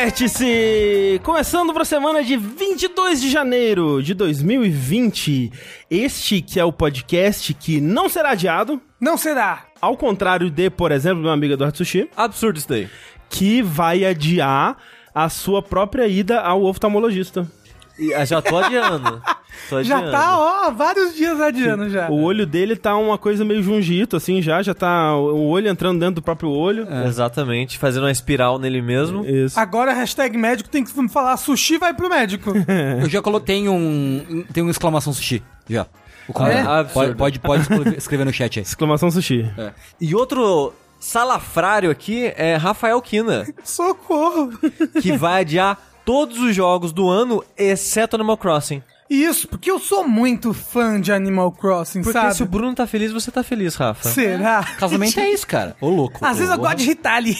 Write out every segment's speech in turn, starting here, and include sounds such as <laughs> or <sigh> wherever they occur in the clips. Vértice! Começando para a semana de 22 de janeiro de 2020. Este que é o podcast que não será adiado, Não será. ao contrário de, por exemplo, meu amigo Eduardo Sushi, Absurdo isso daí. que vai adiar a sua própria ida ao oftalmologista. E, ah, já tô adiando. Tô <laughs> Já adiando. tá, ó, há vários dias adiando já. O olho dele tá uma coisa meio jungito, assim, já, já tá o olho entrando dentro do próprio olho. É. Exatamente, fazendo uma espiral nele É. mesmo. É. Isso. Agora a hashtag médico tem que falar sushi vai pro <laughs> médico. Eu já coloquei um. Tem uma exclamação sushi. Já. O é comentário. Absurdo. Pode, pode, pode escrever- escrever no chat aí. Exclamação sushi. É. E outro salafrário aqui é Rafael Kina, Socorro. que vai adiar todos os jogos do ano, exceto Animal Crossing. Isso, porque eu sou muito fã de Animal Crossing, Porque sabe? se o Bruno tá feliz, você tá feliz, Rafa. Será? Casamento é isso, cara. Ô, louco. Às vezes eu gosto de irritar ali.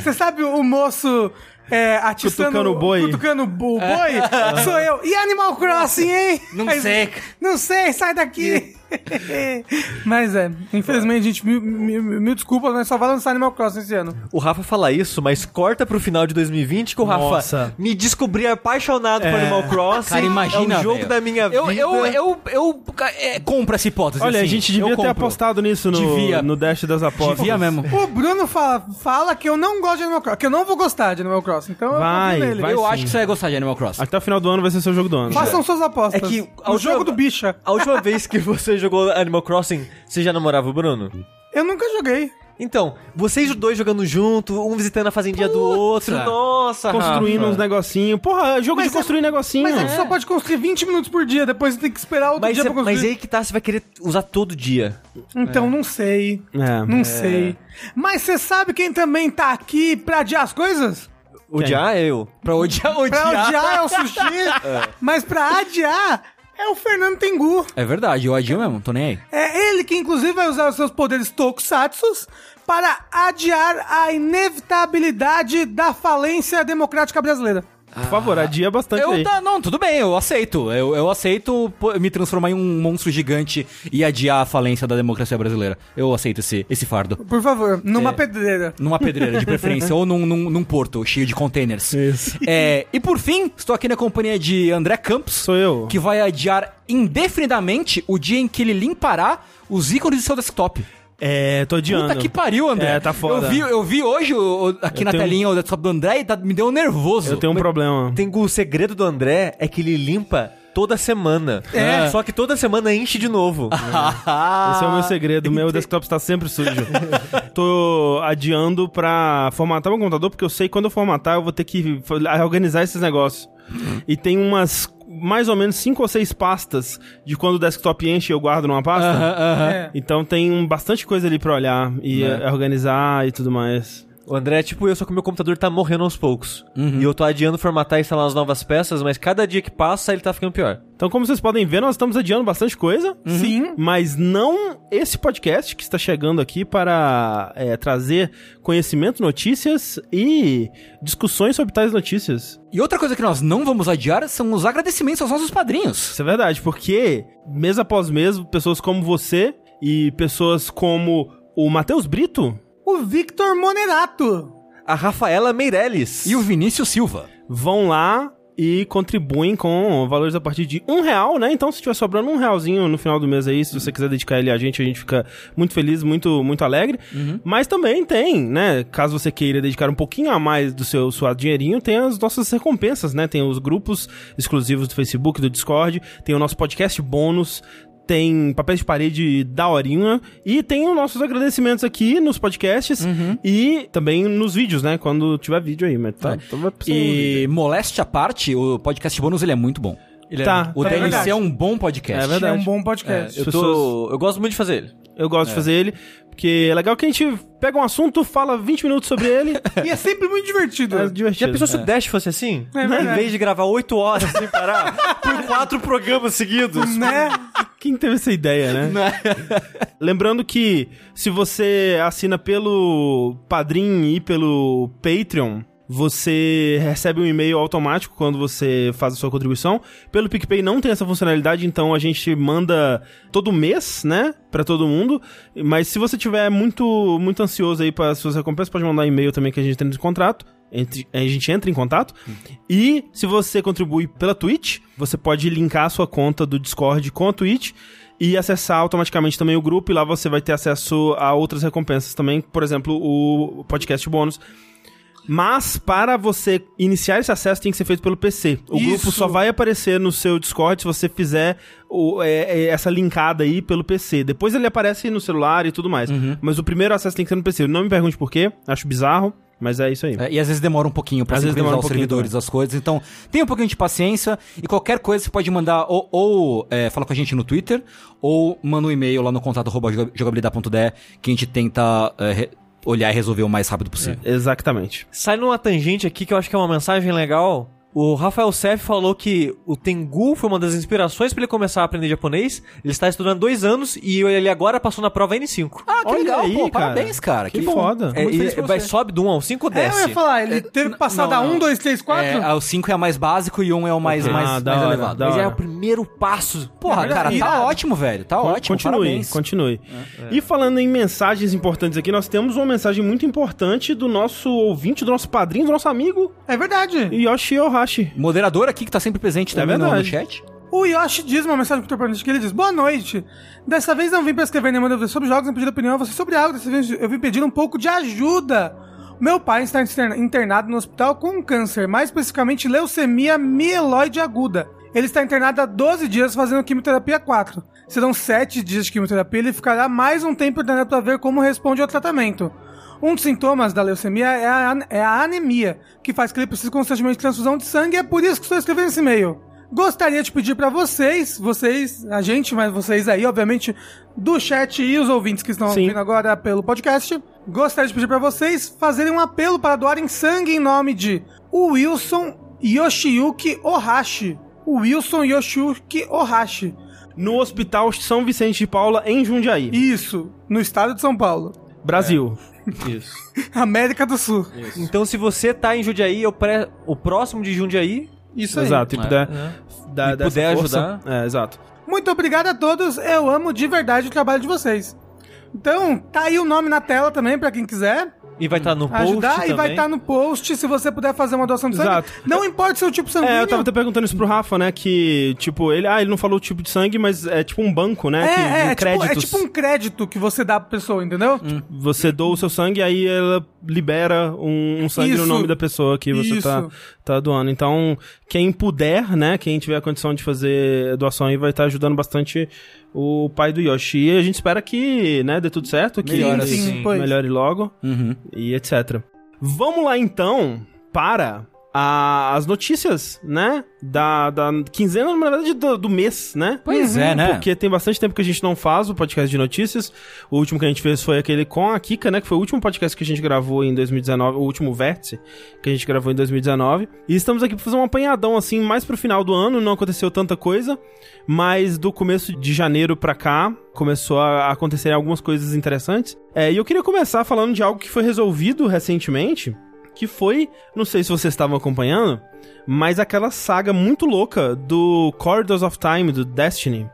Você sabe o moço é, atiçando... Cutucando o boi. Cutucando o bo- <laughs> boi? Sou eu. E Animal Crossing, hein? Não sei. Não sei, sai daqui. <laughs> Mas é, infelizmente, gente, mil, mil, mil desculpas, mas só vai lançar Animal Crossing esse ano. O Rafa fala isso, mas corta pro final de 2020 que o Rafa Nossa. me descobri apaixonado É. por Animal Crossing. Cara, imagina, É o jogo velho. da minha vida. Eu, eu, eu, eu ca- é, compro essa hipótese. Olha, a assim. gente Eu devia ter compro. apostado nisso no, Devia. no Dash das apostas. Devia mesmo. O Bruno fala, fala que eu não gosto de Animal Crossing, que eu não vou gostar de Animal Crossing. Então eu Vai, confio nele. vai eu sim. acho que você vai gostar de Animal Crossing. Até o final do ano vai ser seu jogo do ano. Façam suas apostas. É que a o última- jogo do bicha. A última vez que você jogou Animal Crossing, você já namorava o Bruno? Eu nunca joguei. Então, vocês dois jogando junto, um visitando a fazendinha do outro. Nossa, Tá construindo Rafa. uns negocinhos. Porra, é jogo Mas de é- construir negocinho. né? Mas é que só pode construir 20 minutos por dia, depois você tem que esperar outro Mas, dia é- pra construir. mas aí que tá, você vai querer usar todo dia. Então, não sei. É. Não sei. Mas você sabe quem também tá aqui pra adiar as coisas? Odiar eu. Pra odiar, odiar. Pra odiar é o <laughs> sushi, É. mas pra adiar é o Fernando Tengu. É verdade, eu adio mesmo, tô nem aí. É ele que, inclusive, vai usar os seus poderes tokusatsus para adiar a inevitabilidade da falência democrática brasileira. Por Ah. favor, adia bastante Eu aí. tá, não, tudo bem, eu aceito. Eu, eu aceito pô, me transformar em um monstro gigante e adiar a falência da democracia brasileira. Eu aceito esse, esse fardo. Por favor, numa pedreira. Numa pedreira, <laughs> de preferência, ou num, num, num porto cheio de containers. Isso. É, e por fim, estou aqui na companhia de André Campos. Sou eu. que vai adiar indefinidamente o dia em que ele limpará os ícones do seu desktop. É, tô adiando. Puta que pariu, André. É, tá foda. Eu vi, eu vi hoje o- o- aqui Eu na tenho- um telinha o desktop do André e tá- me deu nervoso. Eu tenho um <laughs> problema. Tem o segredo do André é que ele limpa toda semana. É. Só que toda semana enche de novo. Esse Ah, é o meu segredo. Meu desktop está sempre sujo. <laughs> tô adiando pra formatar meu computador, porque eu sei que quando eu formatar eu vou ter que fa- organizar esses negócios. e tem umas mais ou menos cinco ou seis pastas de quando o desktop enche eu guardo numa pasta. É. Então tem um- bastante coisa ali pra olhar e eh, organizar e tudo mais. O André é tipo eu, só que o meu computador tá morrendo aos poucos. E eu tô adiando formatar e instalar as novas peças, mas cada dia que passa ele tá ficando pior. Então, como vocês podem ver, nós estamos adiando bastante coisa. Sim. Mas não esse podcast que está chegando aqui para é, trazer conhecimento, notícias e discussões sobre tais notícias. E outra coisa que nós não vamos adiar são os agradecimentos aos nossos padrinhos. Isso é verdade, porque mês após mês, pessoas como você e pessoas como o Matheus Brito O Victor Monerato. A Rafaela Meirelles. E o Vinícius Silva. vão lá e contribuem com valores a partir de um real, né? Então, se tiver sobrando um realzinho no final do mês aí, se você quiser dedicar ele a gente, a gente fica muito feliz, muito, muito alegre. Mas também tem, né? Caso você queira dedicar um pouquinho a mais do seu suado dinheirinho, tem as nossas recompensas, né? Tem os grupos exclusivos do Facebook, do Discord, tem o nosso podcast bônus, tem papéis de parede da horinha e tem os nossos agradecimentos aqui nos podcasts e também nos vídeos, né? Quando tiver vídeo aí, mas tá. então vai precisar de um vídeo. E moléstia à parte, o podcast bônus ele é muito bom. Ele é- Tá, o tá, é DLC verdade. é um bom podcast. É verdade. É um bom podcast. Eu, tô... pessoas- eu gosto muito de fazer ele. Eu gosto de fazer ele, porque é legal que a gente pega um assunto, fala 20 minutos sobre <laughs> ele, E é sempre muito divertido. é Já divertido. né? pensou se o Dash fosse assim? É em verdade. vez de gravar 8 horas sem parar, <laughs> por quatro programas seguidos. Né? Quem teve essa ideia, <laughs> né? Lembrando que se você assina pelo Padrim e pelo Patreon, você recebe um e-mail automático quando você faz a sua contribuição. Pelo PicPay não tem essa funcionalidade, então a gente manda todo mês, né, Pra todo mundo. um Mas se você tiver muito muito ansioso aí para suas recompensas, pode mandar e-mail também que a gente tem no contrato. entre- a gente entra em contato. E se você contribui pela Twitch, você pode linkar a sua conta do Discord com a Twitch e acessar automaticamente também o grupo. E lá você vai ter acesso a outras recompensas também, por exemplo, o podcast bônus. Mas para você iniciar esse acesso tem que ser feito pelo PC. O Isso. grupo só vai aparecer no seu Discord se você fizer o- é- é essa linkada aí pelo PC. Depois ele aparece no celular e tudo mais. Mas o primeiro acesso tem que ser no PC. Não me pergunte por quê, acho bizarro, mas é isso aí. É, e às vezes demora um pouquinho pra Às vezes sincronizar demora um os pouquinho servidores, as coisas. Então, tenha um pouquinho de paciência. E qualquer coisa você pode mandar ou, ou, é, falar com a gente no Twitter, ou manda um e-mail lá no contato arroba joga- jogabilidade.de que a gente tenta é, re- olhar e resolver o mais rápido possível. É. Exatamente. Sai numa tangente aqui que eu acho que é uma mensagem legal. O Rafael Sef falou que o Tengu foi uma das inspirações pra ele começar a aprender japonês. Ele está estudando dois anos e ele agora passou na prova N5. Ah, Olha aí, cara. Parabéns, cara. Que foda. É, muito e- feliz por vai, você. sobe do 1 ao 5 ou É, eu desce. ia falar, ele teve que passar não, da não. 1, 2, 3, 4? É, o 5 é o mais básico e o 1 um é o mais, Ok. mais, Ah, da mais hora, elevado. da Mas é hora. o primeiro passo. Porra, cara, E- tá ótimo, velho. Tá ótimo. continue, parabéns. continue. É, E falando em mensagens importantes aqui, nós temos uma mensagem muito importante do nosso ouvinte, do nosso padrinho, do nosso amigo É verdade. Yoshi Ohashi. Moderador aqui que tá sempre presente É também no- no verdade. chat. O Yoshi diz uma mensagem pro Torpanante que ele diz: Boa noite. Dessa vez não vim pra escrever nenhuma dúvida sobre jogos, nem pedir opinião a você sobre algo. Dessa vez eu vim pedir um pouco de ajuda. Meu pai está externa- internado no hospital com câncer, mais especificamente leucemia mieloide aguda. Ele está internado há 12 dias fazendo quimioterapia 4. Serão 7 dias de quimioterapia e ele ficará mais um tempo internado para ver como responde ao tratamento. Um dos sintomas da leucemia é a, an- é a anemia, que faz que ele precise constantemente de transfusão de sangue, e é por isso que estou escrevendo esse e-mail. Gostaria de pedir para vocês, vocês, a gente, mas vocês aí, obviamente, do chat e os ouvintes que estão Sim. ouvindo agora pelo podcast, gostaria de pedir para vocês fazerem um apelo para doarem sangue em nome de Wilson Yoshiyuki Ohashi. Wilson Yoshiyuki Ohashi. No Hospital São Vicente de Paula, em Jundiaí, Isso, no estado de São Paulo, <laughs> Brasil. é, América do Sul. Então se você tá em Jundiaí, eu pré- o próximo de Jundiaí... tipo, né? Isso aí. Exato, e É. puder, dar- E dar essa puder força. É, exato. Muito obrigado a todos, eu amo de verdade o trabalho de vocês. Então, tá aí o nome na tela também, pra quem quiser E vai estar no post ajudar. também. E vai estar no post, se você puder fazer uma doação de sangue. Exato. Não importa o seu tipo sanguíneo. É, eu tava até perguntando isso pro Rafa, né? Que, tipo, ele. Ah, ele não falou o tipo de sangue, mas é tipo um banco, né? que, é, é, de é tipo, é créditos. tipo um crédito que você dá pra pessoa, entendeu? Tipo, Você doa o seu sangue aí ela libera um, um sangue Isso. no nome da pessoa que você Isso. tá, tá doando. Então, quem puder, né? Quem tiver a condição de fazer doação aí vai estar ajudando bastante o pai do Yoshi. E a gente espera que, né, dê tudo certo, que Melhore, ele sim, pois. melhore logo Uhum. e etc. Vamos lá então para a- as notícias, né? Da, da quinzena, na verdade, do, do mês, né? Pois uhum. é, né? Porque tem bastante tempo que a gente não faz o podcast de notícias. O último que a gente fez foi aquele com a Kika, né? Que foi o último podcast que a gente gravou em 2019, o último vértice que a gente gravou em 2019. E estamos aqui pra fazer um apanhadão, assim, mais pro final do ano. Não aconteceu tanta coisa, mas do começo de janeiro pra cá começou a acontecer algumas coisas interessantes. É, e eu queria começar falando de algo que foi resolvido recentemente, que foi, não sei se vocês estavam acompanhando, mas aquela saga muito louca do Corridors of Time, do Destiny,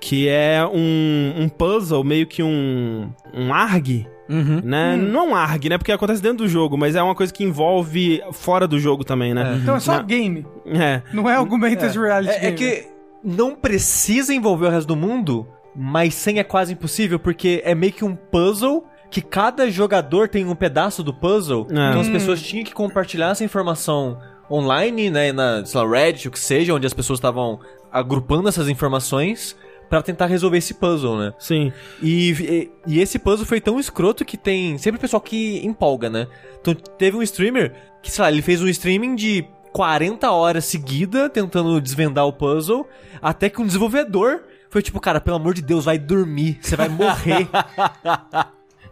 que é um, um puzzle, meio que um, um ARG, Uhum. né? Não um ARG, né? Porque acontece dentro do jogo, mas é uma coisa que envolve fora do jogo também, né? Então é só Não. game, É. não é argumento de reality É, é game. que não precisa envolver o resto do mundo, mas sem é quase impossível, porque é meio que um puzzle que cada jogador tem um pedaço do puzzle. É. Então as pessoas tinham que compartilhar essa informação online, né, na sei lá, Reddit, o que seja, onde as pessoas estavam agrupando essas informações pra tentar resolver esse puzzle, né? Sim. E, e- e esse puzzle foi tão escroto que tem sempre pessoal que empolga, né? Então teve um streamer que, sei lá, ele fez um streaming de 40 horas seguida tentando desvendar o puzzle, até que um desenvolvedor foi tipo, cara, pelo amor de Deus, vai dormir, você vai <laughs> morrer.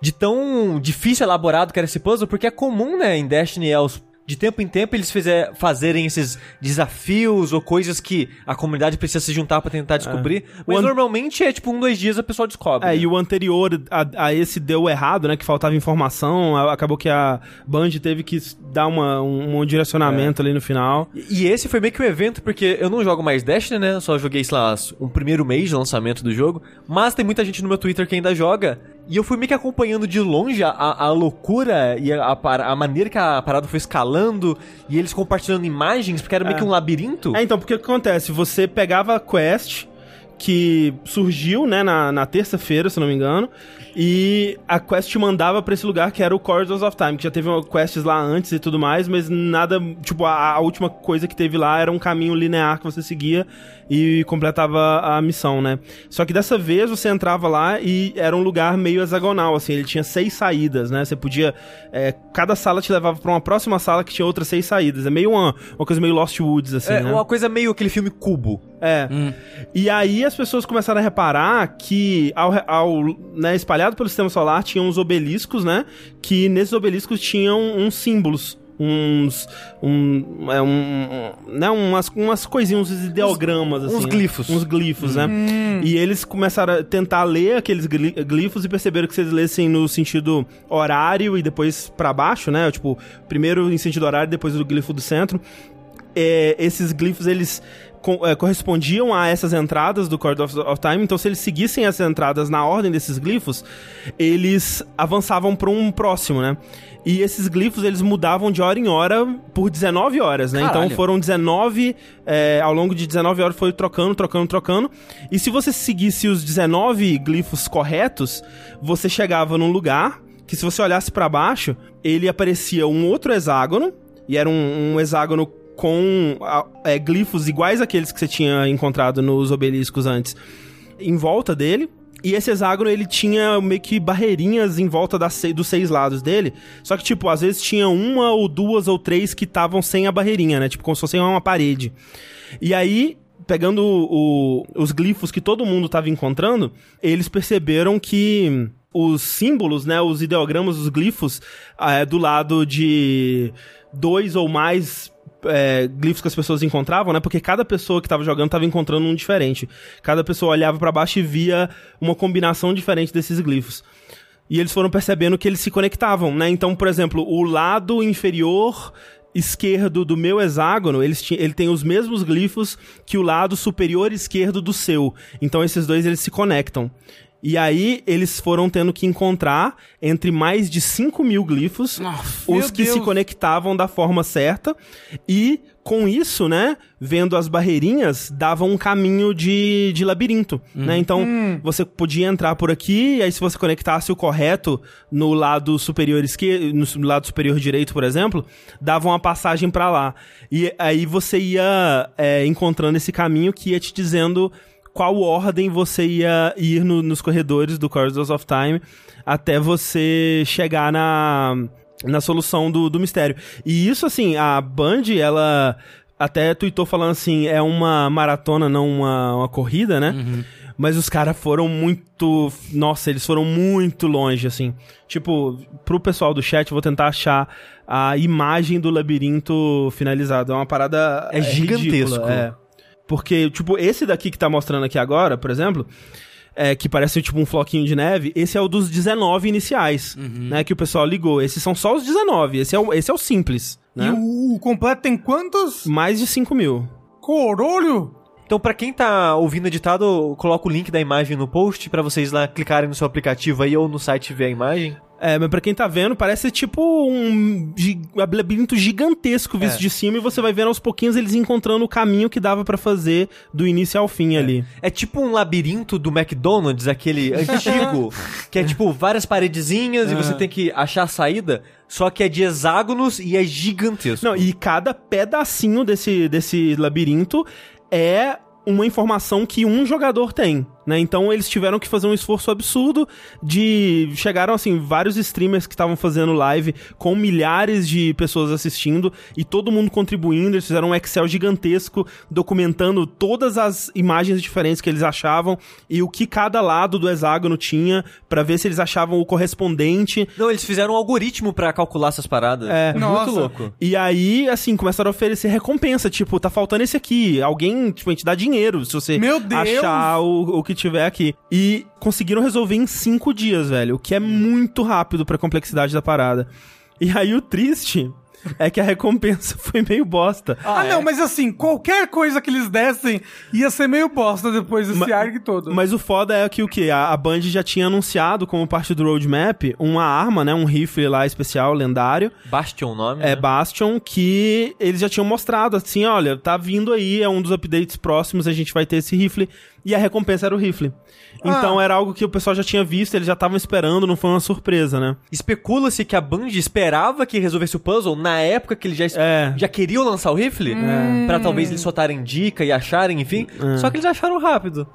de tão difícil elaborado que era esse puzzle, porque é comum, né, em Destiny aos de tempo em tempo eles fizer, fazerem esses desafios ou coisas que a comunidade precisa se juntar pra tentar descobrir. Mas an- normalmente é tipo um, dois dias a pessoa descobre. É, né? e o anterior a, a esse deu errado, né? Que faltava informação, a- acabou que a Band teve que s- dar uma, um, um direcionamento ali no final. E e esse foi meio que o evento, porque eu não jogo mais Destiny, né? Eu Só joguei, sei lá, um primeiro mês de lançamento do jogo. Mas tem muita gente no meu Twitter que ainda joga. E eu fui meio que acompanhando de longe a, a loucura e a, a par- a maneira que a parada foi escalando e eles compartilhando imagens, porque era meio que um labirinto. É, então, porque o que acontece? Você pegava a quest que surgiu, né, na, na terça-feira, se não me engano, e a quest te mandava pra esse lugar que era o Corridors of Time, que já teve uma- quests lá antes e tudo mais, mas nada, tipo, a, a última coisa que teve lá era um caminho linear que você seguia e completava a missão, né? Só que dessa vez você entrava lá e era um lugar meio hexagonal, assim, ele tinha seis saídas, né? Você podia, é, cada sala te levava pra uma próxima sala que tinha outras seis saídas, é meio uma, uma coisa meio Lost Woods, assim, É, né? uma coisa meio aquele filme Cubo. É. Hum. E aí as pessoas começaram a reparar que ao, re- ao, né, espalhado pelo sistema solar tinham uns obeliscos, né? Que nesses obeliscos tinham uns símbolos. Uns. Um, é, um, um- né, umas, umas coisinhas, uns ideogramas, assim. uns né? glifos. Uns glifos, né? E eles começaram a tentar ler aqueles gli- glifos e perceberam que se eles lessem no sentido horário e depois pra baixo, né? Tipo, primeiro em sentido horário, depois do glifo do centro. É, esses glifos, eles co- é, correspondiam a essas entradas do Cord of, of Time, então se eles seguissem essas entradas na ordem desses glifos, eles avançavam pra um próximo, né? E esses glifos, eles mudavam de hora em hora por 19 horas, né? Caralho. Então foram 19, é, ao longo de 19 horas foi trocando, trocando, trocando. E se você seguisse os 19 glifos corretos, você chegava num lugar que se você olhasse pra baixo, ele aparecia um outro hexágono, e era um, um hexágono com a- é, glifos iguais àqueles que você tinha encontrado nos obeliscos antes, em volta dele. E esse hexágono, ele tinha meio que barreirinhas em volta das sei- dos seis lados dele. Só que, tipo, às vezes tinha uma ou duas ou três que estavam sem a barreirinha, né? Tipo, como se fosse uma parede. E aí, pegando o- o- os glifos que todo mundo estava encontrando, eles perceberam que os símbolos, né, os ideogramas, os glifos, ah, é, do lado de dois ou mais é, glifos que as pessoas encontravam, né? Porque cada pessoa que tava jogando tava encontrando um diferente. Cada pessoa olhava para baixo e via uma combinação diferente desses glifos. E eles foram percebendo que eles se conectavam, né? Então, por exemplo, o lado inferior esquerdo do meu hexágono, eles ti- ele tem os mesmos glifos que o lado superior esquerdo do seu. Então, esses dois eles se conectam. E aí, eles foram tendo que encontrar entre mais de 5 mil glifos os meu que se Deus. conectavam da forma certa. E com isso, né? Vendo as barreirinhas, dava um caminho de, de labirinto. Né? Então, você podia entrar por aqui, e aí se você conectasse o correto no lado superior esquerdo, no su- lado superior direito, por exemplo, dava uma passagem pra lá. E aí você ia é, encontrando esse caminho que ia te dizendo qual ordem você ia ir no- nos corredores do Corridors of Time até você chegar na, na solução do, do mistério. E isso, assim, a Band, ela até tuitou falando assim, é uma maratona, não uma, uma corrida, né? Uhum. Mas os caras foram muito. Nossa, eles foram muito longe, assim. Tipo, pro pessoal do chat, eu vou tentar achar a imagem do labirinto finalizado. É uma parada. É gigantesco. ridícula, é. Porque, tipo, esse daqui que tá mostrando aqui agora, por exemplo, é, que parece tipo um floquinho de neve, esse é o dos 19 iniciais, Uhum. né? Que o pessoal ligou. Esses são só os 19, esse é o, esse é o simples, né? E o, o completo tem quantos? Mais de 5 mil. Corolho? Então, pra quem tá ouvindo editado, eu coloco o link da imagem no post pra vocês lá clicarem no seu aplicativo aí ou no site ver a imagem. É, mas pra quem tá vendo, parece tipo um gi- um labirinto gigantesco visto É. de cima e você vai vendo aos pouquinhos eles encontrando o caminho que dava pra fazer do início ao fim ali. É tipo um labirinto do <laughs> McDonald's, aquele antigo, que é tipo várias paredezinhas e você tem que achar a saída, só que é de hexágonos e é gigantesco. Não, e cada pedacinho desse, desse labirinto é uma informação que um jogador tem, né? Então eles tiveram que fazer um esforço absurdo de chegaram assim vários streamers que estavam fazendo live com milhares de pessoas assistindo e todo mundo contribuindo, eles fizeram um Excel gigantesco documentando todas as imagens diferentes que eles achavam e o que cada lado do hexágono tinha pra ver se eles achavam o correspondente Não, eles fizeram um algoritmo pra calcular essas paradas. É, Nossa. muito louco. e aí, assim, começaram a oferecer recompensa. Tipo, tá faltando esse aqui. Alguém, tipo, a gente dá dinheiro se você Meu Deus! achar o, o que tiver aqui. E conseguiram resolver em cinco dias, velho. O que é muito rápido pra complexidade da parada. E aí, o triste é que a recompensa <laughs> foi meio bosta. Ah, não, mas assim, qualquer coisa que eles dessem ia ser meio bosta depois desse Ma- arg todo. Mas o foda é que o que? A, a Band já tinha anunciado como parte do roadmap uma arma, né? Um rifle lá especial, lendário, Bastion o nome? é né? Bastion, que eles já tinham mostrado assim, olha, tá vindo aí, é um dos updates próximos, a gente vai ter esse rifle e a recompensa era o rifle. Ah. Então era algo que o pessoal já tinha visto, eles já estavam esperando, não foi uma surpresa, né? Especula-se que a Band esperava que resolvesse o puzzle na época que eles já, É. já queriam lançar o rifle. Pra talvez eles soltarem dica e acharem, enfim. É. Só que eles acharam rápido.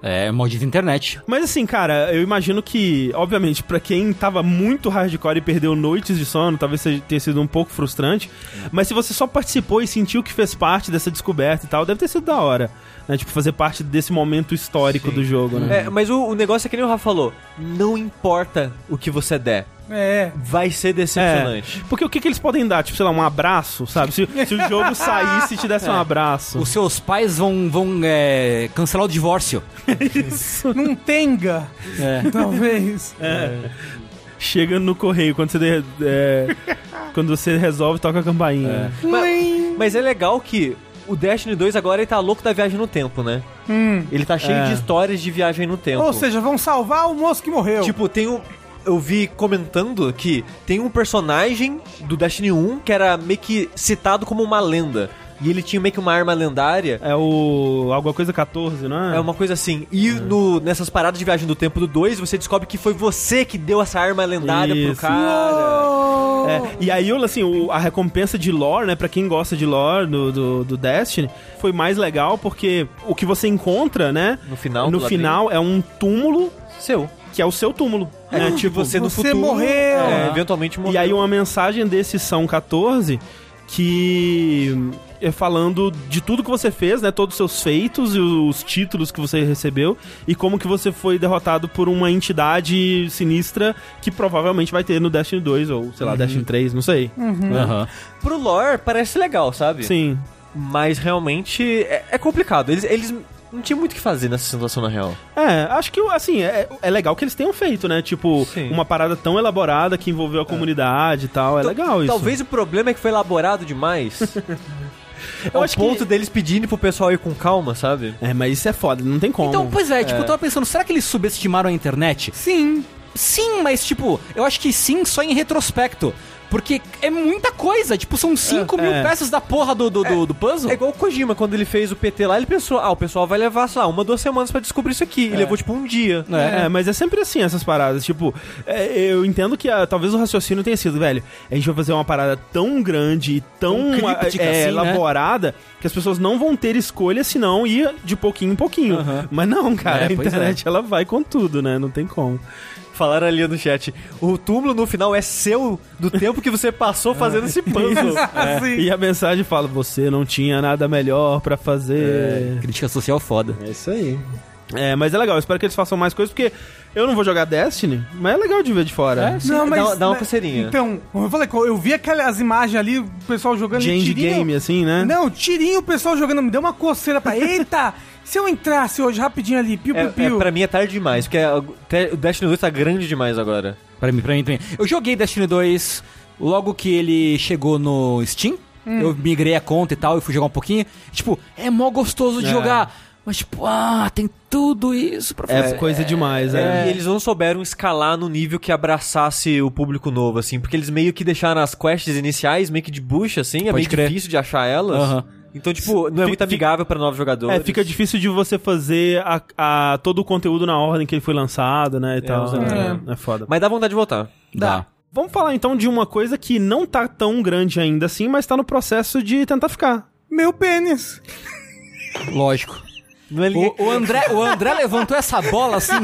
É, maldita internet. Mas assim, cara, eu imagino que, obviamente, pra quem tava muito hardcore e perdeu noites de sono, talvez seja- tenha sido um pouco frustrante. Mas se você só participou e sentiu que fez parte dessa descoberta e tal, deve ter sido da hora. Né? Tipo, fazer parte desse momento histórico do jogo, né? É, mas o, o negócio é que nem o Rafa falou. Não importa o que você der. É. Vai ser decepcionante. Porque o que, que eles podem dar? Tipo, sei lá, um abraço, sabe? Se, se o jogo saísse e te desse um abraço. Os seus pais vão, vão é, cancelar o divórcio. Não tenga. É. Talvez. Chega no correio, quando você, de- é, quando você resolve, toca a campainha. Mas... Mas é legal que o Destiny 2 agora ele tá louco da viagem no tempo, né? Ele tá cheio É. de histórias de viagem no tempo. Hum. Ou seja, vão salvar o moço que morreu. um <laughs> Tipo, tem um. Eu vi comentando que tem um personagem do Destiny 1 que era meio que citado como uma lenda. E ele tinha meio que uma arma lendária. É o. Alguma coisa 14, não é? É uma coisa assim. E no, nessas paradas de viagem do tempo do 2, você descobre que foi você que deu essa arma lendária Isso. pro cara. Oh. É, e aí, assim, o- a recompensa de lore, né, pra quem gosta de lore do, do, do Destiny, foi mais legal porque o que você encontra, né, No final, no do final é um túmulo Seu. que é o seu túmulo. É, né, que tipo, você no você futuro. morreu. é, eventualmente morreu. E aí uma mensagem desse São 14 que é falando de tudo que você fez, né, todos os seus feitos e os títulos que você recebeu e como que você foi derrotado por uma entidade sinistra que provavelmente vai ter no Destiny 2 ou, sei lá, Destiny 3, não sei. Uhum. Aham. Pro lore, parece legal, sabe? Sim. Mas realmente é, é complicado. Eles, eles não tinham muito o que fazer nessa situação, na real. É, acho que, assim, é, é legal que eles tenham feito, né? Tipo, Sim. uma parada tão elaborada que envolveu a comunidade e tal. É Tal- legal isso. Então, Talvez o problema é que foi elaborado demais. <laughs> Eu Ao acho que- ponto deles pedindo pro pessoal ir com calma, sabe? É, mas isso é foda, não tem como. Então, pois é, tipo, eu tava pensando, será que eles subestimaram a internet? Sim. Sim, mas tipo, eu acho que sim, só em retrospecto. Porque é muita coisa, tipo, são 5 mil é. peças da porra do, do, do, do puzzle. É igual o Kojima, quando ele fez o PT lá, ele pensou, ah, o pessoal vai levar, sei lá, uma, duas semanas pra descobrir isso aqui. E levou, tipo, um dia. É, mas é sempre assim essas paradas. Tipo, é, eu entendo que ah, talvez o raciocínio tenha sido, velho, a gente vai fazer uma parada tão grande e tão Tão críptica ah, é, assim, né? elaborada que as pessoas não vão ter escolha senão ir de pouquinho em pouquinho. Mas não, cara, É, a pois internet ela vai com tudo, né? Não tem como. Falaram ali no chat, o túmulo no final é seu do tempo que você passou fazendo esse puzzle. Sim. E a mensagem fala: você não tinha nada melhor pra fazer. Crítica social foda. É isso aí. É, mas é legal, eu espero que eles façam mais coisas, porque eu não vou jogar Destiny, mas é legal de ver de fora. Sim, dá- dá uma coceirinha. Então, como eu falei, eu vi aquelas imagens ali, o pessoal jogando de tirinho. endgame, assim, né? Não, tirinho o pessoal jogando, me deu uma coceira <laughs> pra. Eita! se eu entrasse hoje rapidinho ali, piu, <laughs> É, piu, piu. é, pra mim é tarde demais, porque é- até o Destiny 2 tá grande demais agora. Pra mim, pra mim também. Eu joguei Destiny 2 logo que ele chegou no Steam. Eu migrei a conta e tal, e fui jogar um pouquinho. Tipo, é mó gostoso de jogar. Mas, tipo, ah, tem tudo isso pra É fazer. coisa demais, é. E eles não souberam escalar no nível que abraçasse o público novo, assim, porque eles meio que deixaram as quests iniciais meio que de bucha, assim, é Pode meio crer. difícil de achar elas. Aham. Então, tipo, não é Fi- muito fi- amigável pra novos jogadores. É, fica difícil de você fazer a, a- todo o conteúdo na ordem que ele foi lançado, né? E tal. exatamente. É, é foda. Mas dá vontade de voltar. Dá. Vamos falar então de uma coisa que não tá tão grande ainda assim, mas tá no processo de tentar ficar. Meu <laughs> pênis. Lógico. Não é ninguém... O, o André, o André levantou essa bola assim,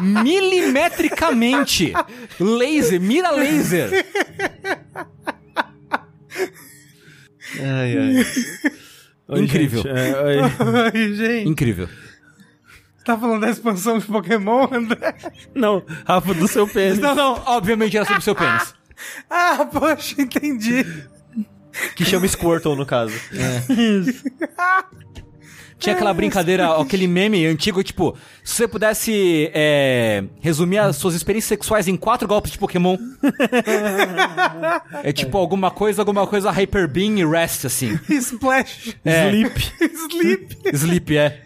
milimetricamente. Laser, mira laser. Ai, ai. Oi, Incrível. gente, é, <laughs> <laughs> oi. <laughs> Ai, gente. Incrível. Tá falando da expansão de Pokémon, André? <laughs> Não, Rafa, do seu <laughs> pênis. Não, não, obviamente era sobre o seu pênis. Ah, poxa, <laughs> entendi. Que chama Squirtle, no caso. Tinha É. aquela brincadeira, <laughs> aquele meme antigo, tipo, se você pudesse é, resumir as suas experiências sexuais em quatro golpes de <laughs> Pokémon. é tipo alguma coisa, alguma coisa Hyper Beam e Rest, assim. Splash. É. Sleep. Sleep. Sleep, é.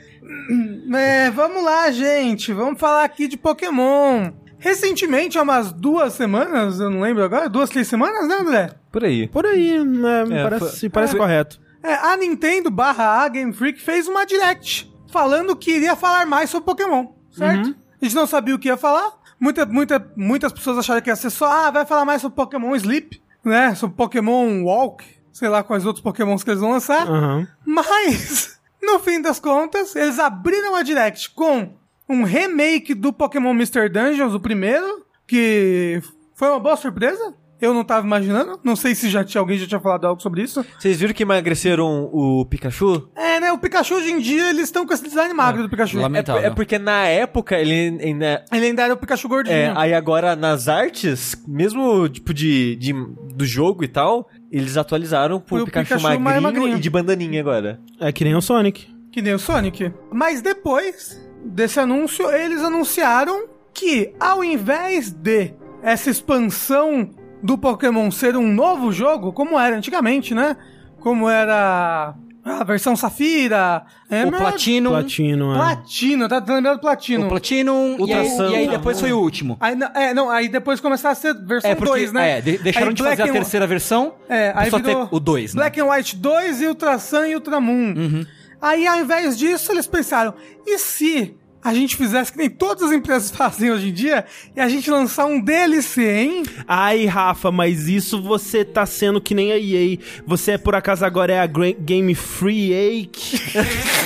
É, vamos lá, gente. Vamos falar aqui de Pokémon. Recentemente, há umas duas semanas, eu não lembro agora, duas, três semanas, né, André? Por aí. Por aí, né? É, parece foi- parece correto. É, a Nintendo barra a Game Freak fez uma direct falando que iria falar mais sobre Pokémon, certo? A gente não sabia o que ia falar. Muita, muita, muitas pessoas acharam que ia ser só, ah, vai falar mais sobre Pokémon Sleep, né? Sobre Pokémon Walk, sei lá quais outros Pokémons que eles vão lançar. Aham. Mas, <laughs> no fim das contas, eles abriram a Direct com um remake do Pokémon Mr. Dungeons, o primeiro, que foi uma boa surpresa. Eu não tava imaginando. Não sei se já tinha alguém já tinha falado algo sobre isso. Vocês viram que emagreceram o Pikachu? É, né? O Pikachu hoje em dia, eles estão com esse design magro do Pikachu. Lame- É, por- é porque na época ele ainda. Ele ainda era o Pikachu gordinho. É, aí agora nas artes, mesmo tipo de, de- do jogo e tal, eles atualizaram pro Pro Pikachu, Pikachu mais magrinho, magrinho. e de bandaninha agora. É que nem o Sonic. Que nem o Sonic. Mas depois desse anúncio, eles anunciaram que, ao invés de essa expansão do Pokémon ser um novo jogo, como era antigamente, né? Como era a versão Safira, é, O Emerald, Platinum. né? Platino, é. Platino, tá tá lembrado do Platino? O Platinum. E aí, Ultração. e aí depois foi o último. Aí, não- é, não, aí depois começaram a ser versão É, porque 2, né? é, de- deixaram Aí de Black fazer a and- terceira versão. É, aí só virou ter o 2, né? Uhum. Black and White 2 e Ultra Sun e Ultra Moon. Aí, ao invés disso, eles pensaram, e se a gente fizesse que nem todas as empresas <laughs> fazem hoje em dia, e a gente lançar um DLC, hein? Ai, Rafa, mas isso você tá sendo que nem a EA. Você é, por acaso agora é a Gra- Game Freak.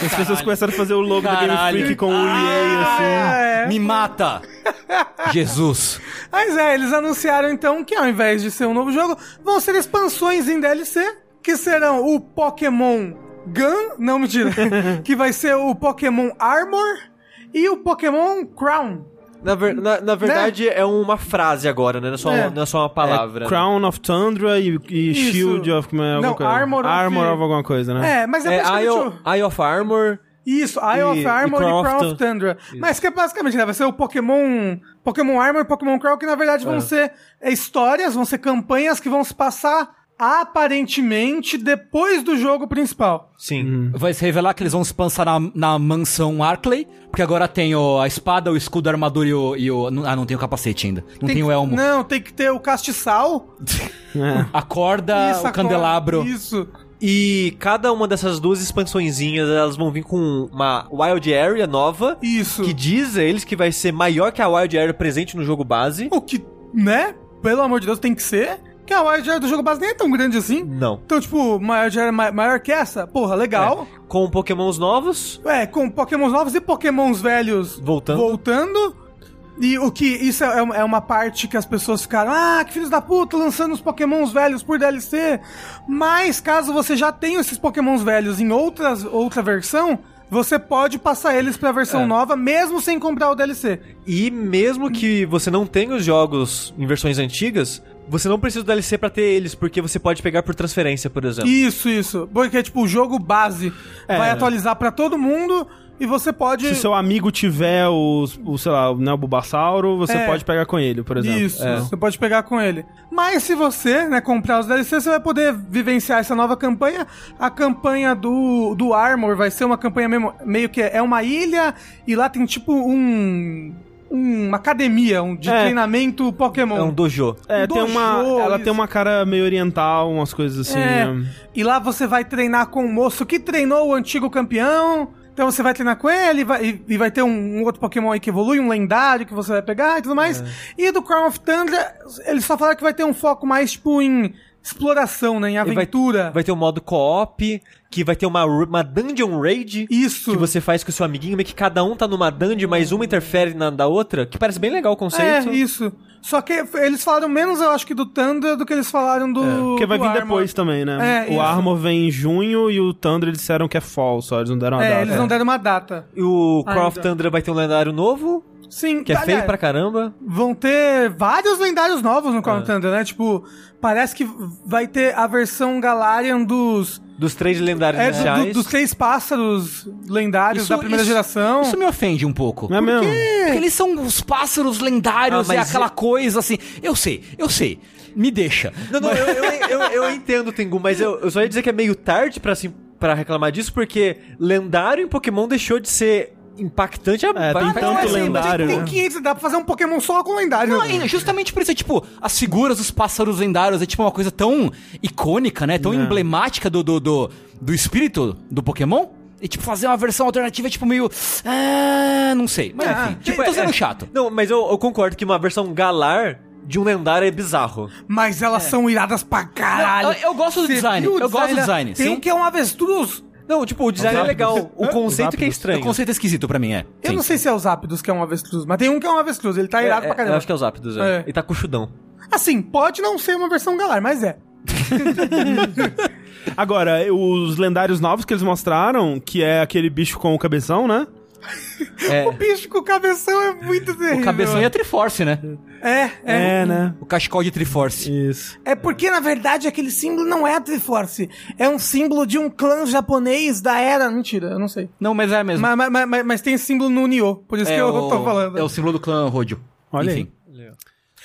As pessoas começaram a fazer o logo da Game Caralho. Freak com o EA, assim. É. <laughs> Me mata! Jesus! Mas é, eles anunciaram então que ao invés de ser um novo jogo, vão ser expansões em DLC, que serão o Pokémon Gun, não <laughs> mentira, que vai ser o Pokémon Armor e o Pokémon Crown. Na, ver- na, na verdade, é uma frase agora, né? Não é só, É. não é só uma palavra. né? Crown of Tundra e, e Isso. Shield of como é, alguma Não, coisa. Armor of- Armor of alguma coisa, né? É, mas é, É praticamente Eye o- of, Eye of Armor. Isso, Eye of e Armor e Crown Crown, of of Tundra. Mas que é basicamente, né? Vai ser o Pokémon. Pokémon Armor e Pokémon Crown, que na verdade vão ser é, histórias, vão ser campanhas que vão se passar aparentemente depois do jogo principal. Sim. Vai se revelar que eles vão se pensar na, na mansão Arkley, porque agora tem o, a espada, o escudo, a armadura e o, e o- Ah, não tem o capacete ainda. Não tem, que- o elmo. Não, tem que ter o castiçal. É. A corda, isso, a o candelabro. corda, Isso. E cada uma dessas duas expansõezinhas, elas vão vir com uma Wild Area nova, Isso. que diz eles que vai ser maior que a Wild Area presente no jogo base. O que, né? Pelo amor de Deus, tem que ser. Que a Wild Area do jogo base nem é tão grande assim. Não. Então, tipo, maior, Wild Area maior que essa? Porra, É. legal. Com pokémons novos, É, com pokémons novos e pokémons velhos Voltando. voltando. E o que isso é, é uma parte que as pessoas ficaram, ah, que filhos da puta, lançando os pokémons velhos por DLC. Mas caso você já tenha esses pokémons velhos em outras, outra versão, você pode passar eles pra É. versão nova, mesmo sem comprar o DLC. e mesmo que você não tenha os jogos em versões antigas, você não precisa do DLC pra ter eles, porque você pode pegar por transferência, por exemplo. Isso, isso. Porque, tipo, o jogo base vai atualizar pra todo mundo e você pode... É. Se seu amigo tiver o, o sei lá, né, o Bulbasauro, você É. pode pegar com ele, por exemplo. Isso, É. você pode pegar com ele. Mas se você, né, comprar os DLC, você vai poder vivenciar essa nova campanha. A campanha do, do Armor vai ser uma campanha mesmo, meio que é uma ilha e lá tem tipo um uma academia, um de É. treinamento Pokémon. É um dojo. É, tem Dojo, uma, ela isso. tem uma cara meio oriental, umas coisas assim. É. né? E lá você vai treinar com um moço que treinou o antigo campeão. Então você vai treinar com ele vai- e, e vai ter um, um outro Pokémon aí que evolui, um lendário que você vai pegar e tudo mais. E do Crown of Tundra, eles só falaram que vai ter um foco mais, tipo, em exploração, né? Em vai- aventura. Vai ter um modo co-op, que vai ter uma, ru- uma dungeon raid. Isso. Que você faz com o seu amiguinho, meio que cada um tá numa dungeon, mas uma interfere na da outra, que parece bem legal o É, conceito. isso. Só que eles falaram menos, eu acho, que do Tundra do que eles falaram do. Porque vai do vir Armor. depois também, né? É, o isso. Armor vem em junho e o Thunder eles disseram que é fall, só eles não deram a É, data. eles não deram uma data. E o Ah, Croft então. Tundra vai ter um lendário novo. Sim, Que é feio aliás, pra caramba. Vão ter vários lendários novos no Crown É. Thunder, né? Tipo, parece que vai ter a versão Galarian dos. Dos três lendários É, do- iniciais. do- dos três pássaros lendários Isso- da primeira isso- geração. Isso me ofende um pouco. Não é mesmo? Porque eles são os pássaros lendários Ah, e mas aquela é- coisa assim. Eu sei, eu sei. Me deixa. Não, não, eu, eu, eu, eu entendo, Tengu, mas eu, eu só ia dizer que é meio tarde pra, assim, pra reclamar disso, porque lendário em Pokémon deixou de ser impactante há É, tem vários tanto anos. mas, assim, tipo, lendário, Tem, né? tem 500, dá pra fazer um Pokémon só com lendário. Então, Não, é justamente por isso, é tipo, as figuras dos pássaros lendários é tipo uma coisa tão icônica, né? É. Tão emblemática do, do, do, do espírito do Pokémon. E tipo, fazer uma versão alternativa é tipo meio. Ah, não sei. Mas Ah, enfim, tipo, tô é- sendo é- chato. Não, mas eu, eu concordo que uma versão galar de um lendário é bizarro. Mas elas É. são iradas pra caralho. Não, eu- eu gosto do Você design, viu o eu gosto do da- design, Tem sim. um que é um avestruz. Não, tipo, o design é legal, o conceito que é Rápidos. O estranho. conceito é esquisito pra mim, é. Eu Sim. não sei se é os Zapdos que é um avestruz, mas tem um que é um avestruz. Ele tá É, irado é, pra caramba. eu acho que é os Zapdos, é. É. E tá com chudão. Assim, pode não ser uma versão galar, mas é. Agora, os lendários novos que eles mostraram, que é aquele bicho com o cabeção, né? É. O bicho com o cabeção é muito terrível. O cabeção e a Triforce, né? É, é. né? O cachecol de Triforce. Isso. É porque, na verdade, aquele símbolo não é a Triforce. É um símbolo de um clã japonês da era... Mentira, eu não sei. Não, mas é mesmo. Mas, mas- mas- mas- mas tem esse símbolo no Nioh, por É isso que eu tô falando. é o símbolo do clã Rodio. Olha Enfim.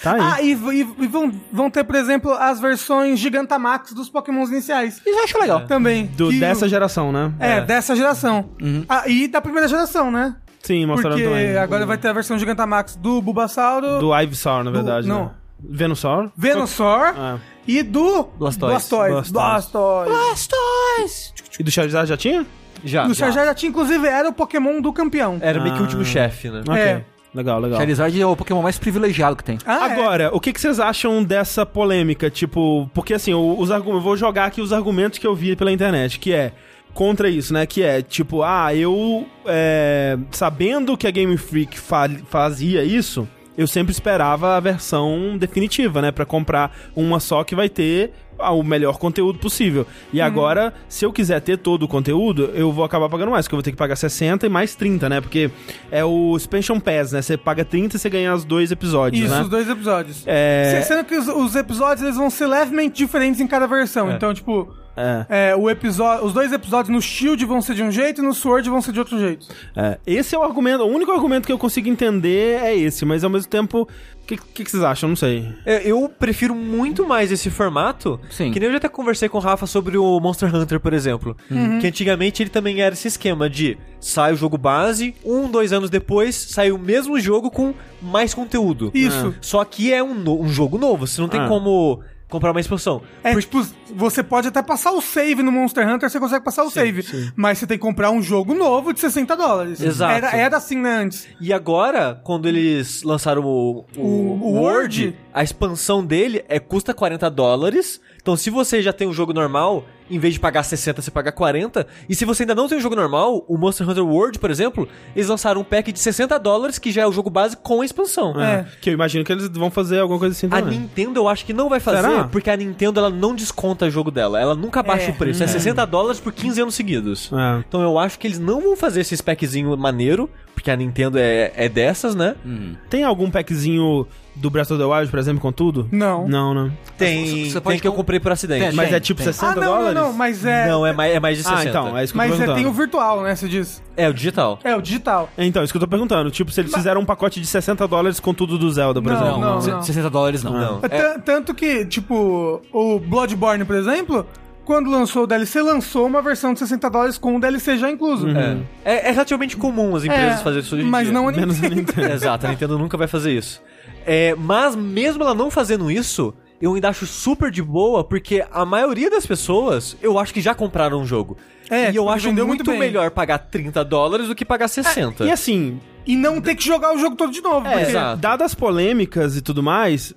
Tá aí. Ah, e, v- e v- e vão, vão ter, por exemplo, as versões Gigantamax dos pokémons iniciais. É. Isso eu acho legal. É. Também. Do, que- dessa geração, né? É, dessa geração. Ah, e da primeira geração, né? Sim, mostraram Porque também. agora vai ter a versão Gigantamax do Bulbasauro, do Do Ivysaur, na verdade. não. Né? Venusaur? Venusaur Ah. e do Blastoise. Blastoise. Blastoise. Blastoise. E do Charizard já tinha? Já. Ah. Do já. Charizard, já tinha, inclusive, era o Pokémon do É. campeão. Era meio que o último chefe, né? Ok. Ah. É. Legal, legal. Charizard é o Pokémon mais privilegiado que tem. Ah, é. Agora, o que, que vocês acham dessa polêmica? Tipo, porque assim, o- os argumentos. Eu vou jogar aqui os argumentos que eu vi pela internet, que é contra isso, né? Que é tipo, ah, eu. é, sabendo que a Game Freak fa- fazia isso, eu sempre esperava a versão definitiva, né? Pra comprar uma só que vai ter. ah, O melhor conteúdo possível. E Uhum. agora, se eu quiser ter todo o conteúdo, eu vou acabar pagando mais, porque eu vou ter que pagar 60 e mais 30, né? Porque é o Expansion Pass, né? Você paga 30 e você ganha os dois episódios, Isso, né? os dois episódios. É. Se- Sendo que os, os episódios eles vão ser levemente diferentes em cada versão. Então, tipo, É. é, o episo- os dois episódios no Shield vão ser de um jeito e no Sword vão ser de outro jeito. É, esse é o argumento, o único argumento que eu consigo entender é esse, mas ao mesmo tempo, o que, que, que vocês acham? Não sei. É, Eu prefiro muito mais esse formato. Sim. Que nem eu já até conversei com o Rafa sobre o Monster Hunter, por exemplo. Uhum. Que antigamente ele também era esse esquema de sai o jogo base, um, dois anos depois sai o mesmo jogo com mais conteúdo. Isso. Só que é um, no- um jogo novo, você não tem Ah. como comprar uma expansão. É, tipo, você pode até passar o save no Monster Hunter, você consegue passar o save. Mas você tem que comprar um jogo novo de 60 dólares. Exato. Era, era assim, né, antes. E agora, quando eles lançaram o, o, O- o Word, Word, a expansão dele é custa 40 dólares. Então, se você já tem um jogo normal, em vez de pagar 60, você paga 40. E se você ainda não tem um jogo normal, o Monster Hunter World, por exemplo, eles lançaram um pack de 60 dólares, que já é o jogo base com a expansão. É, Que eu imagino que eles vão fazer alguma coisa assim A também. Nintendo eu acho que não vai fazer, Será? porque a Nintendo ela não desconta jogo dela. Ela nunca baixa É. o preço. É 60 dólares por 15 anos seguidos. É. Então eu acho que eles não vão fazer esse packzinho maneiro, porque a Nintendo é, é dessas, né? É. Tem algum packzinho do Breath of the Wild, por exemplo, com tudo? Não. Não, não. Tem, Você pode tem que eu com- comprei por acidente. Tem, Mas tem, é tipo tem. 60 Ah, não, dólares? não, não, mas é. Não, é mais, é mais de 60. Ah, então, é isso que eu Mas tô é, perguntando. tem o virtual, né? Você diz. É, o digital. É, o digital. É, Então, isso que eu tô perguntando. Tipo, se eles fizeram um pacote de 60 dólares com tudo do Zelda, por Não, exemplo. não. Se- 60 dólares não. Não. Tan- Tanto que, tipo, o Bloodborne, por exemplo, quando lançou o DLC, lançou uma versão de 60 dólares com o DLC já incluso. É. É- é relativamente comum as empresas É, fazerem isso hoje em Mas dia. não a Nintendo. Menos a Nintendo. Exato, a <laughs> Nintendo nunca vai fazer isso. É, mas mesmo ela não fazendo isso, eu ainda acho super de boa, porque a maioria das pessoas, eu acho que já compraram um jogo. É, e eu porque acho vendeu muito, muito bem. É, melhor pagar 30 dólares do que pagar 60. E assim, <laughs> E não ter que jogar o jogo todo de novo. É, porque- exato. dadas as polêmicas e tudo mais,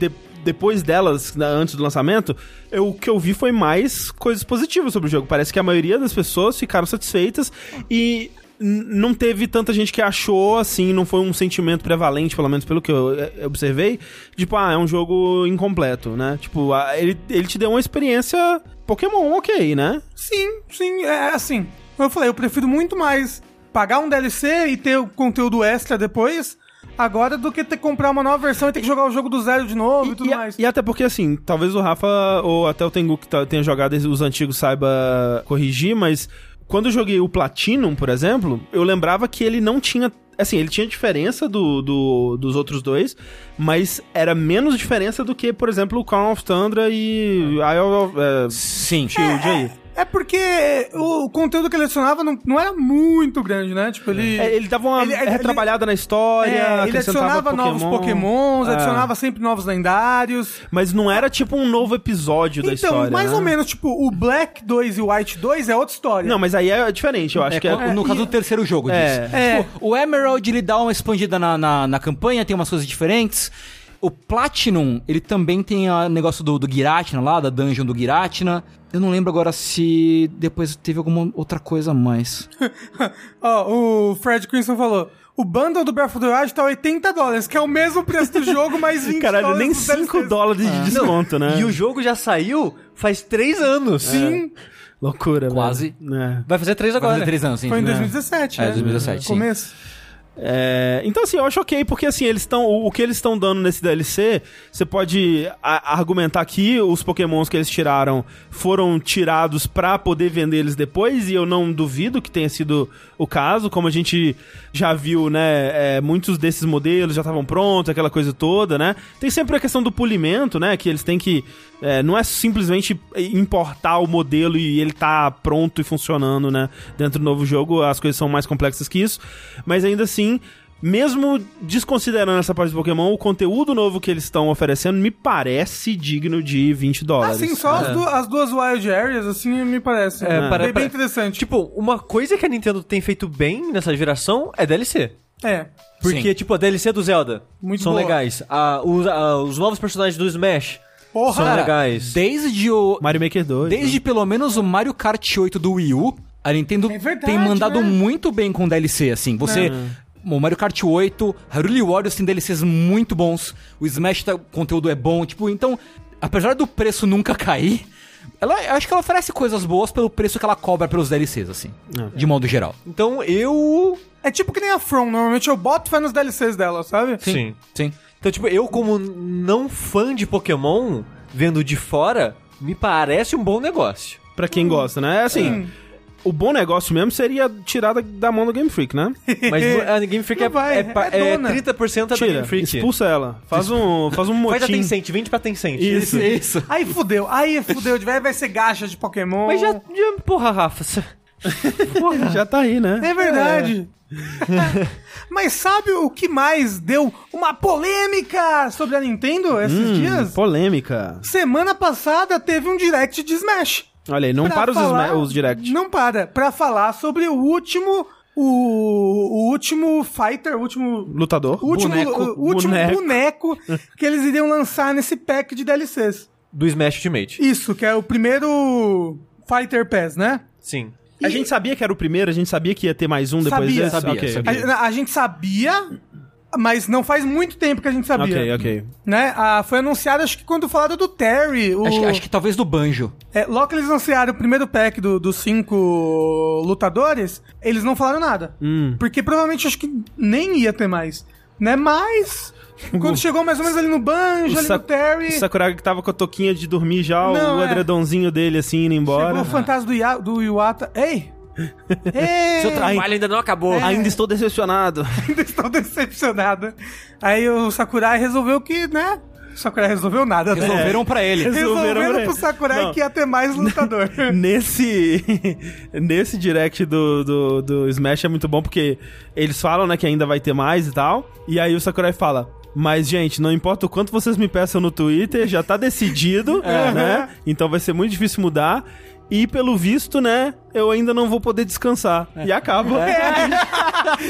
de- depois delas, na- antes do lançamento, eu- o que eu vi foi mais coisas positivas sobre o jogo. Parece que a maioria das pessoas ficaram satisfeitas e n- não teve tanta gente que achou, assim, não foi um sentimento prevalente, pelo menos pelo que eu eh, observei, tipo, ah, é um jogo incompleto, né? Tipo, ah, ele, ele te deu uma experiência Pokémon ok, né? Sim, sim, é assim. Como eu falei, eu prefiro muito mais pagar um DLC e ter o conteúdo extra depois agora do que ter que comprar uma nova versão e ter que jogar o jogo do zero de novo e, tudo e, mais. e até porque, assim, talvez o Rafa ou até o Tengu que tá- tenha jogado os antigos saiba corrigir, mas quando eu joguei o Platinum, por exemplo, eu lembrava que ele não tinha. Assim, ele tinha diferença do, do- dos outros dois, mas era menos diferença do que, por exemplo, o Call of Tundra e Isle of é, Sim. Shield aí. É porque o conteúdo que ele adicionava não, não era muito grande, né? Tipo, ele. É, ele dava uma Ele- ele- retrabalhada na história, É, ele acrescentava adicionava novos pokémons, É. adicionava sempre novos lendários. Mas não era tipo um novo episódio da então, história. mais né? ou menos, tipo, o Black 2 e o White 2 é outra história. Não, mas aí é diferente, eu acho É, que é. co- no caso do terceiro jogo É. disso. É. Tipo, o Emerald ele dá uma expandida na, na, na campanha, tem umas coisas diferentes. O Platinum, ele também tem o negócio do, do Giratina lá, da dungeon do Giratina. Eu não lembro agora se depois teve alguma outra coisa a mais. <laughs> Ó, o Fred Crimson falou. O bundle do Breath of the Wild tá 80 dólares, que é o mesmo preço do jogo, mais <laughs> 20 Caralho, dólares nem dos 5 DLCs. dólares de desconto, né? Ah. E o jogo já saiu faz três anos. É. Sim. Loucura, velho. Quase. É. Vai fazer três Vai agora. fazer três anos, sim. Foi em É. 2017, É, né? 2017, sim. Começo. É, então, assim, eu acho ok, porque assim, eles estão. O, o que eles estão dando nesse DLC, você pode a- argumentar que os pokémons que eles tiraram foram tirados pra poder vender eles depois, e eu não duvido que tenha sido o caso, como a gente já viu, né? é, muitos desses modelos já estavam prontos, aquela coisa toda, né? Tem sempre a questão do polimento, né? Que eles têm que. é, não é simplesmente importar o modelo e ele tá pronto e funcionando, né? Dentro do novo jogo, as coisas são mais complexas que isso. Mas ainda assim, mesmo desconsiderando essa parte do Pokémon, o conteúdo novo que eles estão oferecendo me parece digno de 20 dólares. Assim, só É. as, du- as duas Wild Areas, assim, me parece. É, para- bem, bem para- interessante. Tipo, uma coisa que a Nintendo tem feito bem nessa geração é DLC. É. Porque, Sim. tipo, a DLC do Zelda Muito são boa. legais. Ah, os, ah, os novos personagens do Smash são Porra! Cara, legais. Desde o. Mario Maker 2. né? Desde pelo menos o Mario Kart 8 do Wii U, a Nintendo É verdade, tem mandado né? É. muito bem com DLC, assim. Você. O Mario Kart 8, Haruli Warriors tem DLCs muito bons, o Smash tá, o conteúdo é bom, tipo, então, apesar do preço nunca <laughs> cair, ela, eu acho que ela oferece coisas boas pelo preço que ela cobra pelos DLCs, assim, de modo geral. Então eu. É tipo que nem a From, normalmente eu boto fé nos DLCs dela, sabe? Sim. Sim. Então, tipo, eu, como não fã de Pokémon, vendo de fora, me parece um bom <laughs> negócio. Pra quem gosta, né? É Assim, Sim. o bom negócio mesmo seria tirar da, da mão do Game Freak, <laughs> né? Mas a Game Freak Não é, vai, é, pa- é é dona. 30% da Tira, Game Freak. expulsa ela. Faz um, faz um Faz a motim. Tencent, 20 pra Tencent. é Isso. Isso. Aí fudeu, aí fudeu, de velho vai ser gacha de Pokémon. Mas já, já- Porra, Rafa. <laughs> cê- <laughs> Já tá aí, né? É verdade. <laughs> Mas sabe o que mais deu uma polêmica sobre a Nintendo esses Hum, dias? polêmica. Semana passada teve um direct de Smash. Olha aí, não Pra para os, falar- sma- os direct. Não para. Pra falar sobre o último. O, o último fighter, o último. Lutador. O último, Boneco. o último boneco. que eles iriam lançar nesse pack de DLCs. Do Smash Ultimate. Isso, que é o primeiro Fighter Pass, né? Sim. A gente sabia que era o primeiro, a gente sabia que ia ter mais um depois Sabia. desse? Sabia, Ok, sabia. ok. A, a gente sabia, mas não faz muito tempo que a gente sabia. Ok, ok. né? Ah, foi anunciado, acho que quando falaram do Terry. O... Acho, que- acho que talvez do Banjo. É, logo que eles anunciaram o primeiro pack do- dos cinco lutadores, eles não falaram nada. Hum. Porque provavelmente acho que nem ia ter mais. Né? Mas, quando chegou mais ou menos ali no Banjo, ali no Sa- Terry, O Sakuragi que tava com a toquinha de dormir já, Não, o é. edredonzinho dele assim, indo chegou embora. o fantasma do, Ia, do Iwata. Ei! Ei! Seu <laughs> trabalho ainda não acabou. É. Ainda estou decepcionado. Ainda estou decepcionado. Aí o Sakurai resolveu que, né? O Sakurai resolveu nada. né? Resolveram pra <laughs> ele. Resolveram, Resolveram, né? pro Sakurai Não. que ia ter mais lutador. Nesse, <laughs> nesse direct do, do, do Smash é muito bom porque eles falam, né, que ainda vai ter mais e tal. E aí o Sakurai fala. Mas, gente, não importa o quanto vocês me peçam no Twitter, já tá <laughs> decidido, né? Então vai ser muito difícil mudar. E pelo visto, né, eu ainda não vou poder descansar. E acaba. <laughs>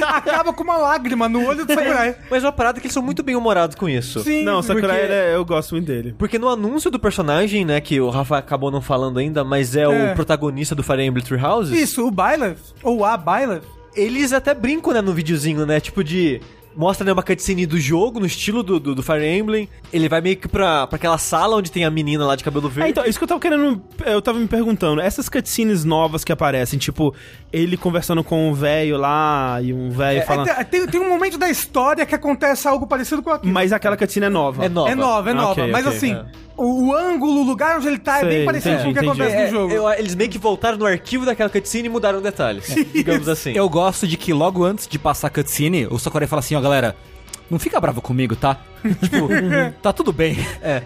Acaba com uma lágrima no olho do Sakurai. Mas uma parada é que eles são muito bem humorados com isso. Sim, Não, o Sakurai, porque- ele é- eu gosto muito dele. Porque no anúncio do personagem, né, que o Rafa acabou não falando ainda, mas é, É. o protagonista do Fire Emblem Three Houses, Isso, o Byleth, ou a Byleth, eles até brincam, né, no videozinho, né, tipo de... Mostra né, uma cutscene do jogo, no estilo do, do, do Fire Emblem. Ele vai meio que pra, pra aquela sala onde tem a menina lá de cabelo É, verde. então, isso que eu tava querendo. Eu tava me perguntando. Essas cutscenes novas que aparecem, tipo, ele conversando com um velho lá e um velho falando. É, tem, tem um momento da história que acontece algo parecido com aquilo. Mas aquela cutscene é nova. É nova. É nova, é Ah, nova. ok, mas ok. assim, o, o ângulo, o lugar onde ele tá é Sei, bem parecido entendi, com o que entendi. acontece É, no jogo. eu- eles meio que voltaram no arquivo daquela cutscene e mudaram o detalhe. <laughs> Digamos assim. Eu gosto de que logo antes de passar a cutscene, o Sakurai fala assim, ó, galera, não fica bravo comigo, <laughs> tá? tipo, tá tudo bem.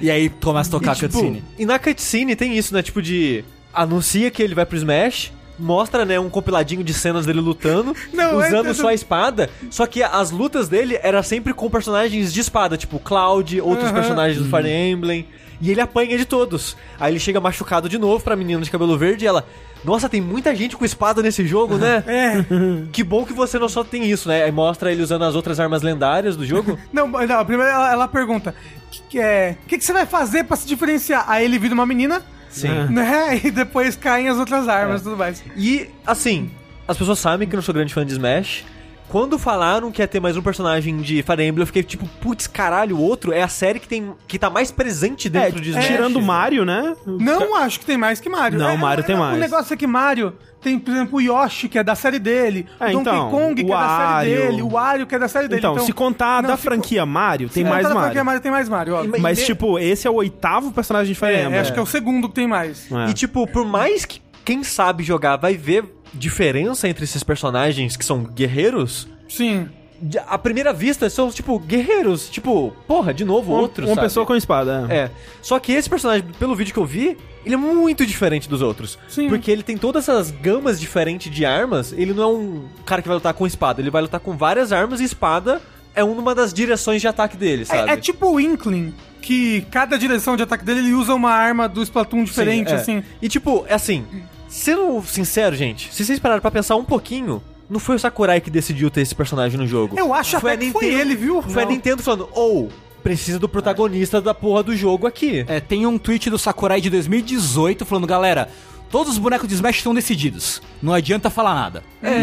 E aí começa a tocar É. E, tipo, a cutscene. E na cutscene tem isso, né? Tipo de. Anuncia que ele vai pro Smash. Mostra, né, um compiladinho de cenas dele lutando, <laughs> Não, é- usando só a espada. Só que as lutas dele era sempre com personagens de espada, tipo Cloud, outros personagens do Fire Emblem. E ele apanha de todos. Aí ele chega machucado de novo pra menina de cabelo verde e ela. Nossa, tem muita gente com espada nesse jogo, né? <laughs> É. Que bom que você não só tem isso, né? Aí mostra ele usando as outras armas lendárias do <laughs> jogo. Não, não, primeiro ela, ela pergunta: que, que é, o que, que você vai fazer pra se diferenciar? Aí ele vira uma menina, Sim. né? <laughs> E depois caem as outras armas e tudo mais. E, assim, as pessoas sabem que eu não sou grande fã de Smash. Quando falaram que ia ter mais um personagem de Fire Emblem, eu fiquei tipo, putz, caralho, o outro é a série que, tem, que tá mais presente dentro É, de Smash. Tirando o Mario, né? Não acho que tem mais que Mario. Não, Mario tem mais. O negócio é que Mario tem, por exemplo, o Yoshi, que é da série dele, É, o Donkey então, Kong, que é da série Wario. dele, o Wario, que é da série dele. Então, se contar não, da se franquia Mario, tem co- mais cada Mario. franquia Mario tem mais Mario, ó. Mas, tipo, esse é o oitavo personagem de Fire É, Emblem. acho que é o segundo que tem mais. É. E, tipo, por mais que quem sabe jogar vai ver diferença entre esses personagens que são guerreiros, Sim. de- à primeira vista são, tipo, guerreiros. Tipo, porra, de novo, Uma- outros. Uma sabe? Um, pessoa com espada. É. Só que esse personagem, pelo vídeo que eu vi, ele é muito diferente dos outros. Sim. Porque ele tem todas essas gamas diferentes de armas. Ele não é um cara que vai lutar com espada. Ele vai lutar com várias armas e espada é uma das direções de ataque dele, sabe? É, é tipo o Inkling, que cada direção de ataque dele ele usa uma arma do Splatoon Sim, diferente, é. assim. E tipo, é assim. Sendo sincero, gente, se vocês pararem pra pensar um pouquinho, não foi o Sakurai que decidiu ter esse personagem no jogo. Eu acho foi até que foi ele, viu? Foi a É Não. Nintendo falando, ou. Precisa do protagonista da porra do jogo aqui. É, tem um tweet do Sakurai de 2018 falando, galera, todos os bonecos de Smash estão decididos. Não adianta falar nada.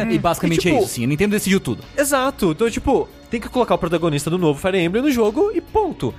E basicamente E, tipo, é isso, sim. A Nintendo decidiu tudo. Exato. Então, tipo, tem que colocar o protagonista do novo Fire Emblem no jogo e ponto.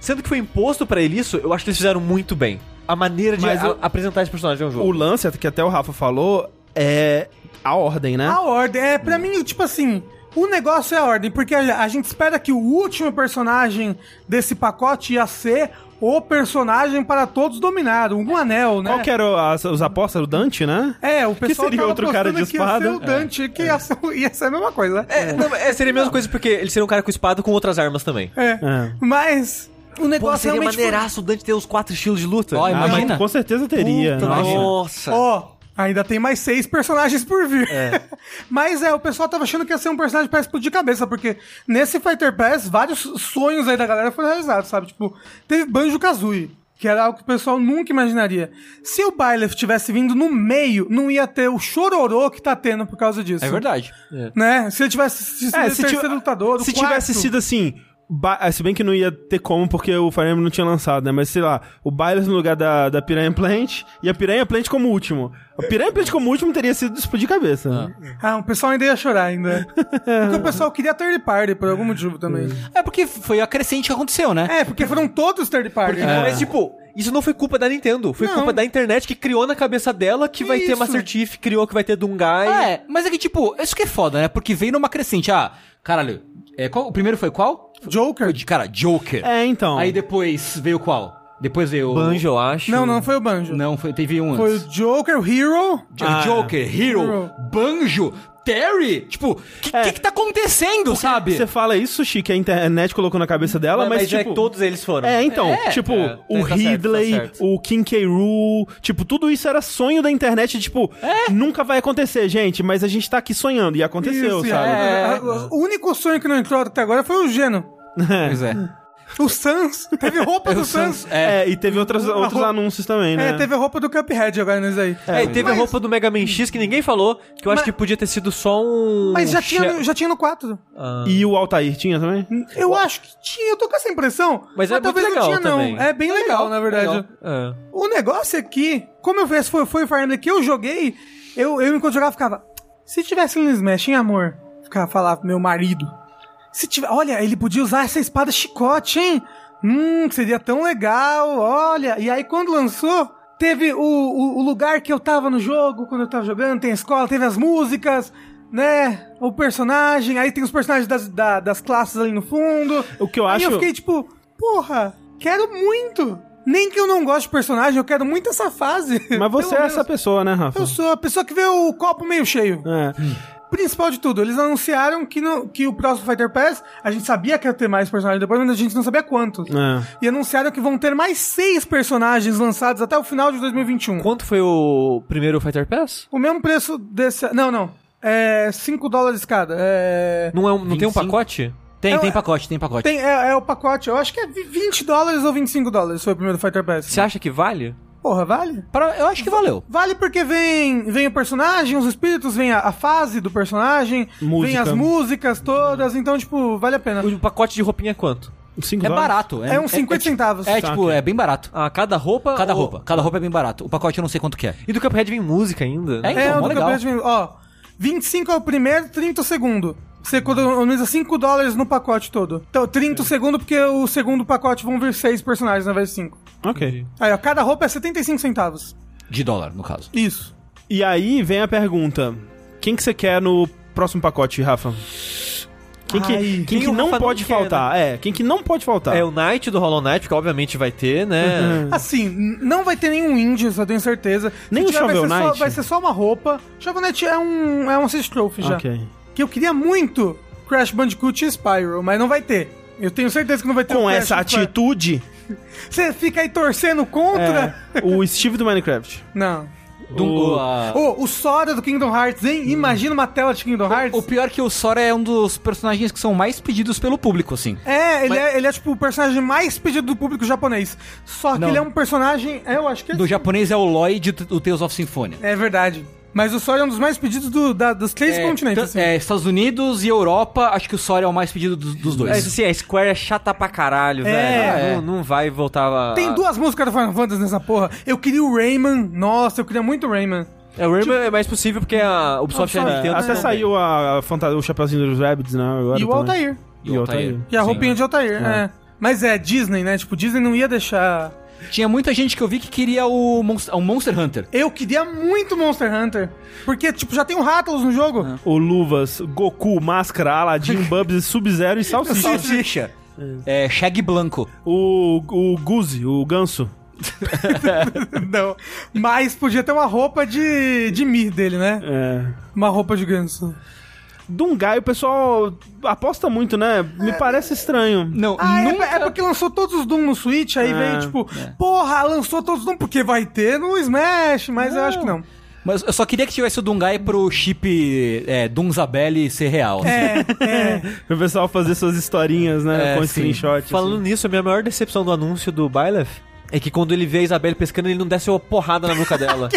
Sendo que foi imposto pra ele isso, eu acho que eles fizeram muito bem. A maneira de Mas a- o- apresentar esse personagem no O jogo. lance, que até o Rafa falou, é a ordem, né? A ordem, é, pra mim, tipo assim, o negócio é a ordem, porque a, a gente espera que o último personagem desse pacote ia ser o personagem para todos dominar, um anel, né? Qual que eram as- os apostas do Dante, né? É, o pessoal seria tava outro cara de apostando que ia ser espada. É, o Dante, que ia ser, <laughs> ia ser a mesma coisa, né? É, não, é, seria a mesma coisa porque ele seria um cara com espada com outras armas também. É. Mas o negócio Pô, seria realmente foi- maneiraço o Dante ter os quatro estilos de luta. Ó, Ah, mas imagina. com certeza teria. Puta, Nossa. imagina. Nossa. Tá. Ó, ainda tem mais seis personagens por vir. <laughs> Mas é, o pessoal tava achando que ia ser um personagem pra explodir cabeça, porque nesse Fighter Pass, vários sonhos aí da galera foram realizados, sabe? Tipo, teve Banjo Kazooie. Que era algo que o pessoal nunca imaginaria. Se o Byleth tivesse vindo no meio, não ia ter o chororô que tá tendo por causa disso. É verdade. Né? Se ele tivesse sido É, o se terceiro tiv- lutador, o Se quarto, tivesse sido assim. Ba- ah, Se bem que não ia ter como, porque o Fire Emblem não tinha lançado, né? Mas sei lá, o Bailes no lugar da, da Piranha Plant e a Piranha Plant como último. A Piranha Plant como último teria sido de explodir cabeça. Ah, o pessoal ainda ia chorar <laughs> ainda. Porque o pessoal queria third party por algum motivo também. É porque foi a crescente que aconteceu, né? É, porque foram todos third party. né? Mas, tipo, isso não foi culpa da Nintendo. Foi culpa da internet que criou na cabeça dela que vai ter Isso. Master Chief, criou que vai ter Dungai. É, mas é que, tipo, isso que é foda, né? Porque veio numa crescente. Ah, caralho, é, qual, o primeiro foi qual? Joker? Foi de, cara, Joker. É, então. Aí depois veio qual? Depois veio. o- Banjo, eu acho. Não, não foi o Banjo. Não, foi, teve um Foi o antes. Joker, o Hero. Jo- Ah. Joker, Hero, Hero. Banjo, Terry. Tipo, o que, que que tá acontecendo, sabe? Você fala isso, Sushi, que a internet colocou na cabeça dela, mas, mas, mas tipo... é que todos eles foram. É, então, É. tipo, É, tá- o tá certo, Ridley, tá certo. o Kim K. Rool, tipo, tudo isso era sonho da internet, tipo, nunca vai acontecer, gente, mas a gente tá aqui sonhando, e aconteceu, Isso, sabe? é. O único sonho que não entrou até agora foi o Geno. <laughs> Pois é. O Sans. Teve roupa do o Sans. Sans, é. É, e teve outras, roupa- outros anúncios também, né? É, teve a roupa do Cuphead agora nisso aí. É, e teve a Mas- roupa do Mega Man X que ninguém falou, que eu acho Mas- que podia ter sido só um. Ah, Mas já tinha, che- no- já tinha no 4. E o Altair tinha também? Eu acho que tinha, eu tô com essa impressão. Mas é muito talvez não legal tinha, não. também. É bem legal, na verdade. legal. É. O negócio é que, como eu fiz, foi, foi o Fire Emblem que eu joguei, um eu, eu enquanto jogava ficava. Se tivesse no Smash, hein, amor? Ficava falava pro meu marido. Se tiver. Olha, ele podia usar essa espada chicote, hein? Hum, seria tão legal, olha. E aí, quando lançou, teve o, o, o lugar que eu tava no jogo, quando eu tava jogando, tem a escola, teve as músicas, né? O personagem, aí tem os personagens das, da- das classes ali no fundo. O que eu Aí acho. eu fiquei tipo, porra, quero muito. Nem que eu não goste de personagem, eu quero muito essa fase. Mas você é <laughs> Pelo essa menos. pessoa, né, Rafa? Eu sou a pessoa que vê o copo meio cheio. É. Principal de tudo, eles anunciaram que, no, que o próximo Fighter Pass, a gente sabia que ia ter mais personagens depois, mas a gente não sabia quantos. É. E anunciaram que vão ter mais seis personagens lançados até o final de 2021. Quanto foi o primeiro Fighter Pass? O mesmo preço desse. Não, não. É 5 dólares cada. É. Não, é um- não tem um 25? pacote? Tem, Eu- tem pacote, tem pacote. Tem, é, é o pacote, eu acho que é vi- 20 dólares ou 25 dólares foi o primeiro Fighter Pass. Você acha que vale? Porra, vale? Pra- eu acho que valeu. Vale porque vem, vem o personagem, os espíritos, vem a, a fase do personagem, vem Música. as músicas todas, então, tipo, vale a pena. O pacote de roupinha é quanto? Cinco É dólares. barato. É uns 50 é, centavos. É, tipo, é bem barato. Ah, cada roupa? Cada ou- roupa. Cada roupa é bem barato. O pacote eu não sei quanto que é. E do Cuphead vem música ainda? né? É, então, é, o mó do legal. campeonato de... Ó, 25 é o primeiro, 30 é o segundo. Você economiza 5 dólares no pacote todo. Então, 30 o segundo, porque o segundo pacote vão vir 6 personagens na vez de 5. Ok. Aí, ó, cada roupa é 75 centavos. De dólar, no caso. Isso. E aí vem a pergunta: quem que você quer no próximo pacote, Rafa? Quem que, Ai, quem quem que o não Rafa não pode né? quer, faltar? É, quem que não pode faltar? É o Knight do Hollow Knight, que obviamente vai ter, né? Assim, n- não vai ter nenhum índio, isso eu tenho certeza. Se Nem o tiver, Shovel vai ser só- Knight? vai ser só uma roupa. Shovel Knight é um, é um assist trophy já. É Ok. Que eu queria muito Crash Bandicoot e Spyro, mas não vai ter. Eu tenho certeza que não vai ter Com um Crash essa e Spyro. atitude, Você fica aí torcendo contra? <laughs> é, o Steve do Minecraft. Não. Do- O- a- Ô, o Sora do Kingdom Hearts, hein? Imagina uma tela de Kingdom Hearts. Hum. O pior é que o Sora é um dos personagens que são mais pedidos pelo público, assim. É, ele é, ele é tipo o personagem mais pedido do público japonês. Só que Não. ele é um personagem. é, Eu acho que é. Do japonês é o Lloyd do Tales of Symphonia. É verdade. Mas o Sora é um dos mais pedidos do, da- dos três continentes. tan- assim. é, Estados Unidos e Europa, acho que o Sora é o mais pedido dos, dos É, dois. assim, a Square é chata pra caralho, velho. Não, não vai voltar a... Tem duas músicas do Final Fantasy nessa porra. Eu queria o Rayman. Nossa, eu queria muito o Rayman. É, o Rayman é mais possível porque a Ubisoft e a Ubisoft, Nintendo... Até não, saiu a, a fanta- o Chapeuzinho dos Rabbids, né? Agora E o também. Altair. E o Altair. E a roupinha de Altair, é. Mas é Disney, né? Tipo, Disney não ia deixar. Tinha muita gente que eu vi que queria o, Monst- o Monster Hunter. Eu queria muito Monster Hunter. Porque, tipo, já tem o Rattlus no jogo. O Luvas, Goku, Máscara, Aladdin, Bubsy, Sub-Zero e Salsicha. Salsicha. É, Shag Blanco. o, o Guzi, o Ganso. <laughs> Não. Mas podia ter uma roupa de, de Mir dele, né? É. Uma roupa de ganso. Dungai, o pessoal aposta muito, né? É. Me parece estranho. Não, Ah, é, nunca... é porque lançou todos os Doom no Switch, aí É, veio tipo, porra, lançou todos os Doom, porque vai ter no Smash, mas eu acho que não. Mas eu só queria que tivesse o Dungai pro chip é, Dunzabelli ser real. assim. É, é. O pessoal fazer suas historinhas, né? É, com sim. screenshot. Falando nisso, a minha maior decepção do anúncio do Byleth é que quando ele vê a Isabelle pescando, ele não desce uma porrada na boca <laughs> dela.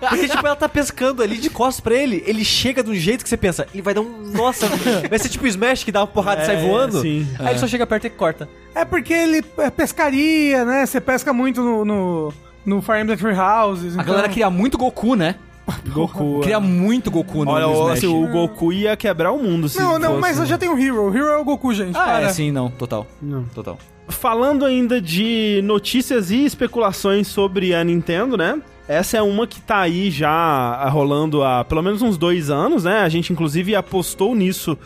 Porque, tipo, ela tá pescando ali de costas pra ele, ele chega de um jeito que você pensa, ele vai dar um. <laughs> Nossa, vai ser tipo Smash que dá uma porrada e sai É, voando. sim. Aí ele só chega perto e corta. É porque ele é pescaria, né? Você pesca muito no, no, no Fire Emblem Three Houses. então. A galera queria muito Goku, né? assim. Goku. Queria muito Goku no Olha, no o, né? Smash. assim, o Goku ia quebrar o mundo. Se Não, não, fosse, mas né? eu já tenho o Hero. O Hero é o Goku, gente. Ah, para. é, sim, não, total. Não. Total. Falando ainda de notícias e especulações sobre a Nintendo, né? Essa é uma que tá aí já rolando há pelo menos uns dois anos, né? A gente, inclusive, apostou nisso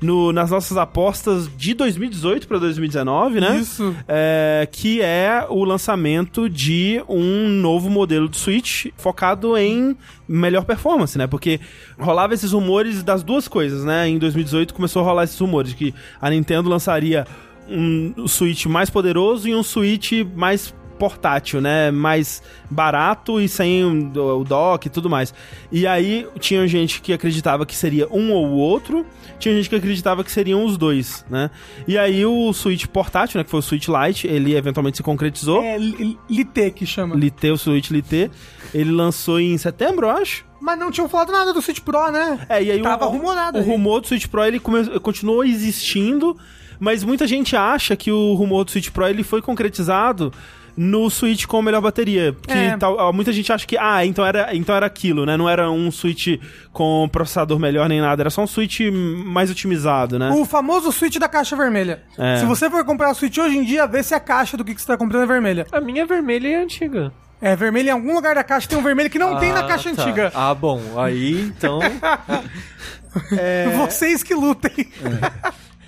no- nas nossas apostas de 2018 pra 2019, né? Isso. É, que é o lançamento de um novo modelo de Switch focado em melhor performance, né? Porque rolava esses rumores das duas coisas, né? Em 2018 começou a rolar esses rumores que a Nintendo lançaria um Switch mais poderoso e um Switch mais portátil, né? Mais barato e sem o- o dock e tudo mais. E aí tinha gente que acreditava que seria um ou o outro, tinha gente que acreditava que seriam os dois, né? E aí o Switch portátil, né, que foi o Switch Lite, ele eventualmente se concretizou. É Li- Lite que chama. Lite, o Switch Lite, ele lançou em setembro, eu acho. Mas não tinham falado nada do Switch Pro, né? É, e aí Tava o, rumorado o aí. rumor do Switch Pro ele come- continuou existindo, mas muita gente acha que o rumor do Switch Pro ele foi concretizado no Switch com melhor bateria. Que É. tal- muita gente acha que, ah, então era, então era aquilo, né? Não era um Switch com processador melhor nem nada, era só um Switch mais otimizado, né? O famoso Switch da caixa vermelha. É. Se você for comprar o Switch hoje em dia, vê se a caixa do que que você tá comprando é vermelha. A minha vermelha é antiga. É, vermelho em algum lugar da caixa tem um vermelho que não tem na Ah, caixa tá. antiga. Ah, bom. Aí, então... <laughs> É. Vocês que lutem.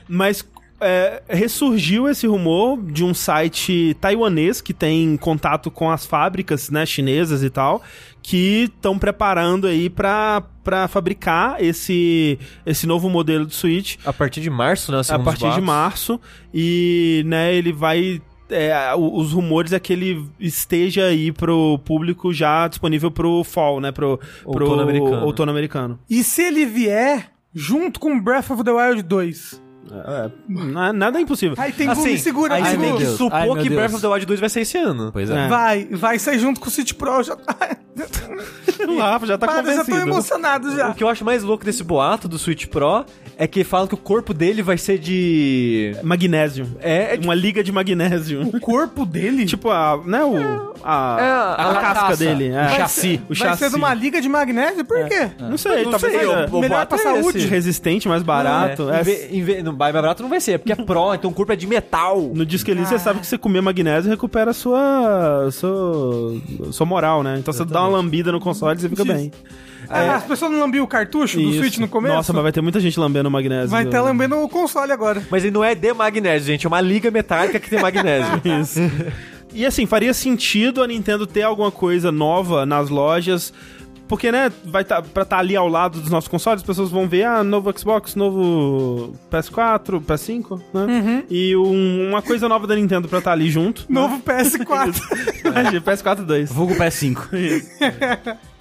Mas é, ressurgiu esse rumor de um site taiwanês que tem contato com as fábricas né, chinesas e tal, que estão preparando aí pra pra fabricar esse, esse novo modelo de assim, Switch a partir de março, né? a segundo os partir de boatos. março e né ele vai é, o- os rumores é que ele esteja aí pro público já disponível pro fall, né? Pro, pro Outono americano. outono americano. E se ele vier junto com Breath of the Wild 2? Na- Nada é impossível. Aí tem Assim, Assim, me <laughs> segura, aí me ai, você tem meu que segura. Deus. supor Ai, meu que Deus. Breath of the Wild 2 vai sair esse ano. Pois É. é. Vai, vai sair junto com o City Pro. Já... tá, Tá O Rafa já tá Para, eu já tô convencido. emocionado já. O que eu acho mais louco desse boato do Switch Pro é que falam que o corpo dele vai ser de... Magnésio. É, é Uma liga de magnésio. O corpo <laughs> dele tipo a, né, o a, É, a, a casca carcaça. dele, é. O chassi. o vai chassi. ser de uma liga de magnésio? É. Por quê? Não sei, Não talvez sei, seja tá o- o melhor boato pra é saúde, esse. resistente, mais barato. É, É, em ve- em ve- não, mais barato não vai ser, é porque é Pro, então o corpo é de metal. No disco Elysium, você Ah. sabe que você comer magnésio recupera a sua, sua, sua moral, né? Então você dá uma lambida no console e você fica bem. Ah, as pessoas não lambiam o cartucho do Isso. Switch no começo? Nossa, mas vai ter muita gente lambendo o magnésio. Vai estar lambendo o console agora. Mas ele não é de magnésio, gente. É uma liga metálica que tem <laughs> magnésio. Isso. E assim, faria sentido a Nintendo ter alguma coisa nova nas lojas. Porque, né, vai tá, pra estar ali ao lado dos nossos consoles, as pessoas vão ver, ah, novo Xbox, novo PS4, PS5, né? E um- uma coisa nova da Nintendo pra estar ali junto. <laughs> Né, Novo PS4. Imagina, PS4 2. Vulgo PS5.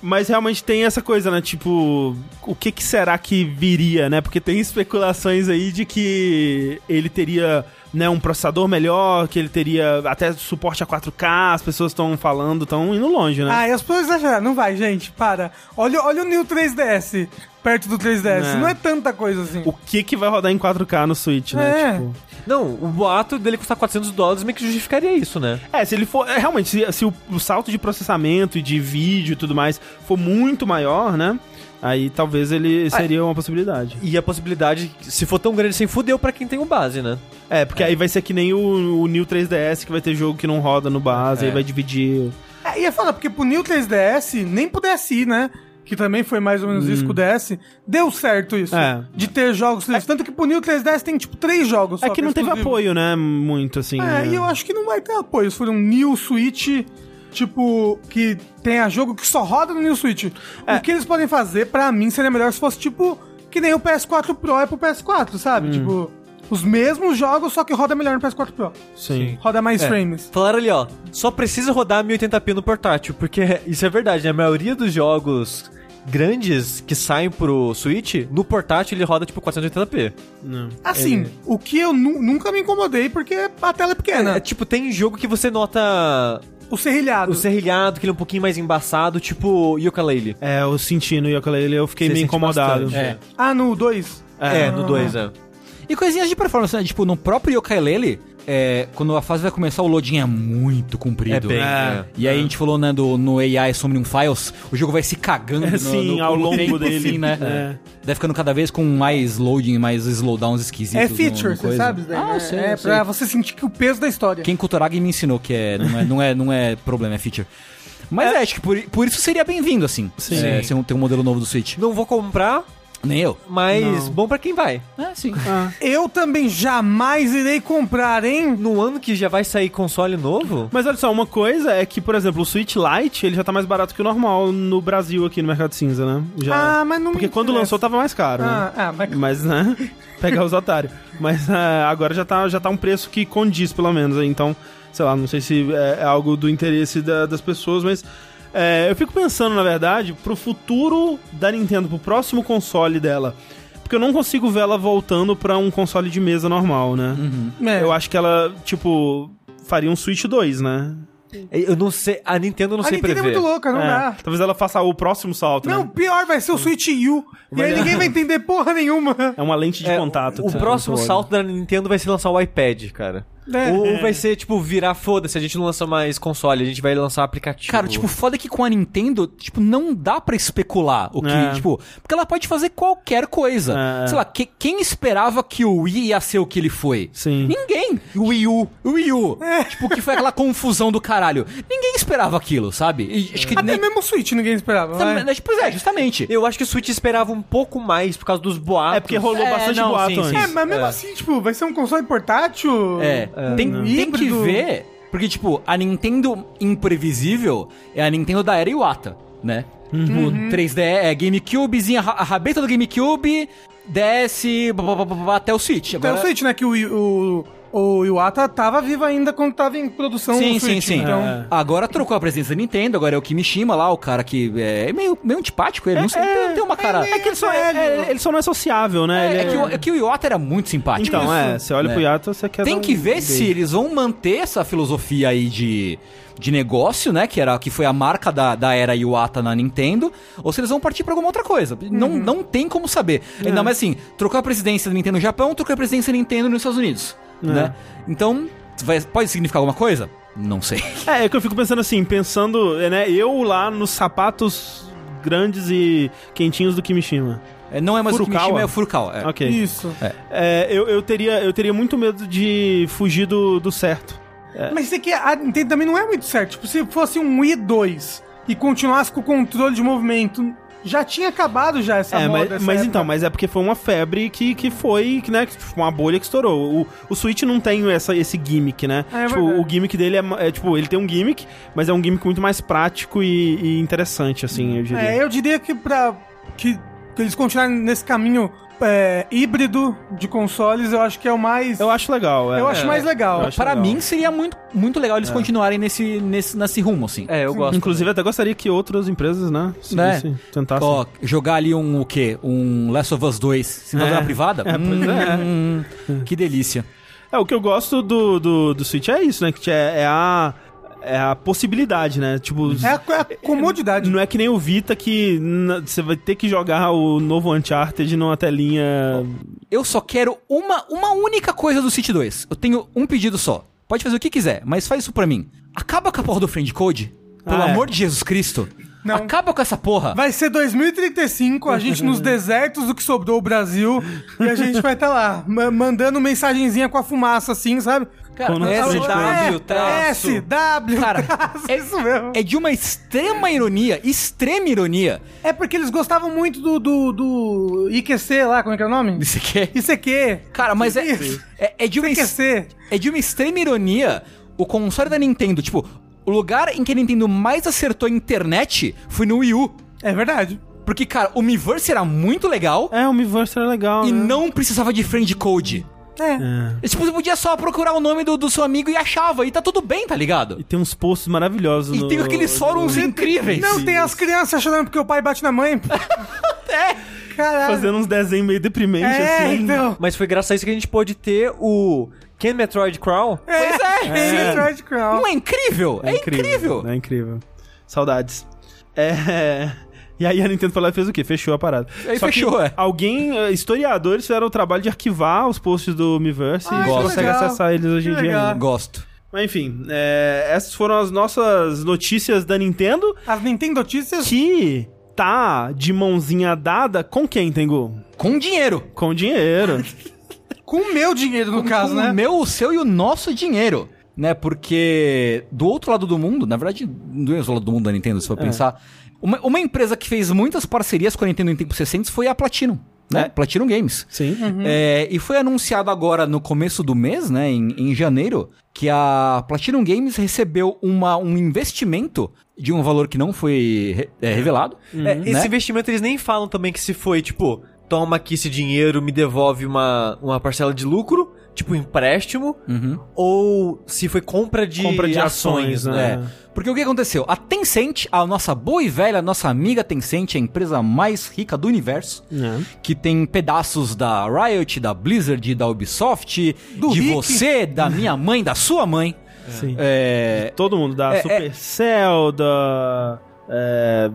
Mas realmente tem essa coisa, né? Tipo, o que, que será que viria, né? Porque tem especulações aí de que ele teria né, um processador melhor, que ele teria até suporte a 4K, as pessoas estão falando, estão indo longe, né? Ah, e as pessoas exageraram. Não vai, gente, para. Olha, olha o New 3DS perto do 3DS. É. Não é tanta coisa assim. O que que vai rodar em 4K no Switch, né? É. Tipo... não, o boato dele custar 400 dólares meio que justificaria isso, né? É, se ele for. é, Realmente, se, se o, o salto de processamento e de vídeo e tudo mais for muito maior, né? Aí talvez ele seria uma possibilidade. E a possibilidade, se for tão grande assim, fudeu pra quem tem o base, né? É, porque aí vai ser que nem o, o New 3DS, que vai ter jogo que não roda no base, É. aí vai dividir. É, ia falar, porque pro New 3DS nem pudesse ir, né? Que também foi mais ou menos isso com o DS. Deu certo isso. Hum. É. De ter jogos. livres. Tanto que pro New 3DS tem, tipo, três jogos. É só, que não teve exclusivo. apoio, né? Muito assim. É, né? e eu acho que não vai ter apoio. Se for um New Switch, tipo, que tenha jogo que só roda no New Switch. O que eles podem fazer, pra mim, seria melhor se fosse, tipo, que nem o PS4 Pro é pro PS4, sabe? Tipo, os mesmos jogos, só que roda melhor no PS4 Pro. Sim. Roda mais É. frames. Falaram ali, ó, só precisa rodar 1080p no portátil, porque <laughs> isso é verdade, né? A maioria dos jogos grandes que saem pro Switch, no portátil ele roda tipo 480p. Não. Assim, o que eu nu- nunca me incomodei, porque a tela é pequena. É tipo, tem jogo que você nota o serrilhado. o serrilhado, que ele é um pouquinho mais embaçado, tipo Yooka-Laylee. É, eu sentindo e aquela ele eu fiquei Você meio sente incomodado. bastante, é. Ah, no 2. É, no 2, é. E coisinhas de performance, né? Tipo, no próprio Yokai é, quando a fase vai começar, o loading é muito comprido. É bem, É. é. E aí a gente falou, né, do, no AI Somnium Files, o jogo vai se cagando no- Assim, no- ao no longo tempo, dele. assim, né? Deve ficando cada vez com mais loading, mais slowdowns esquisitos. É no- feature, você no né, coisa. sabe? isso daí, Ah, né? eu sei, é eu sei. pra você sentir que o peso da história. Ken Kutoragi me ensinou que é, não, é, não, é, não é problema, é feature. Mas é, acho que por, por isso seria bem-vindo, assim. Sim. É, ser um, ter um modelo novo do Switch. Não vou comprar, Nem eu. mas Não. bom pra quem vai. É, sim. Ah, Eu também jamais irei comprar, hein? No ano que já vai sair console novo, Mas olha só, uma coisa é que, por exemplo, o Switch Lite, ele já tá mais barato que o normal no Brasil aqui no Mercado Cinza, né? Já. Ah, mas não me Porque quando interessa. lançou tava mais caro, né? Ah, ah, mas... Mas, né? <laughs> Pegar os otários. Mas ah, agora já tá, já tá um preço que condiz, pelo menos. aí, Então, sei lá, não sei se é, é algo do interesse da- das pessoas, mas. é, eu fico pensando, na verdade, pro futuro da Nintendo, pro próximo console dela. Porque eu não consigo ver ela voltando pra um console de mesa normal, né? Uhum. É. Eu acho que ela, tipo, faria um Switch 2, né? eu não sei, a Nintendo eu não a sei Nintendo é prever. muito louca, não É, dá. Talvez ela faça o próximo salto, Não, né? pior vai ser o Switch U. E aí ninguém vai entender porra nenhuma. É uma lente de É, contato. Tá. O, que você próximo coloca. salto da Nintendo vai ser lançar o iPad, cara. É. Ou vai ser, tipo, virar foda-se, a gente não lança mais console, a gente vai lançar aplicativo. Cara, tipo, foda que com a Nintendo, tipo, não dá pra especular o que, É. tipo, porque ela pode fazer qualquer coisa. É. Sei lá, que- quem esperava que o Wii ia ser o que ele foi? Sim. Ninguém. O Wii U, o Wii U. Tipo, que foi aquela confusão do caralho. Ninguém esperava aquilo, sabe? E acho que Até nem mesmo o Switch ninguém esperava. vai. Mas, Pois é, justamente. eu acho que o Switch esperava um pouco mais por causa dos boatos. É porque rolou É, bastante não, boato sim, sim. É, antes. mas mesmo É. assim, tipo, vai ser um console Tipo, portátil? É, tem, né? um tem que híbrido? ver, porque, tipo, a Nintendo imprevisível é a Nintendo da era Iwata, né? Uhum. Tipo, 3D é GameCubezinha, a rabeta do GameCube, desce blá, blá, blá, blá, blá, até o Switch. Até Agora, o Switch, né? Que o, o, o Iwata tava vivo ainda quando tava em produção Sim, o sim, Switch. sim. Então, É. Agora trocou a presença da Nintendo, agora é o Kimishima lá, o cara que é meio, meio antipático, É, ele não sei, tem, tem uma cara... É que ele só, é, é- ele só não é sociável, né? É, Ele é que, o- é que o Iwata era muito simpático. Então, é, você olha né? pro Yato, você quer Tem dar que um ver beijo. se eles vão manter essa filosofia aí de, de negócio, né? Que, era, que foi a marca da, da era Iwata na Nintendo, ou se eles vão partir pra alguma outra coisa. Não, Uhum. não tem como saber. É. Ainda mais assim, trocou a presidência da Nintendo no Japão, trocou a presidência da Nintendo nos Estados Unidos, É. né? Então, vai- pode significar alguma coisa? Não sei. É, é que eu fico pensando assim, pensando, é, né, eu lá nos sapatos grandes e quentinhos do Kimishima. É, Não é mais Furukawa? o Kimishima, é o Furukawa. é. Ok. isso. É, eu, eu teria, eu teria muito medo de fugir do, do certo. Mas isso aqui, a Nintendo também não é muito certo. Tipo, se fosse um Wii 2 e continuasse com o controle de movimento, já tinha acabado já essa é, moda. mas, essa mas época. então, mas é porque foi uma febre que, que foi, que, né, que foi uma bolha que estourou. O, o Switch não tem essa, esse gimmick, né? É tipo, verdade. o gimmick dele é, ma- é, tipo, ele tem um gimmick, mas é um gimmick muito mais prático e, e interessante, assim, eu diria. É, eu diria que pra que, que eles continuarem nesse caminho é, híbrido de consoles, eu acho que é o mais... Eu acho legal. é. eu acho mais legal. Eu acho Para legal. É. mim, seria muito, muito legal eles continuarem nesse, nesse, nesse rumo, assim. É, eu gosto. Inclusive, até gostaria que outras empresas, né, Né? seguissem, Tá, tentassem. Ó, jogar ali um o quê? Um Last of Us 2 se não É. na privada? É, pois é. Hum, que delícia. É, o que eu gosto do, do, do Switch é isso, né? Que é, é a, é a possibilidade, né? Tipo, É a, é a comodidade. não é que nem o Vita que na- você vai ter que jogar o novo Uncharted numa telinha. Eu só quero uma, uma única coisa do City 2. Eu tenho um pedido só. Pode fazer o que quiser, mas faz isso pra mim. Acaba com a porra do friend code. Pelo Ah, é. amor de Jesus Cristo. Não. Acaba com essa porra. Vai ser 2035, a <laughs> gente nos desertos do que sobrou o Brasil, e a gente vai estar lá, ma- mandando mensagenzinha com a fumaça, assim, sabe? Cara, Quando a é, gente é, vai- traço. S, W, <laughs> Cara, traço, é- isso mesmo. é de uma extrema ironia, extrema ironia. É porque eles gostavam muito do, do, do IQC lá, como é que é <laughs> o nome? Isso aqui é... ICQ. Cara, mas é, Sim. é, é de uma ex- IQC. É de uma extrema ironia o console da Nintendo. Tipo, o lugar em que a Nintendo mais acertou a internet foi no Wii U. É verdade. Porque, cara, o Miiverse era muito legal É, o Miiverse era legal. e né? não precisava de friend code. É. É. E, Tipo, você podia só procurar o nome do, do seu amigo e achava, e tá tudo bem, tá E ligado? tem uns posts maravilhosos. E no- tem aqueles fóruns no- incríveis. Não, tem as crianças chorando porque o pai bate na <laughs> mãe. é. Caralho. Fazendo uns desenhos meio um deprimentes, é, assim. então. Mas foi graças a isso que a gente pôde ter o Ken Metroid Crown. Pois é. Tem Metroid Crown. Não é incrível? É, incrível. É incrível. Saudades. É. <laughs> E aí a Nintendo foi lá e fez o quê? Fechou a parada. Aí Só que fechou, é. Alguém, eh, historiadores, fizeram o trabalho de arquivar os posts do Miiverse Ah, e que você consegue legal. acessar eles hoje em Que dia legal. ainda. Gosto. Mas enfim, é, essas foram as nossas notícias da Nintendo, As Nintendo Notícias. que tá de mãozinha dada com quem, Tengu? Com dinheiro. Com dinheiro. Com o meu dinheiro, no caso, com né? o meu, o seu e o nosso dinheiro. Né? Porque do outro lado do mundo, na verdade, do outro lado do mundo da Nintendo, se for É. pensar, uma, uma empresa que fez muitas parcerias com a Nintendo em tempos recentes foi a Platinum. Né? É. Platinum <laughs> Games. Sim. Hum. É, e foi anunciado agora no começo do mês, né, em, em janeiro, que a Platinum Games recebeu uma, um investimento de um valor que não foi re- é, revelado. Hum. É, esse né? investimento eles nem falam também que se foi, tipo, toma aqui esse dinheiro, me devolve uma, uma parcela de lucro, tipo empréstimo, Uhum. ou se foi compra de, Compra de ações, Ah. né? É. Porque o que aconteceu? A Tencent, a nossa boa e velha, nossa amiga Tencent, a empresa mais rica do universo, É. que tem pedaços da Riot, da Blizzard, da Ubisoft, Do de Rick. você, da <laughs> minha mãe, da sua mãe. Sim. É, Todo mundo, da É, é. Supercell, da... É,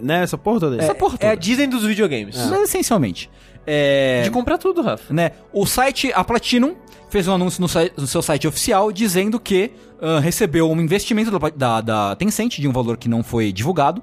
né, essa porra toda. aí. Essa porra É toda. a Disney dos videogames. Ah. Mas, essencialmente. É, De comprar tudo, Rafa. né? O site, a Platinum, fez um anúncio no, sai- no seu site oficial dizendo que ah, recebeu um investimento da, da, da Tencent, de um valor que não foi divulgado,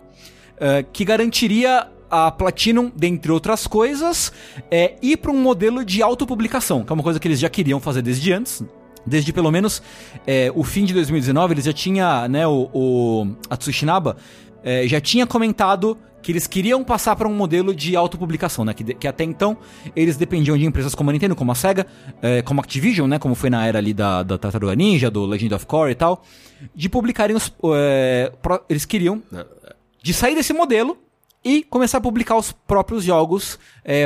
ah, que garantiria a Platinum, dentre outras coisas, é, ir para um modelo de autopublicação, que é uma coisa que eles já queriam fazer desde antes. Desde pelo menos é, o fim de 2019, eles já tinha, né, o, o Atsushi Naba é, já tinha comentado que eles queriam passar para um modelo de autopublicação, né? Que, de- que até então eles dependiam de empresas como a Nintendo, como a Sega, eh, como a Activision, né? Como foi na era ali da, da Tartaruga Ninja, do Legend of Korra e tal, de publicarem os. eh, pró- eles queriam de sair desse modelo e começar a publicar os próprios jogos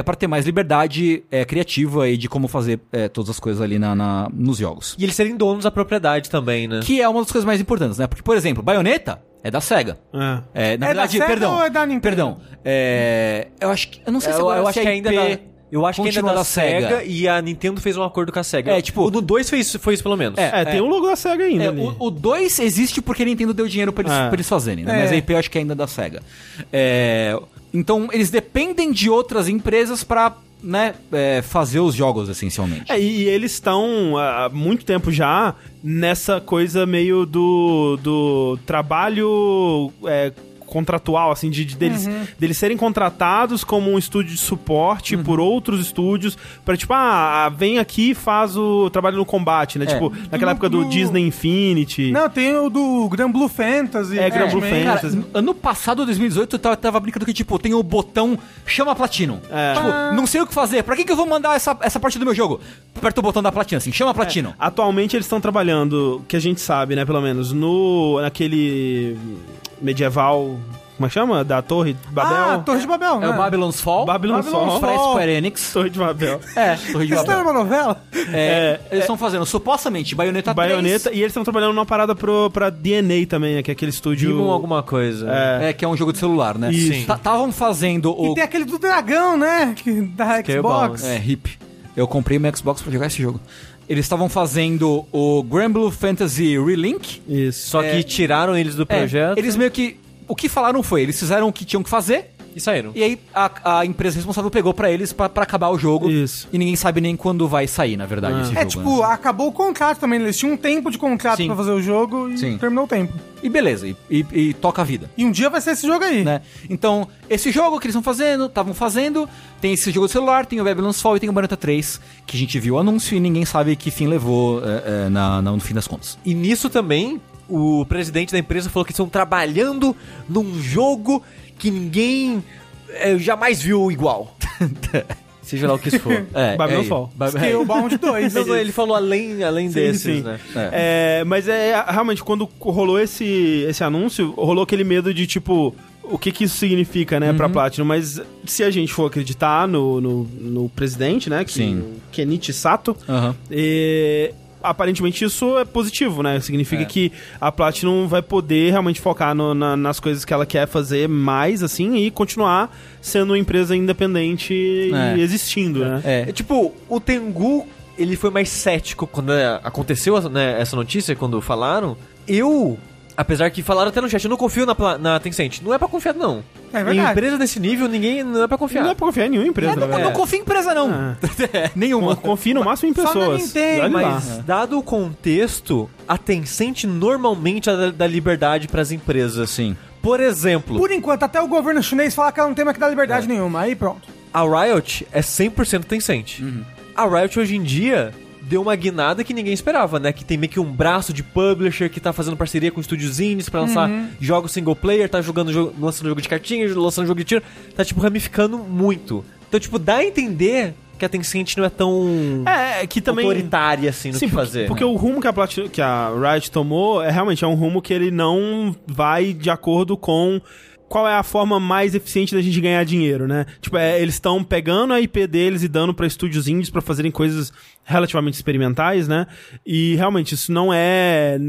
para ter mais liberdade eh, criativa e de como fazer eh, todas as coisas ali na- na, nos jogos. E eles serem donos da propriedade também, né? Que é uma das coisas mais importantes, né? Porque, por exemplo, Bayonetta é da SEGA. É. É É, na da verdade, Sega perdão. ou é da Nintendo? Perdão. É, eu acho que. Eu não sei se agora se a IP é da- eu acho que ainda é continua da da Sega, Sega. e a Nintendo fez um acordo com a Sega. É, tipo- o do 2 foi isso, foi isso pelo menos. É, tem o logo da SEGA ainda. É, ali. o 2 existe porque a Nintendo deu dinheiro pra eles, Ah. pra eles fazerem, né? É. Mas a IP eu acho que ainda é da SEGA. É, então, eles dependem de outras empresas pra né, é, fazer os jogos, essencialmente. É, e eles estão há muito tempo já nessa coisa meio do, do trabalho é, contratual, assim, de, de deles, Uhum. deles serem contratados como um estúdio de suporte por outros estúdios pra, tipo, ah, vem aqui e faz o trabalho no combate, né? É. Tipo, naquela No- época do no- Disney Infinity. Não, tem o do Gran Blue Fantasy. É, Gran Blue também. Fantasy. Cara, n- ano passado, 2018, eu tava, tava brincando que, tipo, tem o botão chama Platinum. É. Tipo, não sei o que fazer. Pra que, que eu vou mandar essa, essa parte do meu jogo? Aperta o botão da Platinum, assim, chama Platinum. É. Atualmente eles estão trabalhando, que a gente sabe, né, pelo menos, no naquele medieval, como é que chama? Da Torre de Babel? Ah, Torre de Babel, né? É o Babylon's Fall. Babylon's Fall. pra Square Enix. Torre de Babel. É, Torre <laughs> de Isso não Babel. era uma novela? É, eles estão fazendo supostamente Bayonetta 3. Bayonetta. E eles estão trabalhando numa parada pro, pra DNA também, né? Que é aquele estúdio. Digam alguma coisa. É. É, que é um jogo de celular, né? Isso. Sim. Estavam fazendo o. E tem aquele do dragão, né? Que, da Que é o Xbox. É, hip. Eu comprei meu Xbox pra jogar esse jogo. Eles estavam fazendo o Grand Blue Fantasy Relink. Isso. Só que tiraram eles do É, projeto Eles meio que. O que falaram foi, eles fizeram o que tinham que fazer. e saíram. E aí a, a empresa responsável pegou pra eles pra pra acabar o jogo. Isso. E ninguém sabe nem quando vai sair, na verdade, Ah. esse jogo. É, né? tipo, acabou o contrato também. Eles tinham um tempo de contrato Sim. pra fazer o jogo e Sim. terminou o tempo. E beleza, e- e- e toca a vida. E um dia vai ser esse jogo aí. né? Então, esse jogo que eles estão fazendo, estavam fazendo, tem esse jogo de celular, tem o Babylon's Fall e tem o Bayonetta 3, que a gente viu o anúncio e ninguém sabe que fim levou é, é, na, na- no fim das contas. E nisso também, o presidente da empresa falou que estão trabalhando num jogo que ninguém eh, jamais viu igual. Seja lá o que isso for. É, Babylon's é, Fall. Ba- Scalebound 2. Não, não, ele falou além, além desses, sim. né? É, mas é realmente quando rolou esse, esse anúncio, rolou aquele medo de tipo. O que, que isso significa, né, Uhum. pra Platinum? Mas se a gente for acreditar no, no, no presidente, né? Que, Sim. Kenichi Sato, Aham. E, aparentemente isso é positivo, né? Significa que a Platinum vai poder realmente focar no- na- nas coisas que ela quer fazer mais, assim, e continuar sendo uma empresa independente É. e existindo, né? É. É, tipo, o Tengu, ele foi mais cético quando né, aconteceu né, essa notícia, quando falaram. Eu, apesar que falaram até no chat, eu não confio na, pla- na Tencent. Não é pra confiar, não. É Em verdade. empresa desse nível, ninguém não é pra confiar. Não é pra confiar em nenhuma empresa, Eu né? não confio em empresa, não. Ah. Nenhuma. Confia no máximo em Só na pessoas. Nintendo, Olha lá. Mas, dado o contexto, a Tencent normalmente é da- dá liberdade pras empresas. Sim. Por exemplo, Por enquanto, até o governo chinês fala que ela não tem mais que dar liberdade nenhuma. Aí pronto. a Riot é 100% Tencent. Uhum. A Riot hoje em dia deu uma guinada que ninguém esperava, né? Que tem meio que um braço de publisher que tá fazendo parceria com estúdios indies pra lançar jogos single player, tá jogando jogo, lançando jogo de cartinha, lançando jogo de tiro, tá tipo ramificando muito. Então, tipo, dá a entender que a Tencent não é tão É, que também... autoritária assim no Sim, que porque- fazer. Porque o rumo que a, Platinum, que a Riot tomou é realmente é um rumo que ele não vai de acordo com qual é a forma mais eficiente da gente ganhar dinheiro, né? Tipo, é, eles estão pegando a IP deles e dando pra estúdios indies pra fazerem coisas relativamente experimentais, né? E realmente isso não é,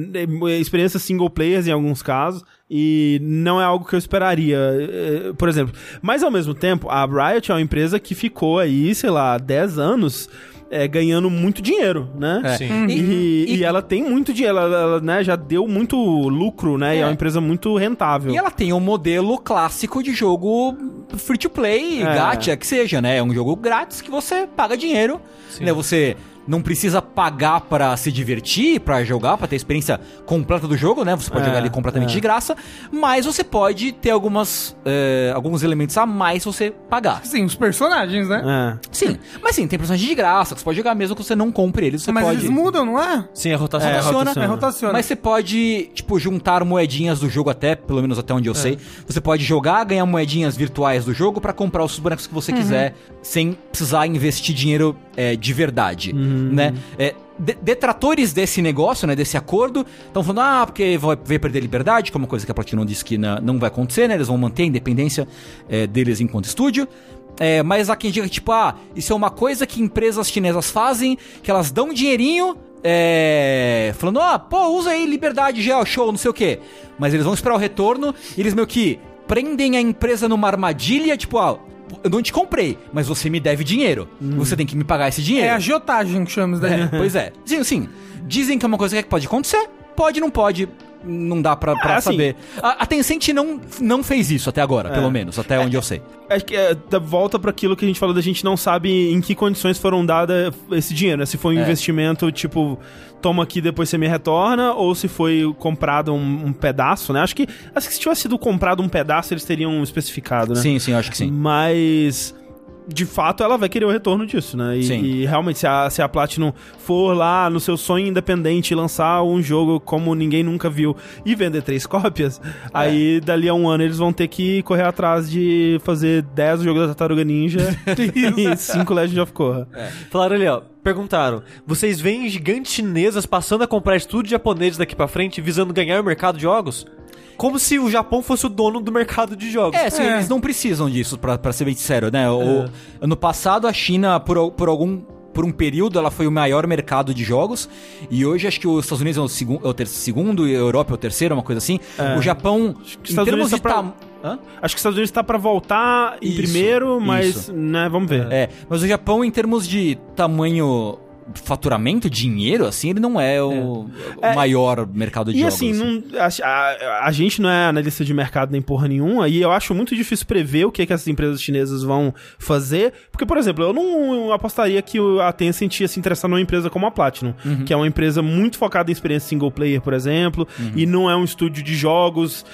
é experiência single players em alguns casos e não é algo que eu esperaria, eh, por é exemplo. Mas ao mesmo tempo, a Riot é uma empresa que ficou aí, sei lá, 10 anos é, ganhando muito dinheiro, né? É. Sim. E, e ela tem muito dinheiro, ela, ela, né, já deu muito lucro, né? E é uma empresa muito rentável. E ela tem um modelo clássico de jogo free to play, É. gacha, que seja, né? É um jogo grátis que você paga dinheiro, né? Você não precisa pagar pra se divertir, pra jogar, pra ter a experiência completa do jogo, né? Você pode É, jogar ali completamente é. de graça, mas você pode ter algumas é, alguns elementos a mais se você pagar. Sim, Assim, os personagens, né? É. Sim, mas sim, tem personagens de graça que você pode jogar mesmo que você não compre eles, você Mas pode. eles mudam, não é? Sim, a rotação É, da rotação. É, rotaciona. Mas você pode, tipo, juntar moedinhas do jogo até, pelo menos até onde eu sei. Você pode jogar, ganhar moedinhas virtuais do jogo pra comprar os bonecos que você quiser, sem precisar investir dinheiro é, de verdade, né? É, de- detratores desse negócio, né, desse acordo, estão falando, ah, porque vai, vai perder liberdade, que é uma coisa que a Platinum disse que na- não vai acontecer, né? Eles vão manter a independência é, deles enquanto estúdio. É, mas há quem diga, tipo, ah, isso é uma coisa que empresas chinesas fazem, que elas dão dinheirinho, é, falando, ah, pô, usa aí liberdade, gel, show, não sei o quê. Mas eles vão esperar o retorno, e eles meio que prendem a empresa numa armadilha, tipo, ah, eu não te comprei, mas você me deve dinheiro. Uhum. Você tem que me pagar esse dinheiro. É a agiotagem que chamamos daí. né? né? É, pois é. Sim, sim. Dizem que é uma coisa que pode acontecer. Pode, não pode. Não dá pra, pra Ah, É. assim, saber. A, a Tencent não, não fez isso até agora, pelo menos, até onde eu sei. Acho que é, da- volta para aquilo que a gente falou da gente não sabe em que condições foram dadas esse dinheiro, né? Se foi um É. investimento tipo toma aqui depois você me retorna ou se foi comprado um, um pedaço, né? Acho que acho que se tivesse sido comprado um pedaço eles teriam especificado, né? Sim, sim, eu acho que sim. Mas de fato ela vai querer o retorno disso, né? E, Sim. e realmente se a, se a Platinum for lá no seu sonho independente lançar um jogo como ninguém nunca viu e vender três <laughs> cópias, É. aí dali a um ano eles vão ter que correr atrás de fazer 10 jogos da Tartaruga <laughs> Ninja e 5 Legend of Korra. É. É. Falaram ali, ó. Perguntaram: vocês veem gigantes chinesas passando a comprar estúdios japoneses daqui pra frente, visando ganhar o mercado de jogos? Como se o Japão fosse o dono do mercado de jogos. É, sim, eles não precisam disso, pra, pra ser bem sincero, né? É. O, Ano passado, a China, por, al- por algum. Por um período, ela foi o maior mercado de jogos. E hoje, acho que os Estados Unidos é o, segun, é o ter- segundo, e a Europa é o terceiro, uma coisa assim. O Japão, É. que os em Estados termos Unidos de tá pra- tamanho. Acho que os Estados Unidos tá pra voltar em Isso, primeiro, mas isso. né, vamos ver. É, mas o Japão, em termos de tamanho, faturamento, dinheiro, assim, ele não é o, o É. maior mercado de E jogos. assim, não, a, a- a gente não é analista de mercado nem porra nenhuma, e eu acho muito difícil prever o que, que essas empresas chinesas vão fazer. Porque, por exemplo, eu não apostaria que o- a Tencent ia se interessar numa empresa como a Platinum, Uhum. que é uma empresa muito focada em experiência single player, por exemplo, Uhum. e não é um estúdio de jogos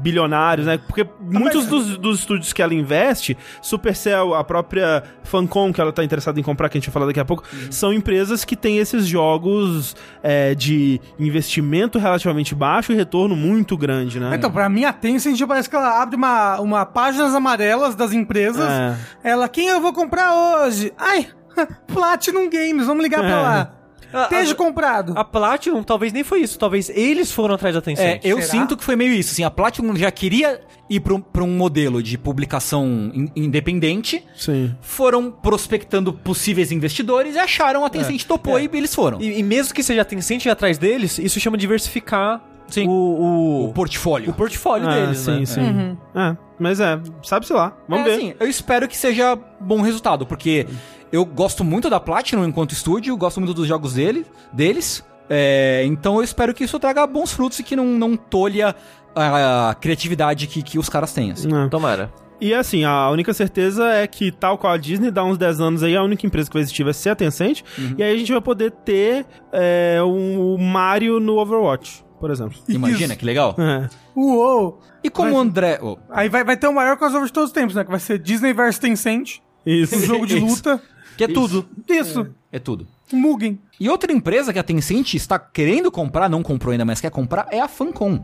bilionários, né? Porque muitos dos, dos estúdios que ela investe, Supercell, a própria Fancom que ela tá interessada em comprar, que a gente vai falar daqui a pouco, são empresas que têm esses jogos é, de investimento relativamente baixo e retorno muito grande, né? Então, pra mim, a Tencent parece que ela abre uma, uma páginas amarelas das empresas. É. Ela, quem eu vou comprar hoje? Ai, <laughs> Platinum Games, vamos ligar pra É. lá. A- Esteja a- comprado. A Platinum talvez nem foi isso, talvez eles foram atrás da atenção. É, eu Será? sinto que foi meio isso. Assim, a Platinum já queria ir pra um, pra um modelo de publicação in- independente, Sim. foram prospectando possíveis investidores e acharam a Tencent topou É. e eles foram. E, e mesmo que seja a Tencent ir atrás deles, isso chama diversificar Sim. o, o, o portfólio. o portfólio Ah, deles, sim, né? sim. É, mas é, sabe-se lá. Vamos É, ver. assim, eu espero que seja bom resultado, porque eu gosto muito da Platinum enquanto estúdio, gosto muito dos jogos dele, deles. é, então eu espero que isso traga bons frutos e que não, não tolha a, a criatividade que, que os caras têm. assim. É. Tomara. E assim, a única certeza é que, tal qual a Disney, dá uns 10 anos aí, a única empresa que vai existir vai ser a Tencent. E aí a gente vai poder ter é, um- o Mario no Overwatch, por exemplo. Imagina que legal. É. Uou! E como o André. oh, Aí vai, vai ter o maior crossover de todos os tempos, né? Que vai ser Disney vs Tencent, Isso. um jogo de Isso. luta. que é tudo. Isso, É tudo. Mugen. E outra empresa que a Tencent está querendo comprar, não comprou ainda, mas quer comprar, é a Fancom.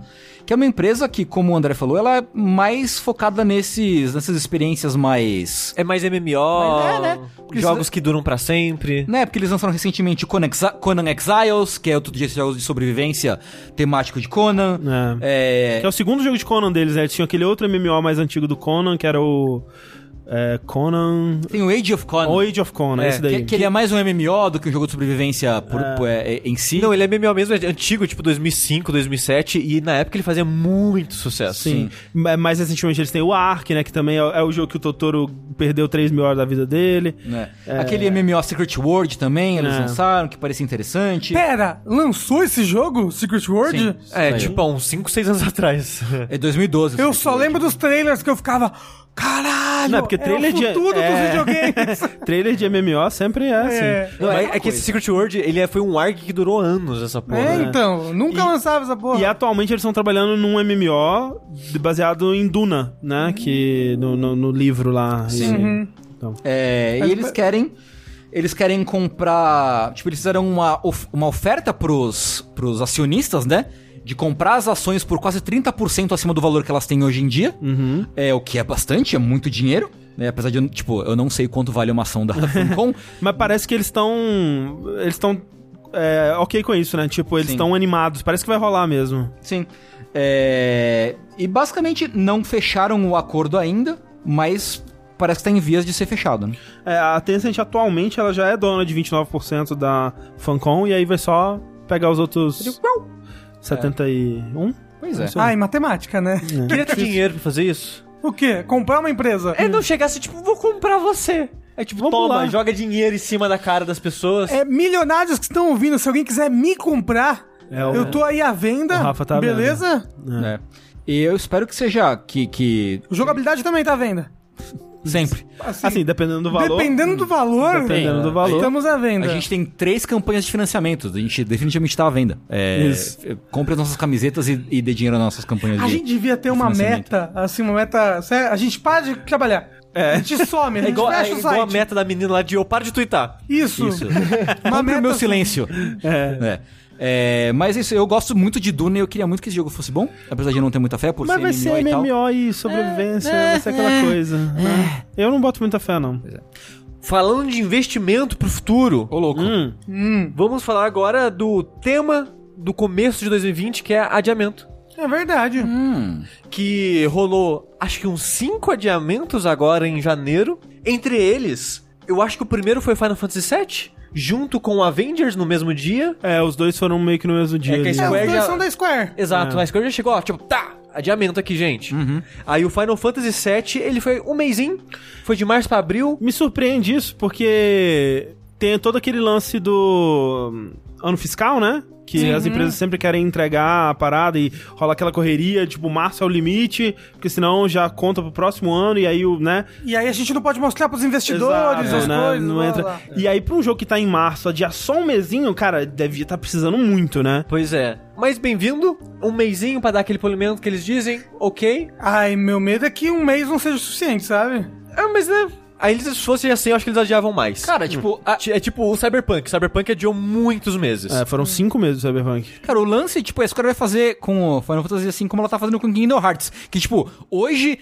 Que é uma empresa que, como o André falou, ela é mais focada nesses, nessas experiências mais. É mais MMO, Mas é, né? Porque jogos que duram pra sempre. Né, porque eles lançaram recentemente Conan, Exi- Conan Exiles, que é outro dia jogos de sobrevivência temático de Conan. É. É, Que é o segundo jogo de Conan deles, né? Eles tinham aquele outro MMO mais antigo do Conan, que era o. é, Conan. Tem o Age of Conan. O Age of Conan, esse daí. Que, que ele é mais um MMO do que um jogo de sobrevivência por- por- é, é, em si. Não, ele é MMO mesmo, é antigo, tipo 2005, 2007, e na época ele fazia muito sucesso. Sim. assim. Ma- Mais recentemente eles têm o Ark, né? Que também é, é o jogo que o Totoro perdeu 3 mil horas da vida dele. né? Aquele MMO Secret World também, eles É. lançaram, que parecia interessante. Pera, lançou esse jogo, Secret World? É, Saiu. tipo há uns 5, 6 anos <laughs> atrás. É 2012. Eu só lembro dos trailers que eu ficava. Caralho! Não, porque trailer é o de- futuro é. <laughs> dos videogames! Trailer de MMO sempre é assim. é. Não, é, é que esse Secret World, ele é- foi um arc que durou anos, essa porra. É, né? então, nunca lançava essa porra. E atualmente eles estão trabalhando num MMO de- baseado em Duna, né? Uhum. Que no, no- no livro lá. Sim. Uhum. Então, É, e eles querem. Eles querem comprar. Tipo, eles fizeram uma, of- uma oferta pros, pros acionistas, né? De comprar as ações por quase 30% acima do valor que elas têm hoje em dia. Uhum. É o que é bastante, é muito dinheiro. Né? Apesar de, eu- tipo, eu não sei quanto vale uma ação da Funcom. Mas parece que eles estão. Eles estão. é, ok com isso, né? Tipo, eles Sim. estão animados. Parece que vai rolar mesmo. Sim. É, E basicamente não fecharam o acordo ainda, mas parece que tá em vias de ser fechado, né? É, a Tencent atualmente ela já é dona de 29% da Fancom e aí vai só pegar os outros 71. Pois é. Ai, matemática, né? É. Queria ter dinheiro pra fazer isso. O quê? Comprar uma empresa? É, não chegasse, tipo, vou comprar você. É tipo, Vamos toma, lá. joga dinheiro em cima da cara das pessoas. É, milionários que estão ouvindo, se alguém quiser me comprar, É, o- eu tô aí à venda. o Rafa tá à venda. beleza? É. E eu espero que seja que, que Jogabilidade também tá à venda. sempre. Assim, dependendo do valor. dependendo do valor, é, Dependendo do valor. estamos à venda. A gente tem três campanhas de financiamento. A gente definitivamente tá à venda. É, Isso. f- Compre as nossas camisetas e, e dê dinheiro nas nossas campanhas. A de- gente devia ter uma financiamento. meta, assim, uma meta. sério, A gente para de trabalhar. A gente some, a É gente igual, é fecha o igual a site. meta da menina lá de eu paro de twittar. Isso. <laughs> Isso. Uma meta. Compre o assim. meu silêncio. É. É, mas isso, eu gosto muito de Duna e eu queria muito que esse jogo fosse bom. Apesar de eu não ter muita fé por Mas vai ser MMO ser e tal. MMO e sobrevivência, vai ser aquela coisa. né? Eu não boto muita fé, não. Falando de investimento pro futuro, Ô, louco. Hum, vamos falar agora do tema do começo de 2020, que é adiamento. É verdade. Hum. que rolou acho que uns cinco adiamentos agora em janeiro. Entre eles, eu acho que o primeiro foi Final Fantasy VII, junto com Avengers no mesmo dia. É, os dois foram meio que no mesmo dia. que a ali. É, os Square dois já- são da Square. É. Exato, mas quando já chegou, ó, tipo, tá, adiamento aqui, gente. Uhum. Aí o Final Fantasy VII, ele foi um mêsinho, foi de março pra abril. Me surpreende isso, porque tem todo aquele lance do hum, ano fiscal, né? Que as empresas sempre querem entregar a parada e rola aquela correria, tipo, março é o limite, porque senão já conta pro próximo ano e aí o, né? E aí a gente não pode mostrar pros investidores Exato, as né? coisas. Não blá, entra- blá. E aí pra um jogo que tá em março, adiar só um mesinho, cara, devia estar precisando muito, né? Pois é. Mas bem-vindo, um mêsinho pra dar aquele polimento que eles dizem, ok. Ai, meu medo é que um mês não seja o suficiente, sabe? Ah, mas né, aí eles, se fosse assim, eu acho que eles adiavam mais. Cara, tipo, a- Ti- É tipo o Cyberpunk. Cyberpunk adiou muitos meses. É, foram cinco meses do Cyberpunk. Cara, o lance, tipo, a Square vai fazer com o Final Fantasy assim como ela tá fazendo com Kingdom Hearts. Que, tipo, hoje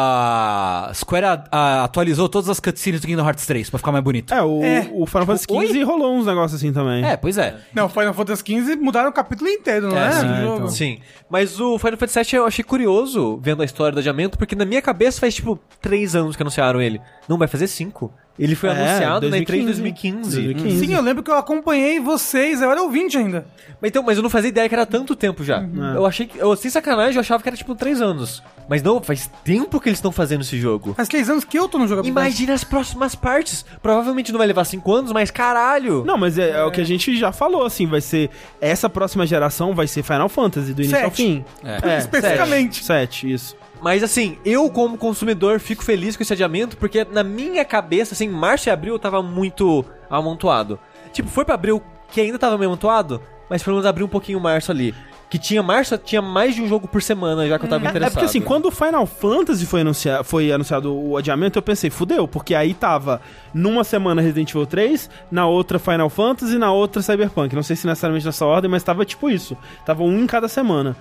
a Square a- a- atualizou todas as cutscenes do Kingdom Hearts 3 pra ficar mais bonito. É, o, É. o Final Fantasy Oi? XV rolou uns negócios assim também. É, pois é. Não, Final Fantasy XV mudaram o capítulo inteiro, não é? sim. do É, jogo. então. Sim. Mas o Final Fantasy VII eu achei curioso vendo a história do adiamento, porque na minha cabeça faz tipo três anos que anunciaram ele. Não vai fazer cinco. Ele foi É, anunciado na E3 em 2015. 2015. Sim, eu lembro que eu acompanhei vocês, eu era ouvinte ainda. Mas então, mas eu não fazia ideia que era tanto tempo já. Eu achei que. Eu, sem sacanagem, eu achava que era tipo três anos. Mas não, faz tempo que eles estão fazendo esse jogo. Faz três anos que eu tô no jogo Imagina as próximas partes. Provavelmente não vai levar cinco anos, mas caralho! Não, mas é, é o que a gente já falou, assim, vai ser. Essa próxima geração vai ser Final Fantasy, do início ao Sete. fim. É. Especificamente. Sete, isso. Mas assim, eu como consumidor fico feliz com esse adiamento, porque na minha cabeça, assim, março e abril eu tava muito amontoado. Tipo, foi pra abril que ainda tava meio amontoado, mas pelo menos abriu um pouquinho março ali. Que tinha março, tinha mais de um jogo por semana já que eu tava É, interessado. porque assim, quando o Final Fantasy foi anunciado, foi anunciado o adiamento, eu pensei, fudeu, porque aí tava numa semana Resident Evil 3, na outra Final Fantasy, na outra Cyberpunk. Não sei se necessariamente nessa ordem, mas tava tipo isso. Tava um em cada semana.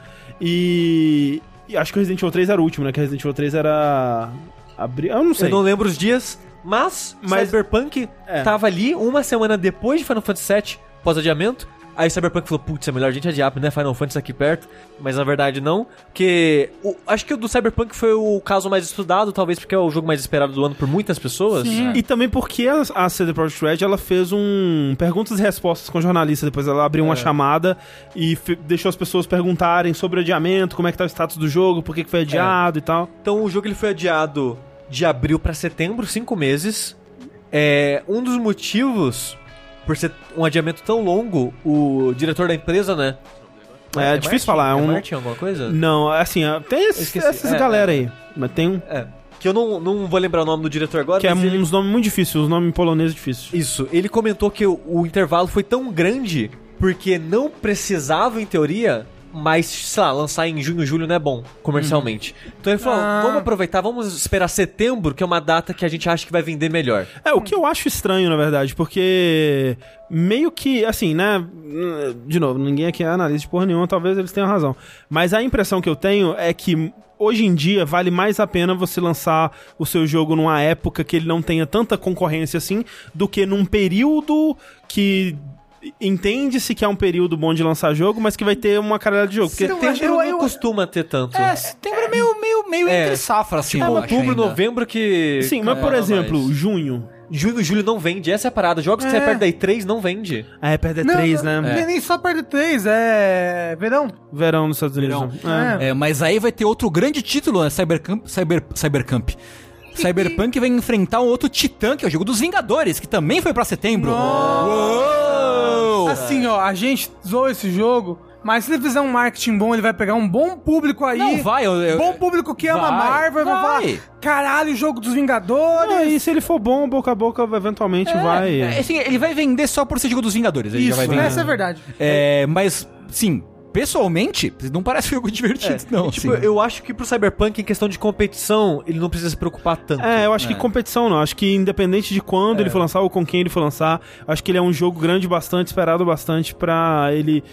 E. e acho que o Resident Evil 3 era o último, né? Que o Resident Evil 3 era. Abril. Eu não sei. Eu não lembro os dias, mas, Mas- Cyberpunk É. tava ali uma semana depois de Final Fantasy VII, pós-adiamento. Aí Cyberpunk falou, putz, é melhor a gente adiar, né? Final Fantasy aqui perto. Mas na verdade não, porque o- acho que o do Cyberpunk foi o caso mais estudado, talvez porque é o jogo mais esperado do ano por muitas pessoas. É. Sim. E também porque a, a CD Projekt Red ela fez um perguntas e respostas com jornalista. Depois ela abriu uma É. chamada e fe- deixou as pessoas perguntarem sobre o adiamento, como é que tá o status do jogo, por que, É. que foi adiado e tal. Então o jogo ele foi adiado de abril pra setembro, cinco meses. É, um dos motivos por ser um adiamento tão longo, o diretor da empresa, né? É, difícil Martin? falar, é um- Martin, alguma coisa? Não, assim, é, tem esses- esqueci. essas É, galera aí. Mas tem um. É. Que eu não, não vou lembrar o nome do diretor agora, Que é mas ele- uns nomes muito difíceis, os nomes poloneses difíceis. Isso, ele comentou que o, o intervalo foi tão grande porque não precisava, em teoria, mas, sei lá, lançar em junho, julho não é bom, comercialmente. Então ele falou, Ah. vamos aproveitar, vamos esperar setembro, que é uma data que a gente acha que vai vender melhor. É, Hum. o que eu acho estranho, na verdade, porque meio que, assim, né? De novo, ninguém aqui é analista de porra nenhuma, talvez eles tenham razão. Mas a impressão que eu tenho é que hoje em dia vale mais a pena você lançar o seu jogo numa época que ele não tenha tanta concorrência assim, do que num período que. Entende-se que é um período bom de lançar jogo, mas que vai ter uma caralhada de jogo. Porque Não, Setembro eu- não eu- costuma ter tanto. É, setembro é meio, meio, meio É. entre safra, assim, Tipo, eu acho outubro, ainda. novembro que. Sim, mas por Caramba, exemplo, mas- junho. Junho, julho não vende, essa é a parada. Jogos que É. você perde da E3 não vende. Ah, é, perde Não, três, não, né? nem- Nem só perde três, é. Verão. Verão nos Estados Unidos. Verão. né? É. É, mas aí vai ter outro grande título, né? Cybercamp, Cyber, Cybercamp. Cyberpunk vai enfrentar um outro titã, que é o jogo dos Vingadores, que também foi pra setembro. Uou! Assim, ó, a gente zoou esse jogo, mas se ele fizer um marketing bom, ele vai pegar um bom público aí. um Não vai, eu, eu- Bom público que ama Vai, Marvel, vai, vai. falar: caralho, o jogo dos Vingadores. Ah, e se ele for bom, boca a boca, eventualmente É, vai. é, assim, ele vai vender só por ser jogo dos Vingadores. Ele já vai Isso, vender. essa é a verdade. É, mas, sim, pessoalmente, não parece um jogo <laughs> divertido, não. E, tipo, assim. eu acho que pro Cyberpunk, em questão de competição, ele não precisa se preocupar tanto. É, eu acho que competição não. Acho que independente de quando ele for lançar ou com quem ele for lançar, acho que ele é um jogo grande bastante, esperado bastante pra ele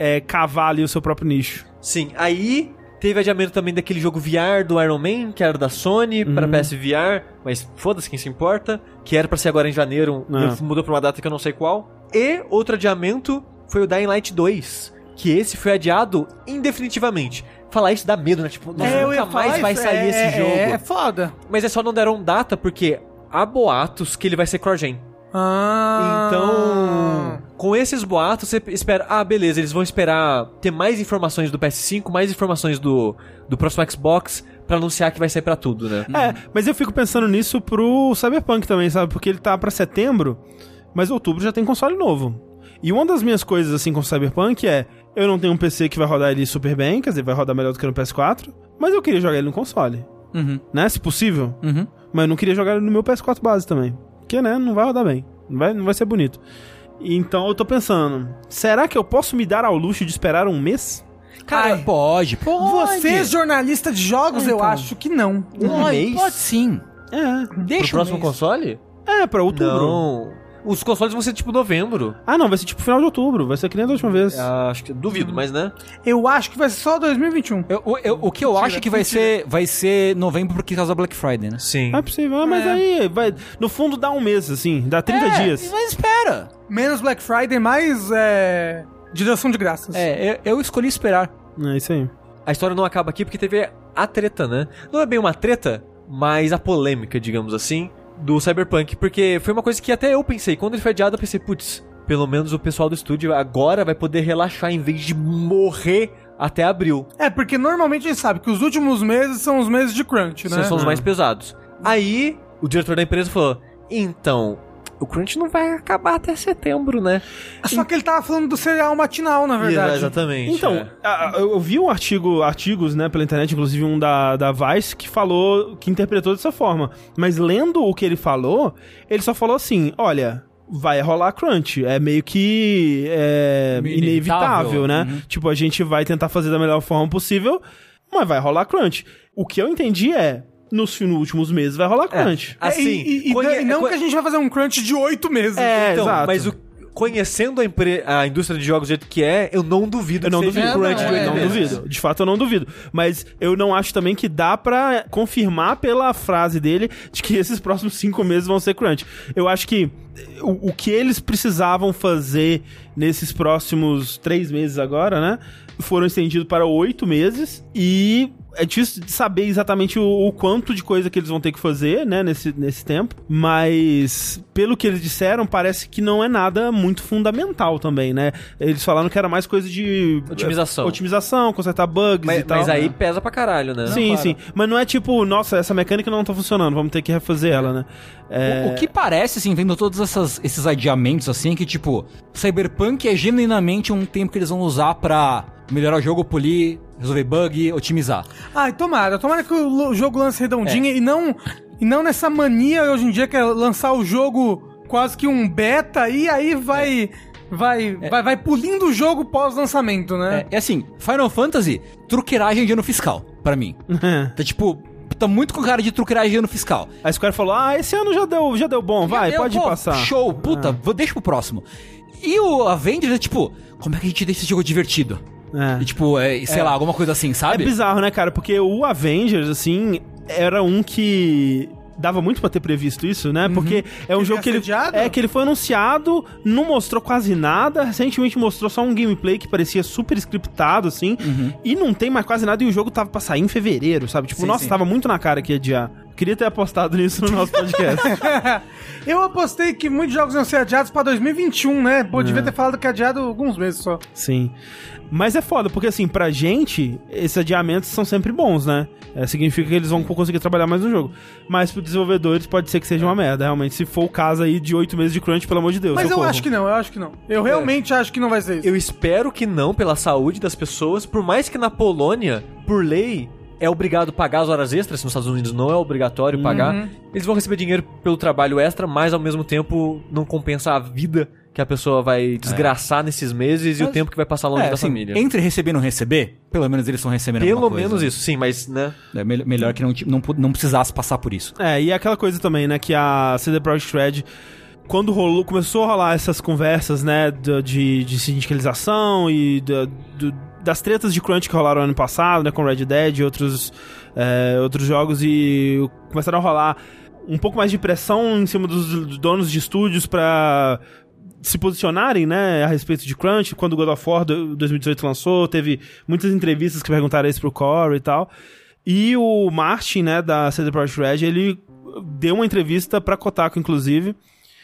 é, cavar ali o seu próprio nicho. Sim, aí teve adiamento também daquele jogo VR do Iron Man, que era da Sony, pra PS VR, mas foda-se quem se importa, que era pra ser agora em janeiro, Ah. mudou pra uma data que eu não sei qual. E outro adiamento foi o Dying Light 2, que esse foi adiado indefinitivamente. Falar isso dá medo, né? Tipo, nossa, nunca mais vai sair esse jogo. É, foda. Mas é só não deram data porque há boatos que ele vai ser cross-gen. Ah. Então, com esses boatos, você espera. Ah, beleza, eles vão esperar ter mais informações do PS5, mais informações do, do próximo Xbox, pra anunciar que vai sair pra tudo, né? É, mas eu fico pensando nisso pro Cyberpunk também, sabe? Porque ele tá pra setembro, mas outubro já tem console novo. E uma das minhas coisas, assim, com o Cyberpunk é: eu não tenho um PC que vai rodar ele super bem, quer dizer, vai rodar melhor do que no PS4, mas eu queria jogar ele no console. Uhum, Né? Se possível. uhum. Mas eu não queria jogar ele no meu PS4 base também. Porque, né, não vai rodar bem. Não vai, não vai ser bonito. Então eu tô pensando, será que eu posso me dar ao luxo de esperar um mês? Cara, Ai. pode. Pode. Você, jornalista de jogos, eu acho que não. um mês? Pode sim. É. Deixa Pro próximo um mês. console? É, pra outubro. Não. Os consoles vão ser tipo novembro. Ah, não, vai ser tipo final de outubro. Vai ser que nem da última vez. Ah, acho que duvido, mas né? Eu acho que vai ser só 2021. Eu- eu- eu- o que eu acho é que vai ser, vai ser novembro porque causa Black Friday, né? Sim. Não é possível. Ah, mas aí, vai. No fundo, dá um mês, assim. Dá 30 É, dias. Mas espera. Menos Black Friday, mais é, direção de graças. É, eu, eu escolhi esperar. É isso aí. A história não acaba aqui porque teve a treta, né? Não é bem uma treta, mas a polêmica, digamos assim, do Cyberpunk. Porque foi uma coisa que até eu pensei. Quando ele foi adiado, eu pensei, putz, pelo menos o pessoal do estúdio agora vai poder relaxar em vez de morrer até abril. É, porque normalmente a gente sabe que os últimos meses são os meses de crunch, né? São os Hum. mais pesados. Aí, o diretor da empresa falou: então, o Crunch não vai acabar até setembro, né? Só que ele tava falando do cereal matinal, na É verdade. Exatamente. Então, é. a- a- eu vi um artigo, artigos, né, pela internet, inclusive um da, da Vice, que falou, que interpretou dessa forma. Mas lendo o que ele falou, ele só falou assim: olha. Vai rolar crunch, é meio que é, Meio inevitável, inevitável, né? uhum. Tipo, a gente vai tentar fazer da melhor forma possível, mas vai rolar crunch. O que eu entendi é, nos, nos últimos meses vai rolar crunch. É, assim, e, e- e conhe- não co- que a gente vai fazer um crunch de oito meses. É, Então, exato. mas o conhecendo a, empre- a indústria de jogos do jeito que é, eu não duvido Eu não que duvido. seja um crunch não, de Eu é. não oito meses. duvido. De fato, eu não duvido. Mas eu não acho também que dá pra confirmar pela frase dele de que <laughs> esses próximos cinco meses vão ser crunch. Eu acho que o, o que eles precisavam fazer nesses próximos três meses agora, né? Foram estendidos para oito meses e é difícil de saber exatamente o, o quanto de coisa que eles vão ter que fazer, né, nesse, nesse tempo. Mas, pelo que eles disseram, parece que não é nada muito fundamental também, né? Eles falaram que era mais coisa de... Otimização. Otimização, consertar bugs e Mas, tal. né? mas aí pesa pra caralho, né? Sim, Claro. sim. Mas não é tipo, nossa, essa mecânica não tá funcionando, vamos ter que refazer ela, né? É, O, o que parece, assim, vendo todos essas- esses adiamentos, assim, que, tipo, Cyberpunk é genuinamente um tempo que eles vão usar pra melhorar o jogo, polir, resolver bug, otimizar. Ai, tomara. Tomara que o lo- jogo lance redondinho É. e, não, e não nessa mania hoje em dia que é lançar o jogo quase que um beta e aí É. vai. Vai, vai, vai pulindo o jogo pós-lançamento, né? É, é assim, Final Fantasy, truqueiragem de ano fiscal, pra mim. <laughs> Tá, tipo, tá muito com cara de truqueiragem de ano fiscal. A Square falou, ah, esse ano já deu, já deu bom, vai, Eu, pode pô, passar. É. Show, puta, vou, deixa pro próximo. E o Avengers é tipo, como é que a gente deixa esse jogo divertido? É. E tipo, é, sei lá, alguma coisa assim, É sabe? bizarro, né, cara? Porque o Avengers, assim, era um que dava muito pra ter previsto isso, Uhum. né? Porque é um Ele jogo é que ele assediado? é que ele foi anunciado, não mostrou quase nada, recentemente mostrou só um gameplay que parecia super scriptado assim, e não tem mais quase nada e o jogo tava pra sair em fevereiro, sabe? Tipo, Uhum. Sim, nossa, sim. tava muito na cara que ia adiar. Queria ter apostado nisso no nosso <laughs> podcast. <laughs> Eu apostei que muitos jogos iam ser adiados pra 2021, né? Pô, devia ter falado que é adiado alguns meses só. Sim. Mas é foda, porque assim, pra gente, esses adiamentos são sempre bons, né? É, significa que eles vão conseguir trabalhar mais no jogo. Mas pros desenvolvedores pode ser que seja uma merda, realmente. Se for o caso aí de oito meses de crunch, pelo amor de Deus. Mas eu acho que não, eu acho que não. Eu realmente acho que não vai ser isso. Eu espero que não, pela saúde das pessoas, por mais que na Polônia, por lei, é obrigado pagar as horas extras, nos Estados Unidos não é obrigatório pagar. Eles vão receber dinheiro pelo trabalho extra, mas ao mesmo tempo não compensa a vida que a pessoa vai desgraçar nesses meses e o Mas- tempo que vai passar longe É, da assim, família. Entre receber e não receber, pelo menos eles estão recebendo Pelo alguma coisa. menos isso, sim, mas né? É mel- melhor que não, ti- não, pu- não precisasse passar por isso. É, e é aquela coisa também, né, que a CD Projekt Red, quando rolou, começou a rolar essas conversas, né, do- de, de sindicalização e da- do- das tretas de crunch que rolaram ano passado, né, com Red Dead e outros, é, outros jogos, e começaram a rolar um pouco mais de pressão em cima dos donos de estúdios pra se posicionarem, né, a respeito de crunch, quando o God of War do- 2018 lançou, teve muitas entrevistas que perguntaram isso pro Core e tal. E o Martin, né, da CD Projekt Red, ele deu uma entrevista pra Kotaku, inclusive,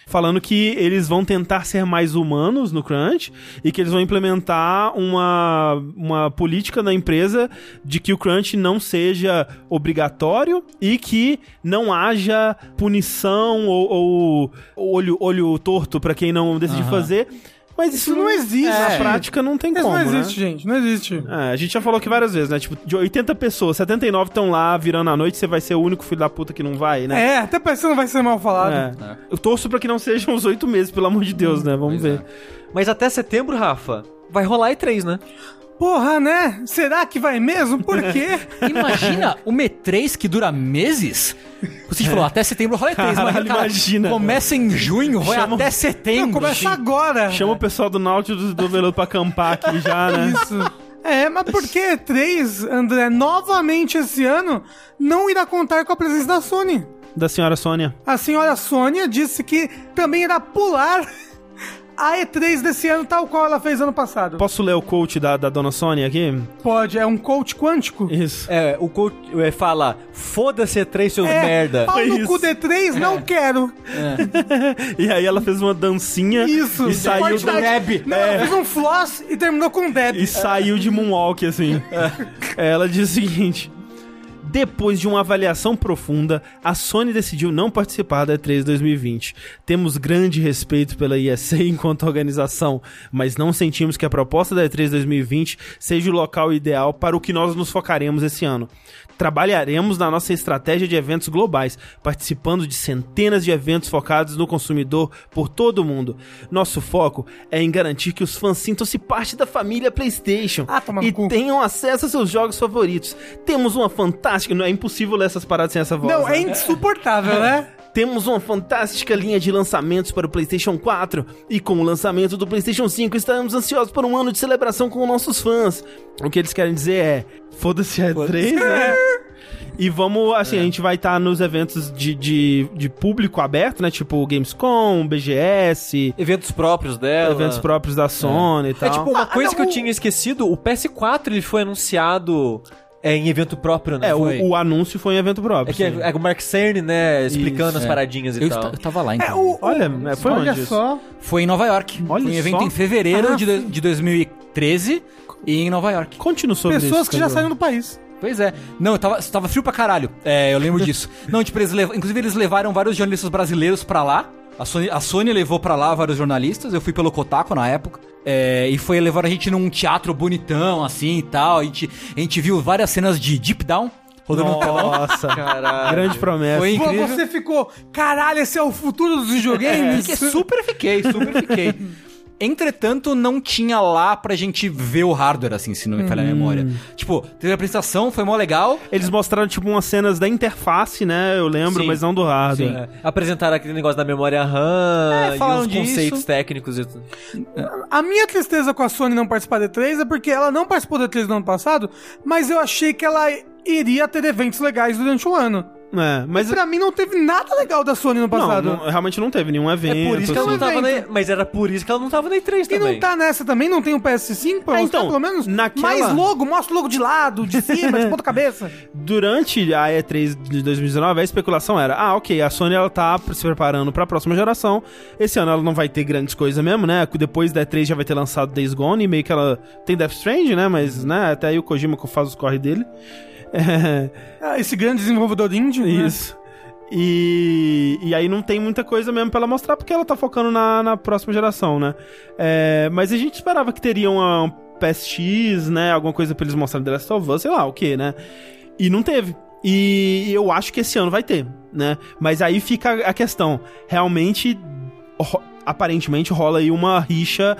falando que eles vão tentar ser mais humanos no crunch e que eles vão implementar uma, uma política na empresa de que o crunch não seja obrigatório e que não haja punição ou, ou olho, olho torto pra quem não decide fazer. Mas isso, Isso não existe. Na prática não tem Mas como, É. não né? existe, gente, não existe. É, a gente já falou aqui várias vezes, né? Tipo, de 80 pessoas, 79 estão lá virando a noite, você vai ser o único filho da puta que não vai, né? É, até parece que não vai ser mal falado. É. Eu torço pra que não sejam os oito meses, pelo amor de Deus, né? Vamos é. ver. Mas até setembro, Rafa, vai rolar E3, né? Porra, né? Será que vai mesmo? Por quê? <laughs> Imagina o E3 que dura meses. Você falou, até setembro rola E3, Caralho, mas cara, imagina. Começa em junho, vai Chama- até setembro. Não, começa agora. Chama o pessoal do Nautilus e do Veludo pra acampar aqui <laughs> já, né? Isso. É, mas por que 3, André, novamente esse ano, não irá contar com a presença da Sony? Da senhora Sônia. A senhora Sônia disse que também irá pular a E3 desse ano, tal qual ela fez ano passado. Posso ler o coach da, da dona Sônia aqui? Pode, é um coach quântico? Isso. É, o coach é, fala: foda-se E3, seus É, merda. Pau Foi no cu isso. D3, É. não quero. E aí ela fez uma dancinha Isso. e saiu do... É. Quantidade- Deb. Não, ela fez um floss e terminou com um Deb. e saiu de moonwalk, assim. É. Ela diz o seguinte. Depois de uma avaliação profunda, a Sony decidiu não participar da E3 2020. Temos grande respeito pela ESA <laughs> enquanto organização, mas não sentimos que a proposta da E3 2020 seja o local ideal para o que nós nos focaremos esse ano. Trabalharemos na nossa estratégia de eventos globais, participando de centenas de eventos focados no consumidor por todo o mundo. Nosso foco é em garantir que os fãs sintam-se parte da família PlayStation Ah, toma no e cu. tenham acesso a seus jogos favoritos. Temos uma fantástica. Não é impossível ler essas paradas sem essa voz. Não, né? é insuportável, né? Temos uma fantástica linha de lançamentos para o PlayStation 4 e com o lançamento do PlayStation 5 estaremos ansiosos por um ano de celebração com nossos fãs. O que eles querem dizer é: foda-se a E3, <laughs> né? E vamos, É. assim, a gente vai estar nos eventos de, de, de público aberto, né? Tipo Gamescom, BGS, Eventos próprios dela. eventos próprios tá. da Sony e tal. É tipo, uma Ah, coisa não, que eu o- tinha esquecido, o PS4 ele foi anunciado é, em evento próprio, né? É, Foi. o, o anúncio foi em evento próprio. É que sim. é, é o Mark Cerny, né, explicando Isso, as é. paradinhas e Eu, tal. esta- eu tava lá, então. É, o, Olha, é, foi olha onde só. Foi em Nova York. Olha Foi um evento só. em fevereiro Ah, de, do- de 2013 e em Nova York. Continua sobre Pessoas isso, que já Pedro. saíram do país. Pois é. Não, eu tava, tava frio pra caralho. É, eu lembro disso. Não, tipo, eles lev- inclusive eles levaram vários jornalistas brasileiros pra lá. A Sony, a Sony levou pra lá vários jornalistas. Eu fui pelo Kotaku na época. É, e foi levar a gente num teatro bonitão, assim e tal. A gente, a gente viu várias cenas de Deep Down rodando no telão. Nossa, Caralho. grande promessa. Foi Pô, incrível. Você ficou, caralho, esse é o futuro dos videogames? Fiquei- é super fiquei, super fiquei. Entretanto, não tinha lá pra gente ver o hardware, assim, se não me falha a memória. Tipo, teve a apresentação, foi mó legal. Eles mostraram, tipo, umas cenas da interface, né? Eu lembro, Sim. mas não do hardware. É, apresentaram aquele negócio da memória RAM É, e falaram os disso. conceitos técnicos e tudo. A minha tristeza com a Sony não participar da E3 é porque ela não participou da E3 no ano passado, mas eu achei que ela iria ter eventos legais durante o ano. É, mas... Pra mim não teve nada legal da Sony no Não, passado. não, realmente não teve nenhum evento. É por isso que ela não assim. tá- tava na, evento. Mas era por isso que ela não tava na E3 E também. não tá nessa também? Não tem o PS5 pra Ah, mostrar, então, pelo menos? naquela- Mais logo, mostra o logo de <laughs> lado, de cima, de ponta cabeça. Durante a E3 de 2019, a especulação era: ah, ok, a Sony ela tá se preparando pra próxima geração. Esse ano ela não vai ter grandes coisas mesmo, né? Depois da E3 já vai ter lançado Days Gone, e meio que ela tem Death Strange, né? Mas, né, até aí o Kojima faz os corre dele. <laughs> É, Ah, Esse grande desenvolvedor indie. né? Isso. E, e aí não tem muita coisa mesmo pra ela mostrar, porque ela tá focando na, na próxima geração, né? É, mas a gente esperava que teria uma um PSX, né? Alguma coisa pra eles mostrarem The Last of Us, sei lá, o que, né? E não teve. E eu acho que esse ano vai ter, né? Mas aí fica a questão. Realmente, ro- aparentemente rola aí uma rixa,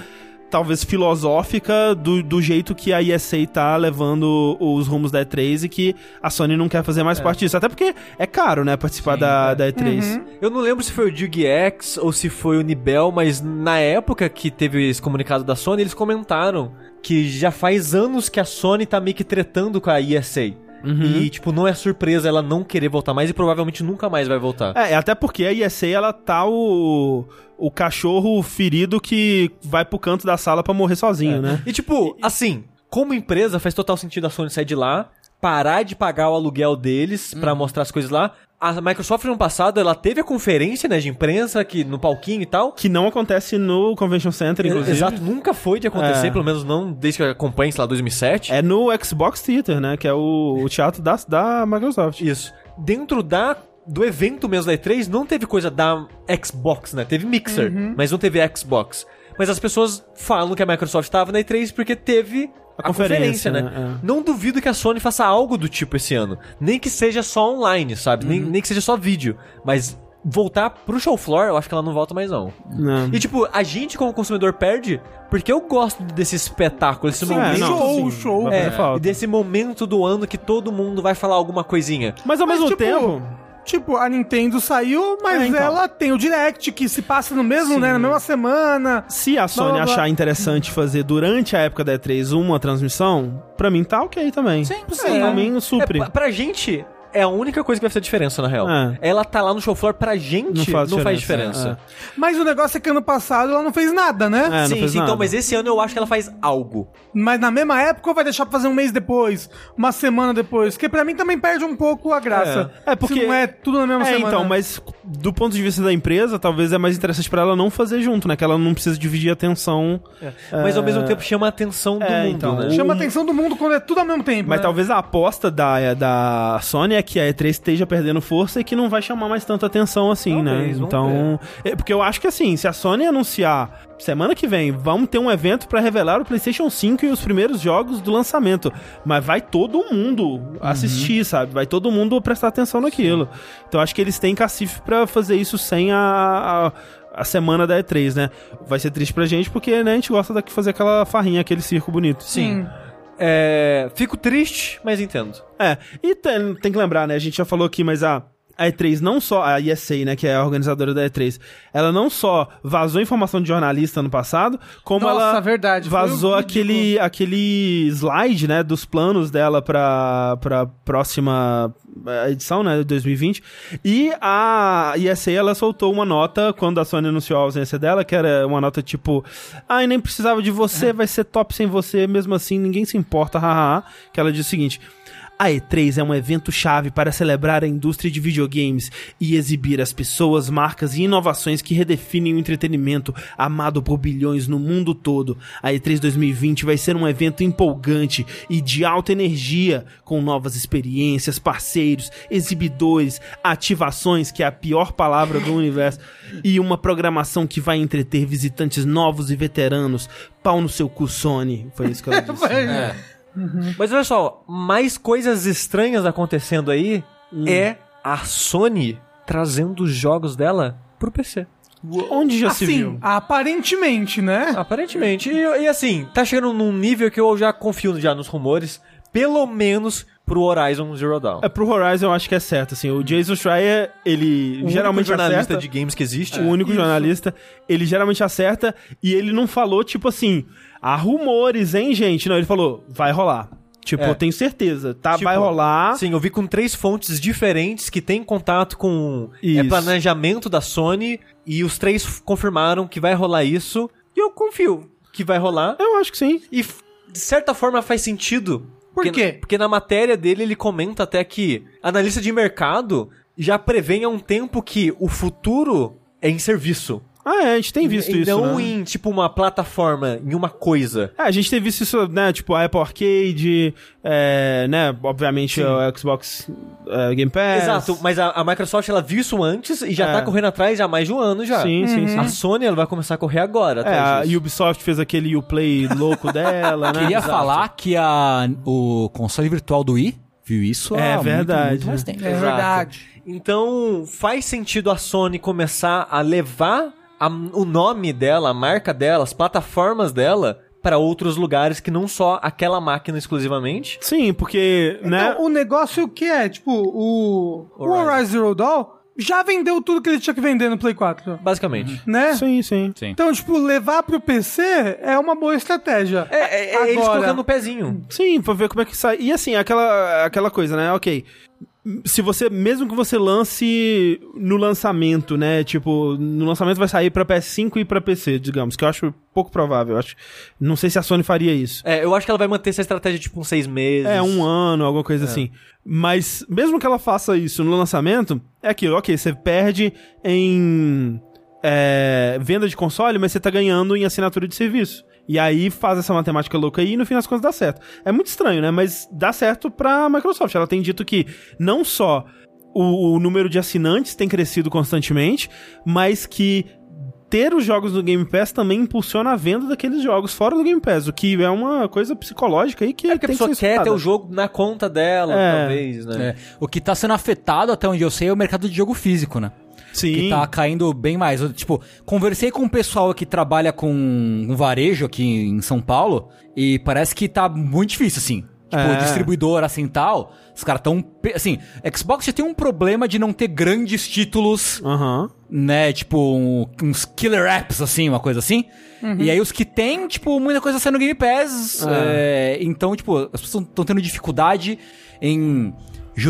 talvez filosófica, do, do jeito que a ESA tá levando os rumos da E3 e que a Sony não quer fazer mais parte disso. Até porque é caro, né? Participar Sim, da, é. da E3. Eu não lembro se foi o DigX ou se foi o Nibel, mas na época que teve esse comunicado da Sony, eles comentaram que já faz anos que a Sony tá meio que tretando com a ESA. E, tipo, não é surpresa ela não querer voltar mais e provavelmente nunca mais vai voltar. É, até porque a ESA, ela tá o, o cachorro ferido que vai pro canto da sala pra morrer É. sozinho, né? E, tipo, assim, como empresa, faz total sentido a Sony sair de lá, parar de pagar o aluguel deles pra mostrar as coisas lá. A Microsoft, no passado, ela teve a conferência, né, de imprensa, que, no palquinho e tal. Que não acontece no Convention É, Center, inclusive. Exato, nunca foi de acontecer, É. pelo menos não desde que eu acompanho, sei lá, 2007. É no Xbox Theater, né? Que é o, o teatro da, da Microsoft. Isso. Dentro da do evento mesmo da E3 não teve coisa da Xbox, né? Teve Mixer, Uhum. mas não teve Xbox. Mas as pessoas falam que a Microsoft estava na E3 porque teve A a, conferência, conferência, né? né? Não duvido que a Sony faça algo do tipo esse ano. Nem que seja só online, sabe? Uhum. Nem, nem que seja só vídeo. Mas voltar pro show floor, eu acho que ela não volta mais não. Né? E tipo, a gente como consumidor perde porque eu gosto desse espetáculo, desse É, momento. não, show, sim, show. vai É, fazer falta. e desse momento do ano que todo mundo vai falar alguma coisinha. Mas ao Mas, mesmo tipo, tempo. Tipo, a Nintendo saiu, mas É, então. ela tem o Direct, que se passa no mesmo, né? Na mesma semana. Se a Sony blá, blá. achar interessante fazer durante a época da E3 uma transmissão, pra mim tá ok também. Sim, sim. Pra mim supre. É, pra, pra gente, é a única coisa que vai fazer diferença, na real. É. Ela tá lá no show floor pra gente, não faz diferença. Mas o negócio é que ano passado ela não fez nada, né? É, não sim, fez sim, nada. então, mas esse ano eu acho que ela faz algo. Mas na mesma época ou vai deixar pra fazer um mês depois, uma semana depois? Porque pra mim também perde um pouco a graça. É. É, porque- Se não é tudo na mesma É, semana. então, mas do ponto de vista da empresa, talvez é mais interessante pra ela não fazer junto, né? Que ela não precisa dividir a atenção. Mas ao mesmo tempo chama a atenção do É, mundo, então, né? Chama a atenção do mundo quando é tudo ao mesmo tempo. Mas né? talvez a aposta da, da Sony é que a E3 esteja perdendo força e que não vai chamar mais tanta atenção assim, Talvez, né? vamos Então. é, porque eu acho que assim, se a Sony anunciar semana que vem, vamos ter um evento pra revelar o PlayStation 5 e os primeiros jogos do lançamento. Mas vai todo mundo assistir, Uhum. sabe? Vai todo mundo prestar atenção naquilo. Então acho que eles têm cacife pra fazer isso sem a. a a semana da E3, né? Vai ser triste pra gente porque né, a gente gosta de fazer aquela farrinha, aquele circo bonito. Sim. É, fico triste, mas entendo. É, e tem, tem que lembrar, né? A gente já falou aqui, mas a a E3 não só, a ESA, né, que é a organizadora da E3, ela não só vazou informação de jornalista no passado, como Nossa, ela verdade, foi vazou um aquele, aquele slide, né, dos planos dela pra, pra próxima eh, edição, né, de 2020. E a ESA, ela soltou uma nota quando a Sony anunciou a ausência dela, que era uma nota tipo, ai, nem precisava de você, É. vai ser top sem você, mesmo assim ninguém se importa, <laughs> hahaha. Que ela diz o seguinte... A E3 é um evento chave para celebrar a indústria de videogames e exibir as pessoas, marcas e inovações que redefinem o entretenimento amado por bilhões no mundo todo. A E3 2020 vai ser um evento empolgante e de alta energia, com novas experiências, parceiros, exibidores, ativações, que é a pior palavra do universo, e uma programação que vai entreter visitantes novos e veteranos. Pau no seu cu, Sony. Foi isso que <laughs> ela disse. É. Mas olha só, mais coisas estranhas acontecendo aí Hum. é a Sony trazendo os jogos dela pro PC. Onde já se assim, viu? aparentemente, né? Aparentemente. E, e assim, tá chegando num nível que eu já confio já nos rumores, pelo menos pro Horizon Zero Dawn. É, pro Horizon eu acho que é certo, assim, o Jason Schreier, ele Hum. O geralmente único acerta, jornalista É, de games que existe. o único jornalista, ele geralmente acerta e ele não falou, tipo assim, há rumores, hein, gente? Não, ele falou, vai rolar. Tipo, É. eu tenho certeza, tá? Tipo, vai rolar. Sim, eu vi com três fontes diferentes que têm contato com é, Isso. planejamento da Sony e os três f- confirmaram que vai rolar isso. E eu confio que vai rolar. Eu acho que sim. E f- de certa forma faz sentido. Por porque, quê? Porque na matéria dele ele comenta até que analista de mercado já prevê há um tempo que o futuro é em serviço. Ah, é, a gente tem visto e isso, não né? em tipo uma plataforma, em uma coisa. É, a gente tem visto isso, né? Tipo, a Apple Arcade, é, né? Obviamente, o Xbox é, Game Pass. Exato, mas a, a Microsoft ela viu isso antes e já É. tá correndo atrás há mais de um ano já. Sim, sim, sim. A Sony ela vai começar a correr agora. É, a atrás disso. Ubisoft fez aquele Uplay louco <laughs> dela, né? Queria Exato. falar que a, o console virtual do Wii viu isso É há muito, verdade, muito mais né? tempo. É Exato. verdade. Então faz sentido a Sony começar a levar a- o nome dela, a marca dela, as plataformas dela pra outros lugares que não só aquela máquina exclusivamente. Sim, porque, né? Então, o negócio que é, tipo, o, o Horizon. Horizon Zero Dawn já vendeu tudo que ele tinha que vender no Play 4, Basicamente. né? Sim, sim. Sim. Então, tipo, levar pro PC é uma boa estratégia. É, é, é eles Agora- colocando o pezinho. Sim, pra ver como é que sai. E assim, aquela, aquela coisa, né? Ok. Se você, mesmo que você lance no lançamento, né? Tipo, no lançamento vai sair pra PS5 e pra PC, digamos, que eu acho pouco provável. Eu acho, não sei se a Sony faria isso. É, eu acho que ela vai manter essa estratégia tipo uns seis meses. É, um ano, alguma coisa assim. Mas, mesmo que ela faça isso no lançamento, é aquilo, ok, você perde em é, venda de console, mas você tá ganhando em assinatura de serviço. E aí faz essa matemática louca aí e no fim das contas dá certo. É muito estranho, né? Mas dá certo pra Microsoft. Ela tem dito que não só o, o número de assinantes tem crescido constantemente, mas que ter os jogos do Game Pass também impulsiona a venda daqueles jogos fora do Game Pass, o que é uma coisa psicológica aí que É porque a tem que pessoa ser quer estudada. ter o jogo na conta dela, É. talvez, né? É, o que tá sendo afetado, até onde eu sei, é o mercado de jogo físico, né? Sim. Que tá caindo bem mais. Eu, tipo, conversei com um pessoal que trabalha com um varejo aqui em São Paulo e parece que tá muito difícil, assim. Tipo, É. distribuidor, assim, tal. Os caras tão... pe- Assim, Xbox já tem um problema de não ter grandes títulos Aham. né? Tipo, um- uns killer apps, assim, uma coisa assim. Uhum. E aí os que tem, tipo, muita coisa saindo no Game Ah. Pass. é, então, tipo, as pessoas estão tendo dificuldade em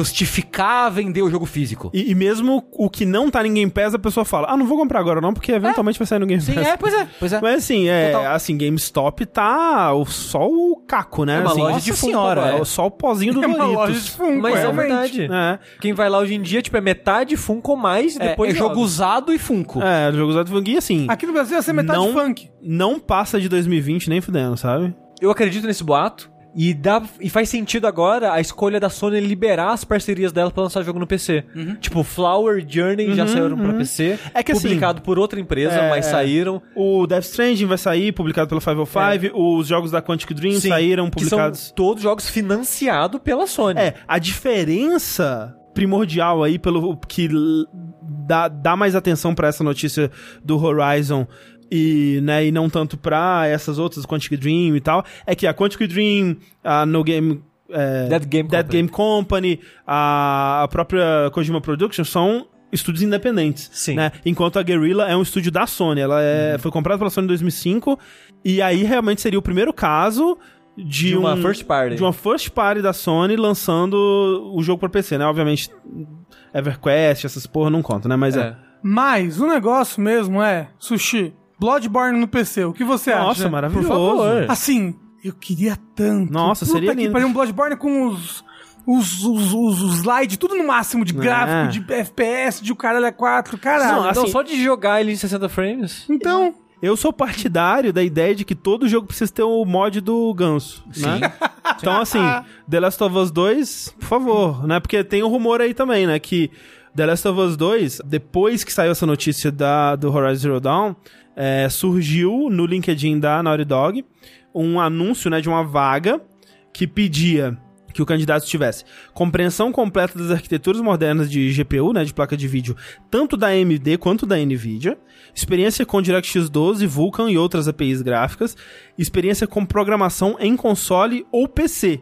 justificar vender o jogo físico. E, e mesmo o que não tá ninguém pesa, a pessoa fala: "Ah, não vou comprar agora não, porque eventualmente vai sair no Game Sim, Pass". é, pois é, pois é. Mas assim, é, Total. assim, GameStop tá o, só o caco, né? É uma assim, loja nossa de Funko agora. é só o pozinho do <laughs> É uma Doritos. loja de Funko, Mas é realmente. verdade. É. Quem vai lá hoje em dia, tipo, é metade Funko ou mais e É, depois é jogo joga. usado e Funko. É, o jogo usado de Funko. E assim, Aqui no Brasil ia ser metade Não- funk. não passa de 2020 nem fudendo, sabe? Eu acredito nesse boato. E, dá, e faz sentido agora a escolha da Sony liberar as parcerias dela pra lançar jogo no PC. Tipo, Flower Journey já saíram pra PC. Uhum, É que assim- Publicado por outra empresa, É, mas é. saíram. O Death Stranding vai sair, publicado pela 505, os jogos da Quantic Dream Sim, saíram Que são publicados todos jogos financiados pela Sony. É, a diferença primordial aí pelo que l- dá, dá mais atenção pra essa notícia do Horizon e, né, e não tanto pra essas outras Quantic Dream e tal, é que a Quantic Dream ah, no Game é, Dead Game Dead Company. Game Company, a, a própria Kojima Productions são estúdios independentes, Sim. Uhum. né? Enquanto a Guerrilla é um estúdio da Sony, ela é- foi comprada pela Sony em 2005 e aí realmente seria o primeiro caso de, De uma um- first party. de uma first party da Sony lançando o jogo pra PC, né? Obviamente EverQuest, essas porra não conta, né? Mas é. É. Mas o negócio mesmo é, Sushi, Bloodborne no PC, o que você É. Nossa, acha? maravilhoso. favor. Assim, eu queria tanto. Nossa, Puta seria que lindo. pariu, um Bloodborne com os. Os, os, os, os slides, tudo no máximo de gráfico, de FPS, de o caralho é 4, caralho. É. Não, Então, assim- só de jogar ele em 60 frames. Então, Eu sou partidário da ideia de que todo jogo precisa ter o mod do ganso, né? <laughs> Então, assim, The Last of Us 2, por favor, né? Porque tem um rumor aí também, né? Que The Last of Us 2, depois que saiu essa notícia da, do Horizon Zero Dawn, é, surgiu no LinkedIn da Naughty Dog um anúncio, né? De uma vaga que pedia que o candidato tivesse compreensão completa das arquiteturas modernas de GPU, né, de placa de vídeo, tanto da AMD quanto da Nvidia, experiência com DirectX 12, Vulkan e outras APIs gráficas, experiência com programação em console ou PC,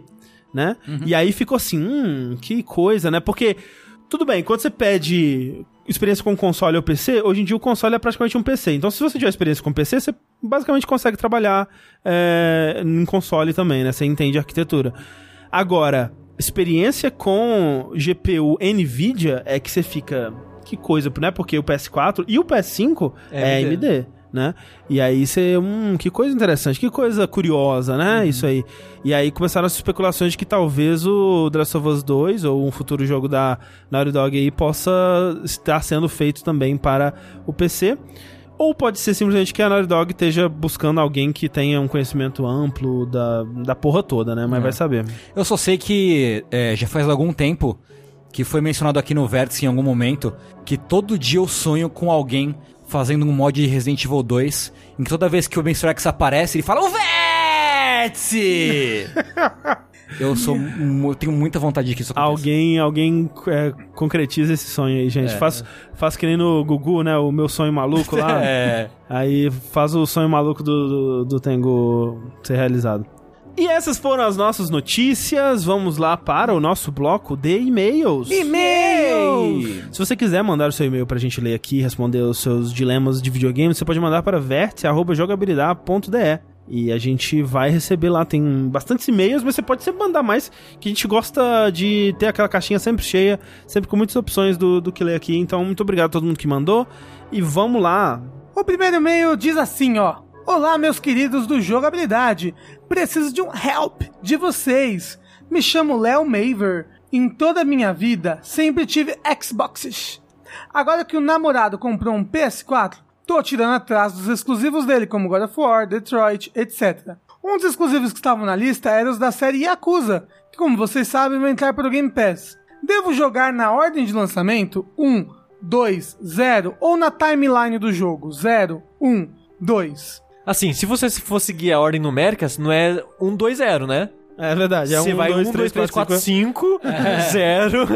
né? E aí ficou assim, hum, que coisa, né? Porque tudo bem, quando você pede experiência com console ou PC, hoje em dia o console é praticamente um PC. Então, se você tiver experiência com PC, você basicamente consegue trabalhar é, em console também, né? Você entende a arquitetura. Agora, experiência com GPU NVIDIA é que você fica... Que coisa, né? Porque o PS4 e o PS5 é, É AMD. AMD. né? E aí você, hum, que coisa interessante, que coisa curiosa, né? Isso aí. E aí começaram as especulações de que talvez o The Last of Us 2 ou um futuro jogo da Naughty Dog aí possa estar sendo feito também para o PC. Ou pode ser simplesmente que a Naughty Dog esteja buscando alguém que tenha um conhecimento amplo da, da porra toda, né? Mas vai saber. Eu só sei que é, já faz algum tempo que foi mencionado aqui no Vértice em algum momento que todo dia eu sonho com alguém fazendo um mod de Resident Evil 2 em que toda vez que o Ben Rex aparece ele fala o <laughs> Vértice! eu sou mu- eu tenho muita vontade de que isso aconteça. Alguém, alguém é, concretiza esse sonho aí, gente. Faz, faz que nem no Gugu, né? O meu sonho maluco lá. <laughs> É. Aí faz o sonho maluco do, do, do Tengu ser realizado. E essas foram as nossas notícias. Vamos lá para o nosso bloco de e-mails. e-mail! Se você quiser mandar o seu e-mail pra gente ler aqui, responder os seus dilemas de videogame, você pode mandar para vértice.jogabilidade.de. E a gente vai receber lá, tem bastantes e-mails, mas você pode sempre mandar mais, que a gente gosta de ter aquela caixinha sempre cheia, sempre com muitas opções do, do que ler aqui. Então, muito obrigado a todo mundo que mandou. E vamos lá. O primeiro e-mail diz assim, ó. Olá, meus queridos do Jogabilidade. Preciso de um help de vocês. Me chamo Léo Maver. Em toda a minha vida, sempre tive Xboxes. Agora que o namorado comprou um PS4, tô tirando atrás dos exclusivos dele, como God of War, Detroit, etc. Um dos exclusivos que estavam na lista era os da série Yakuza, que como vocês sabem, vai entrar para o Game Pass. Devo jogar na ordem de lançamento 1, 2, 0 ou na timeline do jogo um, 0, 1, 2. Assim, se você for seguir a ordem numérica, não é 1, 2, 0, né? É verdade, é você um, vai dois, 1, três, 2, 3, 4, 5, <laughs> 0.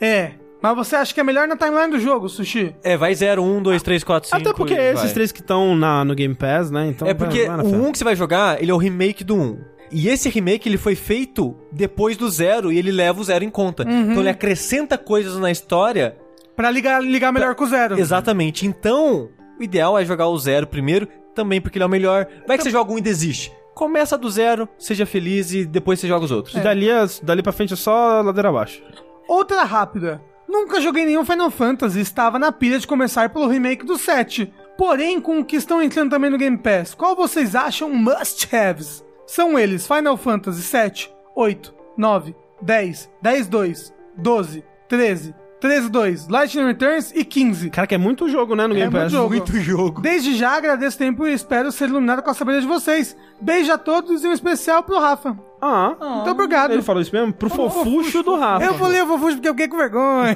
É, mas você acha que é melhor na timeline do jogo, Sushi? É, vai 0, 1, 2, 3, 4, 5. é. Até porque esses três que estão na- no Game Pass, né? Então, É porque vai na o fé. 1 que você vai jogar, ele é o remake do 1. E esse remake, ele foi feito depois do 0 e ele leva o 0 em conta. Então ele acrescenta coisas na história. Pra ligar, ligar melhor com o Uhum. 0. Exatamente. Então, o ideal é jogar o 0 primeiro, também porque ele é o melhor. Vai que você joga um e desiste. Começa do zero, seja feliz e depois você joga os outros. E dali, as- dali pra frente é só ladeira abaixo. Outra rápida. Nunca joguei nenhum Final Fantasy e estava na pilha de começar pelo remake do 7. Porém, com o que estão entrando também no Game Pass, qual vocês acham must-haves? São eles Final Fantasy 7, 8, 9, 10, 10 2, 12, 13, 13 2, Lightning Returns e 15. Cara, que é muito jogo, né, no Game Pass. Muito jogo. Desde já agradeço o tempo e espero ser iluminado com a sabedoria de vocês. Beijo a todos e um especial pro Rafa. Ah, Muito obrigado. ele falou isso mesmo? Pro fofucho do Rafa. Eu falei, eu vou fugir porque eu fiquei com vergonha.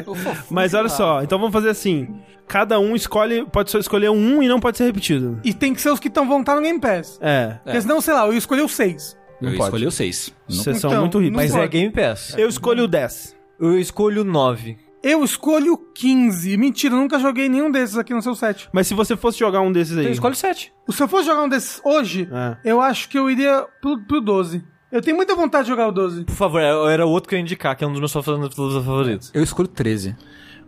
<laughs> Mas olha só, então vamos fazer assim. Cada um escolhe, pode só escolher um e não pode ser repetido. E tem que ser os que tão, vão estar no Game Pass. É, Porque senão, sei lá, eu escolhi o 6. Eu pode. escolhi o 6. vocês são Então, muito ricos. não Mas é pode. Game Pass. Eu escolho o 10. Eu escolho 9. Eu escolho o 15. Mentira, eu nunca joguei nenhum desses aqui no seu set. Mas se você fosse jogar um desses aí... Eu escolho 7. Se eu fosse jogar um desses hoje, É. eu acho que eu iria pro, pro 12. Eu tenho muita vontade de jogar o 12. Por favor, era o outro que eu ia indicar, que é um dos meus favoritos. Eu escolho 13.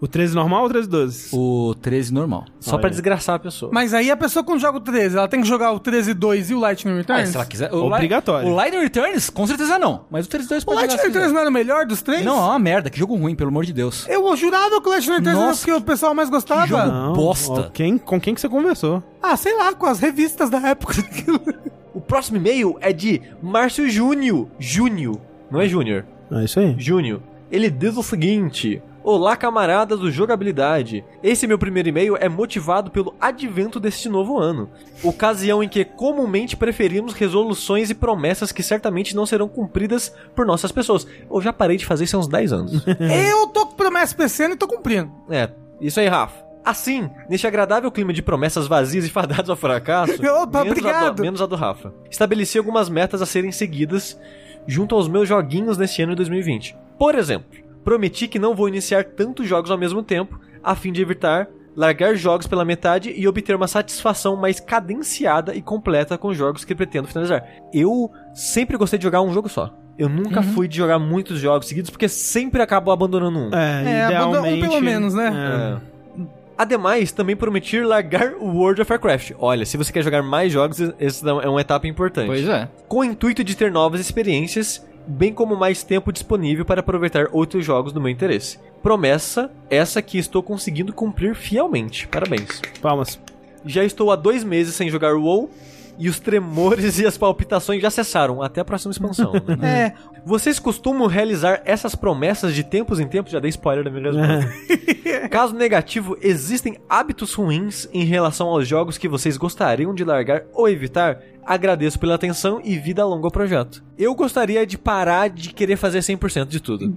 O 13 normal ou o 13 12? O 13 normal. Só pra desgraçar a pessoa. Mas aí a pessoa quando joga o 13, ela tem que jogar o 13 2 e o Lightning Ah, Returns? se ela quiser. O Li- Obrigatório. O Lightning Returns, com certeza não. Mas o 32 O pode Lightning jogar se quiser. Returns não era o melhor dos três? Não, é uma merda. Que jogo ruim, pelo amor de Deus. Eu jurava que o Lightning Returns era o Nossa, que o pessoal mais gostava. jogo ó, bosta. Quem, com quem que você conversou? Ah, sei lá, com as revistas da <laughs> época. O próximo e-mail é de Márcio Júnior. Júnior. Não é Júnior. É isso aí. Júnior. Ele diz o seguinte: Olá, camaradas do Jogabilidade. Esse meu primeiro e-mail é motivado pelo advento deste novo ano. Ocasião em que comumente preferimos resoluções e promessas que certamente não serão cumpridas por nossas pessoas. Eu já parei de fazer isso há uns 10 anos. eu tô com promessa PC e tô cumprindo. É, isso aí, Rafa. Assim, neste agradável clima de promessas vazias e fadadas ao fracasso, <laughs> Opa, menos, A obrigado. do, menos a do Rafa, estabeleci algumas metas a serem seguidas junto aos meus joguinhos neste ano de 2020. Por exemplo, prometi que não vou iniciar tantos jogos ao mesmo tempo, a fim de evitar largar jogos pela metade e obter uma satisfação mais cadenciada e completa com os jogos que pretendo finalizar. Eu sempre gostei de jogar um jogo só. Eu nunca Uhum. fui de jogar muitos jogos seguidos porque sempre acabo abandonando um. É, abandona um idealmente... pelo menos, né? É. Ademais, também prometi largar o World of Warcraft. Olha, se você quer jogar mais jogos, essa é uma etapa importante. Pois é. Com o intuito de ter novas experiências, bem como mais tempo disponível para aproveitar outros jogos do meu interesse. Promessa essa que estou conseguindo cumprir fielmente. Parabéns. é. Palmas. <laughs> Já estou há dois meses sem jogar WoW e os tremores <laughs> e as palpitações já cessaram. Até a próxima expansão. <laughs> É, né? Vocês costumam realizar essas promessas de tempos em tempos? Já dei spoiler da minha resposta. Caso negativo, existem hábitos ruins em relação aos jogos que vocês gostariam de largar ou evitar? Agradeço pela atenção e vida longa ao projeto. Eu gostaria de parar de querer fazer 100% de tudo.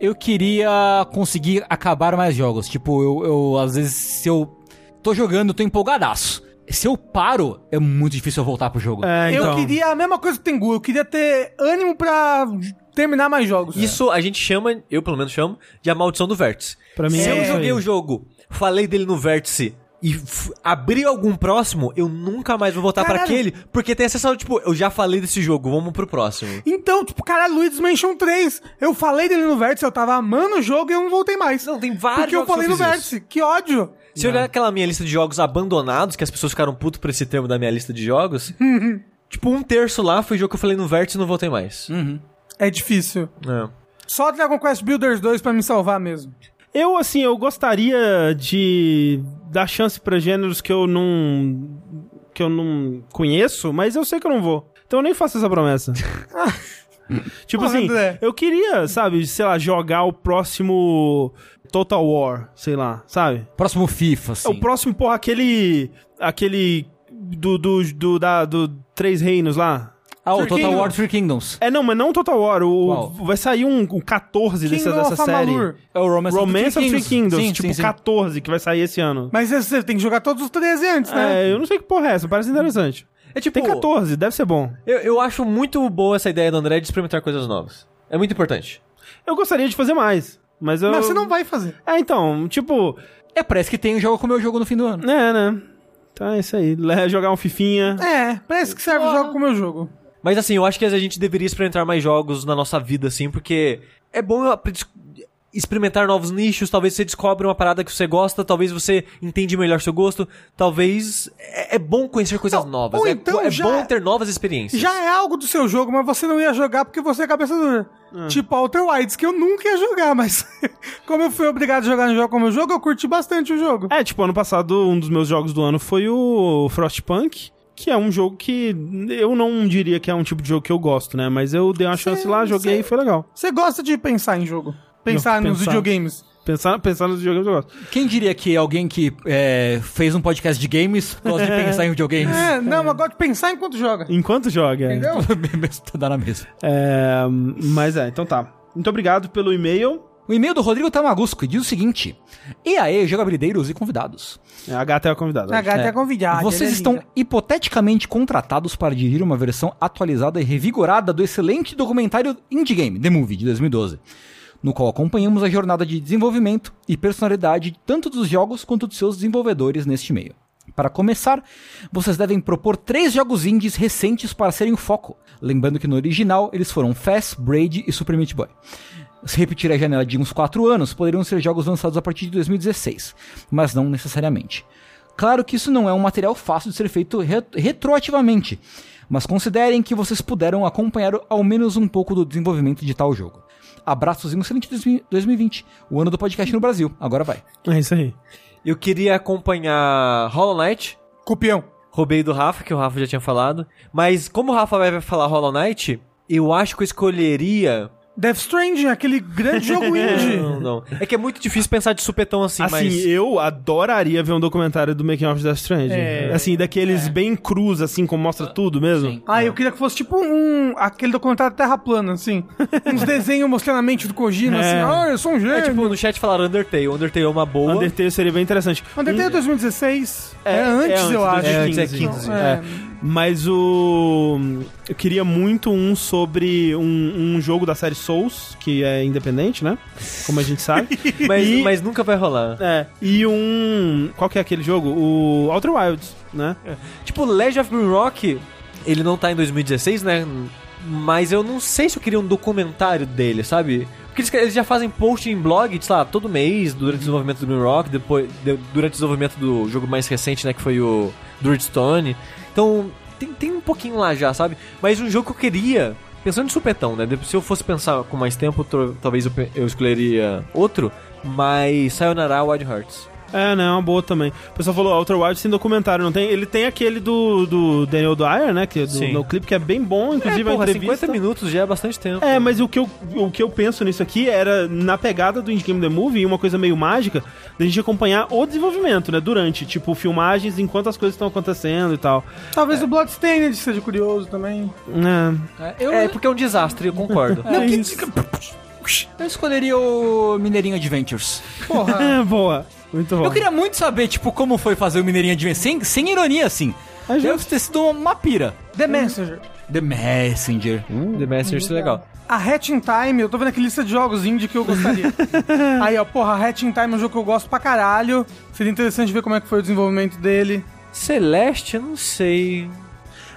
Eu queria conseguir acabar mais jogos. Tipo, eu, eu, às vezes, se eu tô jogando, eu tô empolgadaço. Se eu paro, é muito difícil eu voltar pro jogo. É, então. eu queria a mesma coisa que o Tengu. Eu queria ter ânimo pra terminar mais jogos. É. Isso a gente chama, eu pelo menos chamo, de a maldição do vértice. Pra mim Se é eu isso joguei aí. o jogo, falei dele no vértice e f- abri algum próximo, eu nunca mais vou voltar pra Caralho. aquele, porque tem essa sensação, tipo, eu já falei desse jogo, vamos pro próximo. Então, tipo, caralho, Luigi's Mansion 3. Eu falei dele no Vértice, eu tava amando o jogo e eu não voltei mais. Não, tem vários Porque eu jogos que eu falei no fiz isso. Vértice. Que ódio. Se eu olhar aquela minha lista de jogos abandonados, que as pessoas ficaram puto por esse termo da minha lista de <laughs> jogos, tipo, um terço lá foi jogo que eu falei no vértice e não voltei mais. É difícil. É. Só Dragon Quest Builders 2 pra me salvar mesmo. Eu, assim, eu gostaria de dar chance pra gêneros que eu não. que eu não conheço, mas eu sei que eu não vou. Então eu nem faço essa <laughs> promessa. tipo Porra, assim, André. eu queria, sabe, sei lá, jogar o próximo Total War, sei lá, sabe? Próximo FIFA, assim. É o próximo, porra, aquele. aquele. do. do. do, da, do Três Reinos lá. Ah, o Three Total Kingdoms. War Three Kingdoms. É, não, mas não o Total War. O, Qual? vai sair um, um 14 dessa, Kingdom dessa of série. Amalur. É o Romance, Romance of Three Kingdoms, Sim, tipo sim, sim. 14, que vai sair esse ano. Mas esse você tem que jogar todos os 13 antes, né? É, eu não sei que porra é essa, parece interessante. É tipo, Tem 14, deve ser bom. Eu, eu acho muito boa essa ideia do André de experimentar coisas novas. É muito importante. Eu gostaria de fazer mais, mas eu... Mas você não vai fazer. É, então, tipo... É, parece que tem um jogo como meu jogo no fim do ano. É, né? Então é isso aí. Le- Jogar um fifinha. É, parece que serve o Ah. jogo como meu jogo. Mas assim, eu acho que a gente deveria experimentar mais jogos na nossa vida, assim, porque é bom eu apre- experimentar novos nichos, talvez você descobre uma parada que você gosta, talvez você entende melhor seu gosto, talvez é, é bom conhecer coisas novas, ou é, então é já- bom ter novas experiências. Já é algo do seu jogo, mas você não ia jogar porque você é cabeça dura. Tipo Outer Wilds, que eu nunca ia jogar, mas <laughs> como eu fui obrigado a jogar no jogo como meu jogo, eu curti bastante o jogo. É, tipo, ano passado, um dos meus jogos do ano foi o Frostpunk, que é um jogo que eu não diria que é um tipo de jogo que eu gosto, né? Mas eu dei uma chance lá, joguei e foi legal. Você gosta de pensar em jogo? Pensar Não, nos pensar. videogames? Pensar, pensar nos jogos eu gosto. Quem diria que alguém que é, fez um podcast de games <laughs> gosta de pensar em videogames? <laughs> É, não, mas gosto de pensar enquanto joga. Enquanto joga. Entendeu? É. Dá na mesma. É, mas é, então tá. Muito obrigado pelo e-mail. O e-mail do Rodrigo Tamagusco diz o seguinte: E aí, jogabilideiros e convidados. A gata é a convidada. A gata é, convidada. Vocês ela é estão linda. hipoteticamente contratados para dirigir uma versão atualizada e revigorada do excelente documentário Indie Game, The Movie, de 2012, no qual acompanhamos a jornada de desenvolvimento e personalidade tanto dos jogos quanto dos seus desenvolvedores neste meio. Para começar, vocês devem propor três jogos indies recentes para serem o foco. Lembrando que no original eles foram Fast, Braid e Super Meat Boy. Se repetir a janela de uns 4 anos, poderiam ser jogos lançados a partir de 2016, mas não necessariamente. Claro que isso não é um material fácil de ser feito re- retroativamente, mas considerem que vocês puderam acompanhar ao menos um pouco do desenvolvimento de tal jogo. Abraços e um excelente 2020, o ano do podcast no Brasil. Agora vai. É isso aí. Eu queria acompanhar Hollow Knight. Cupião. Roubei do Rafa, que o Rafa já tinha falado. Mas como o Rafa vai falar Hollow Knight, eu acho que eu escolheria. Death Stranding, aquele grande jogo indie. Não, não. É que é muito difícil pensar de supetão assim, assim, mas. eu adoraria ver um documentário do Making of Death Stranding. É. assim, daqueles bem cruz, assim, como mostra tudo mesmo. Ah, eu queria que fosse tipo um. aquele documentário Terra Plana, assim. Uns desenhos mostrando a mente do Kojima, É. assim. Ah, eu sou um gênio. É tipo, no chat falaram Undertale. Undertale é uma boa. Undertale seria bem interessante. Undertale é Um- 2016. É, antes, eu do acho. É antes, é 15. 15. É. Mas o. Eu queria muito um sobre um, um jogo da série Souls, que é independente, né? Como a gente sabe. <laughs> Mas, E- mas nunca vai rolar. É, e um. Qual que é aquele jogo? O Outer Wilds, né? Tipo, Legend of Rock, ele não tá em 2016, né? Mas eu não sei se eu queria um documentário dele, sabe? Porque eles, eles já fazem post em blog, sei lá, todo mês, durante o desenvolvimento do Greenrock, depois, de- durante o desenvolvimento do jogo mais recente, né, que foi o Dreadstone. Então, tem, tem um pouquinho lá já, sabe? Mas um jogo que eu queria, pensando em supetão, né? Se eu fosse pensar com mais tempo, tro- talvez eu, pe- eu escolheria outro, mas Sayonara Wild Hearts. É, né? É uma boa também. O pessoal falou Outer Wilds tem documentário, não tem? Ele tem aquele do, do Daniel Dwyer, né? Que é do, Sim. no clipe, que é bem bom, É, inclusive a porra, entrevista. 50 minutos já é bastante tempo. É, mas o que, eu, o que eu penso nisso aqui era na pegada do Indie Game The Movie, uma coisa meio mágica, da gente acompanhar o desenvolvimento, né? Durante, tipo, filmagens enquanto as coisas estão acontecendo e tal. Talvez o Bloodstained seja curioso também. É, eu, É, porque é um desastre, eu concordo. é que isso. escolheria o Mineirinho Adventures. Porra. <laughs> É, boa. Muito bom. Eu queria muito saber, tipo, como foi fazer o Mineirinho Adventures, sem, sem ironia, assim. Deve ter sido uma pira. The Messenger. The Messenger. The Masters é legal. A Hatch in Time, eu tô vendo aqui lista de jogos indie que eu gostaria. Aí, ó, porra, a Hatch in Time é um jogo que eu gosto pra caralho. Seria interessante ver como é que foi o desenvolvimento dele. Celeste, eu não sei.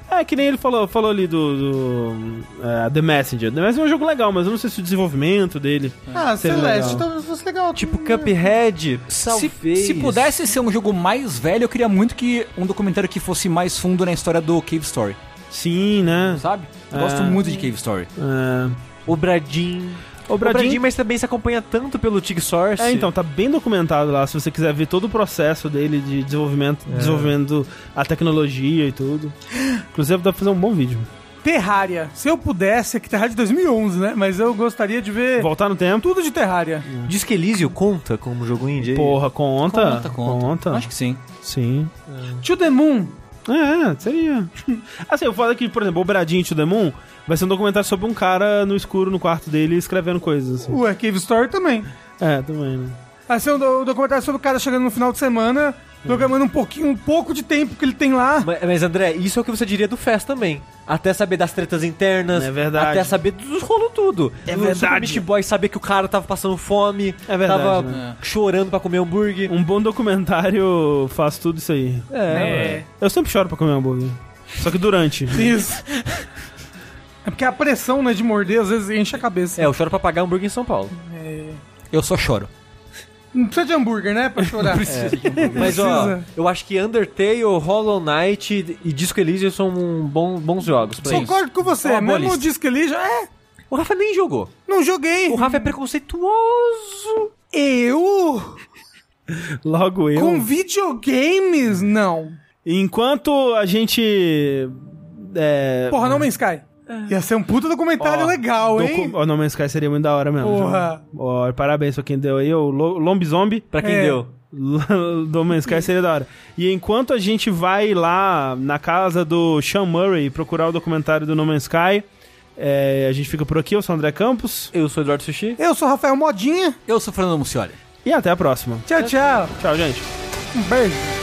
É, que nem ele falou, falou ali do, do, é, The Messenger. The Messenger é um jogo legal, mas eu não sei se o desenvolvimento dele. Ah, Seria Celeste, legal. talvez fosse legal. Tipo Cuphead, Se, talvez. se pudesse ser um jogo mais velho, eu queria muito que um documentário que fosse mais fundo na história do Cave Story, Sim, né? sabe? Eu É. gosto muito de Cave Story. É. Ah. O Bradin. O O Bradin, Bradin, mas também se acompanha tanto pelo Tig Source. É, então, tá bem documentado lá, se você quiser ver todo o processo dele de desenvolvimento, desenvolvendo a tecnologia e tudo. Inclusive, dá pra fazer um bom vídeo. Terraria. Se eu pudesse, é que Terraria é de 2011, né? Mas eu gostaria de ver Voltar no tempo. tudo de Terraria. Diz que Elysium conta como jogo indie. é aí? Porra, conta. Conta, conta. Tá. Acho que sim. Sim. To the Moon. É, seria. <laughs> Assim, eu falo que, por exemplo, o Bradinho to the Moon vai ser um documentário sobre um cara no escuro no quarto dele escrevendo coisas. assim. O Arcave Story também. É, também, né? Vai ser um do- um documentário sobre o cara chegando no final de semana, programando um pouquinho, um pouco de tempo que ele tem lá. Ma- Mas, André, isso é o que você diria do Fest também. Até saber das tretas internas. É verdade. Até saber dos rolos tudo. É O verdade. Super Meat Boy saber que o cara tava passando fome. É verdade, Tava né? chorando pra comer hambúrguer. Um bom documentário faz tudo isso aí. É, Eu sempre choro pra comer hambúrguer. Só que durante. Isso. É porque a pressão, né, de morder, às vezes enche a cabeça. É, eu choro pra pagar hambúrguer em São Paulo. Eu só choro. Não precisa de hambúrguer, né, pra chorar. Mas ó, Precisa. eu acho que Undertale, Hollow Knight e Disco Elysium são um bom- bons jogos pra isso. Concordo com você. Ó, boa Mesmo o lista. disco ele já é. O Rafa nem jogou. Não joguei. O Rafa é preconceituoso. Eu? Logo eu. Com videogames? Não. Enquanto a gente. É. Porra, No Man's Sky. Ia ser um puta documentário Ó, legal, hein? docu- O No Man's Sky seria muito da hora mesmo. Porra. Ó, parabéns pra quem deu aí, o Lo- Lombi Zombie. Pra quem É. <laughs> deu. No Man's Sky seria da hora. E enquanto a gente vai lá na casa do Sean Murray procurar o documentário do No Man's Sky, é, a gente fica por aqui. Eu sou o André Campos Eu sou Eduardo Sushi. Eu sou o Rafael Modinha. Eu sou Fernando Muccioli. e até a próxima. Tchau, tchau. Tchau, gente. Um beijo.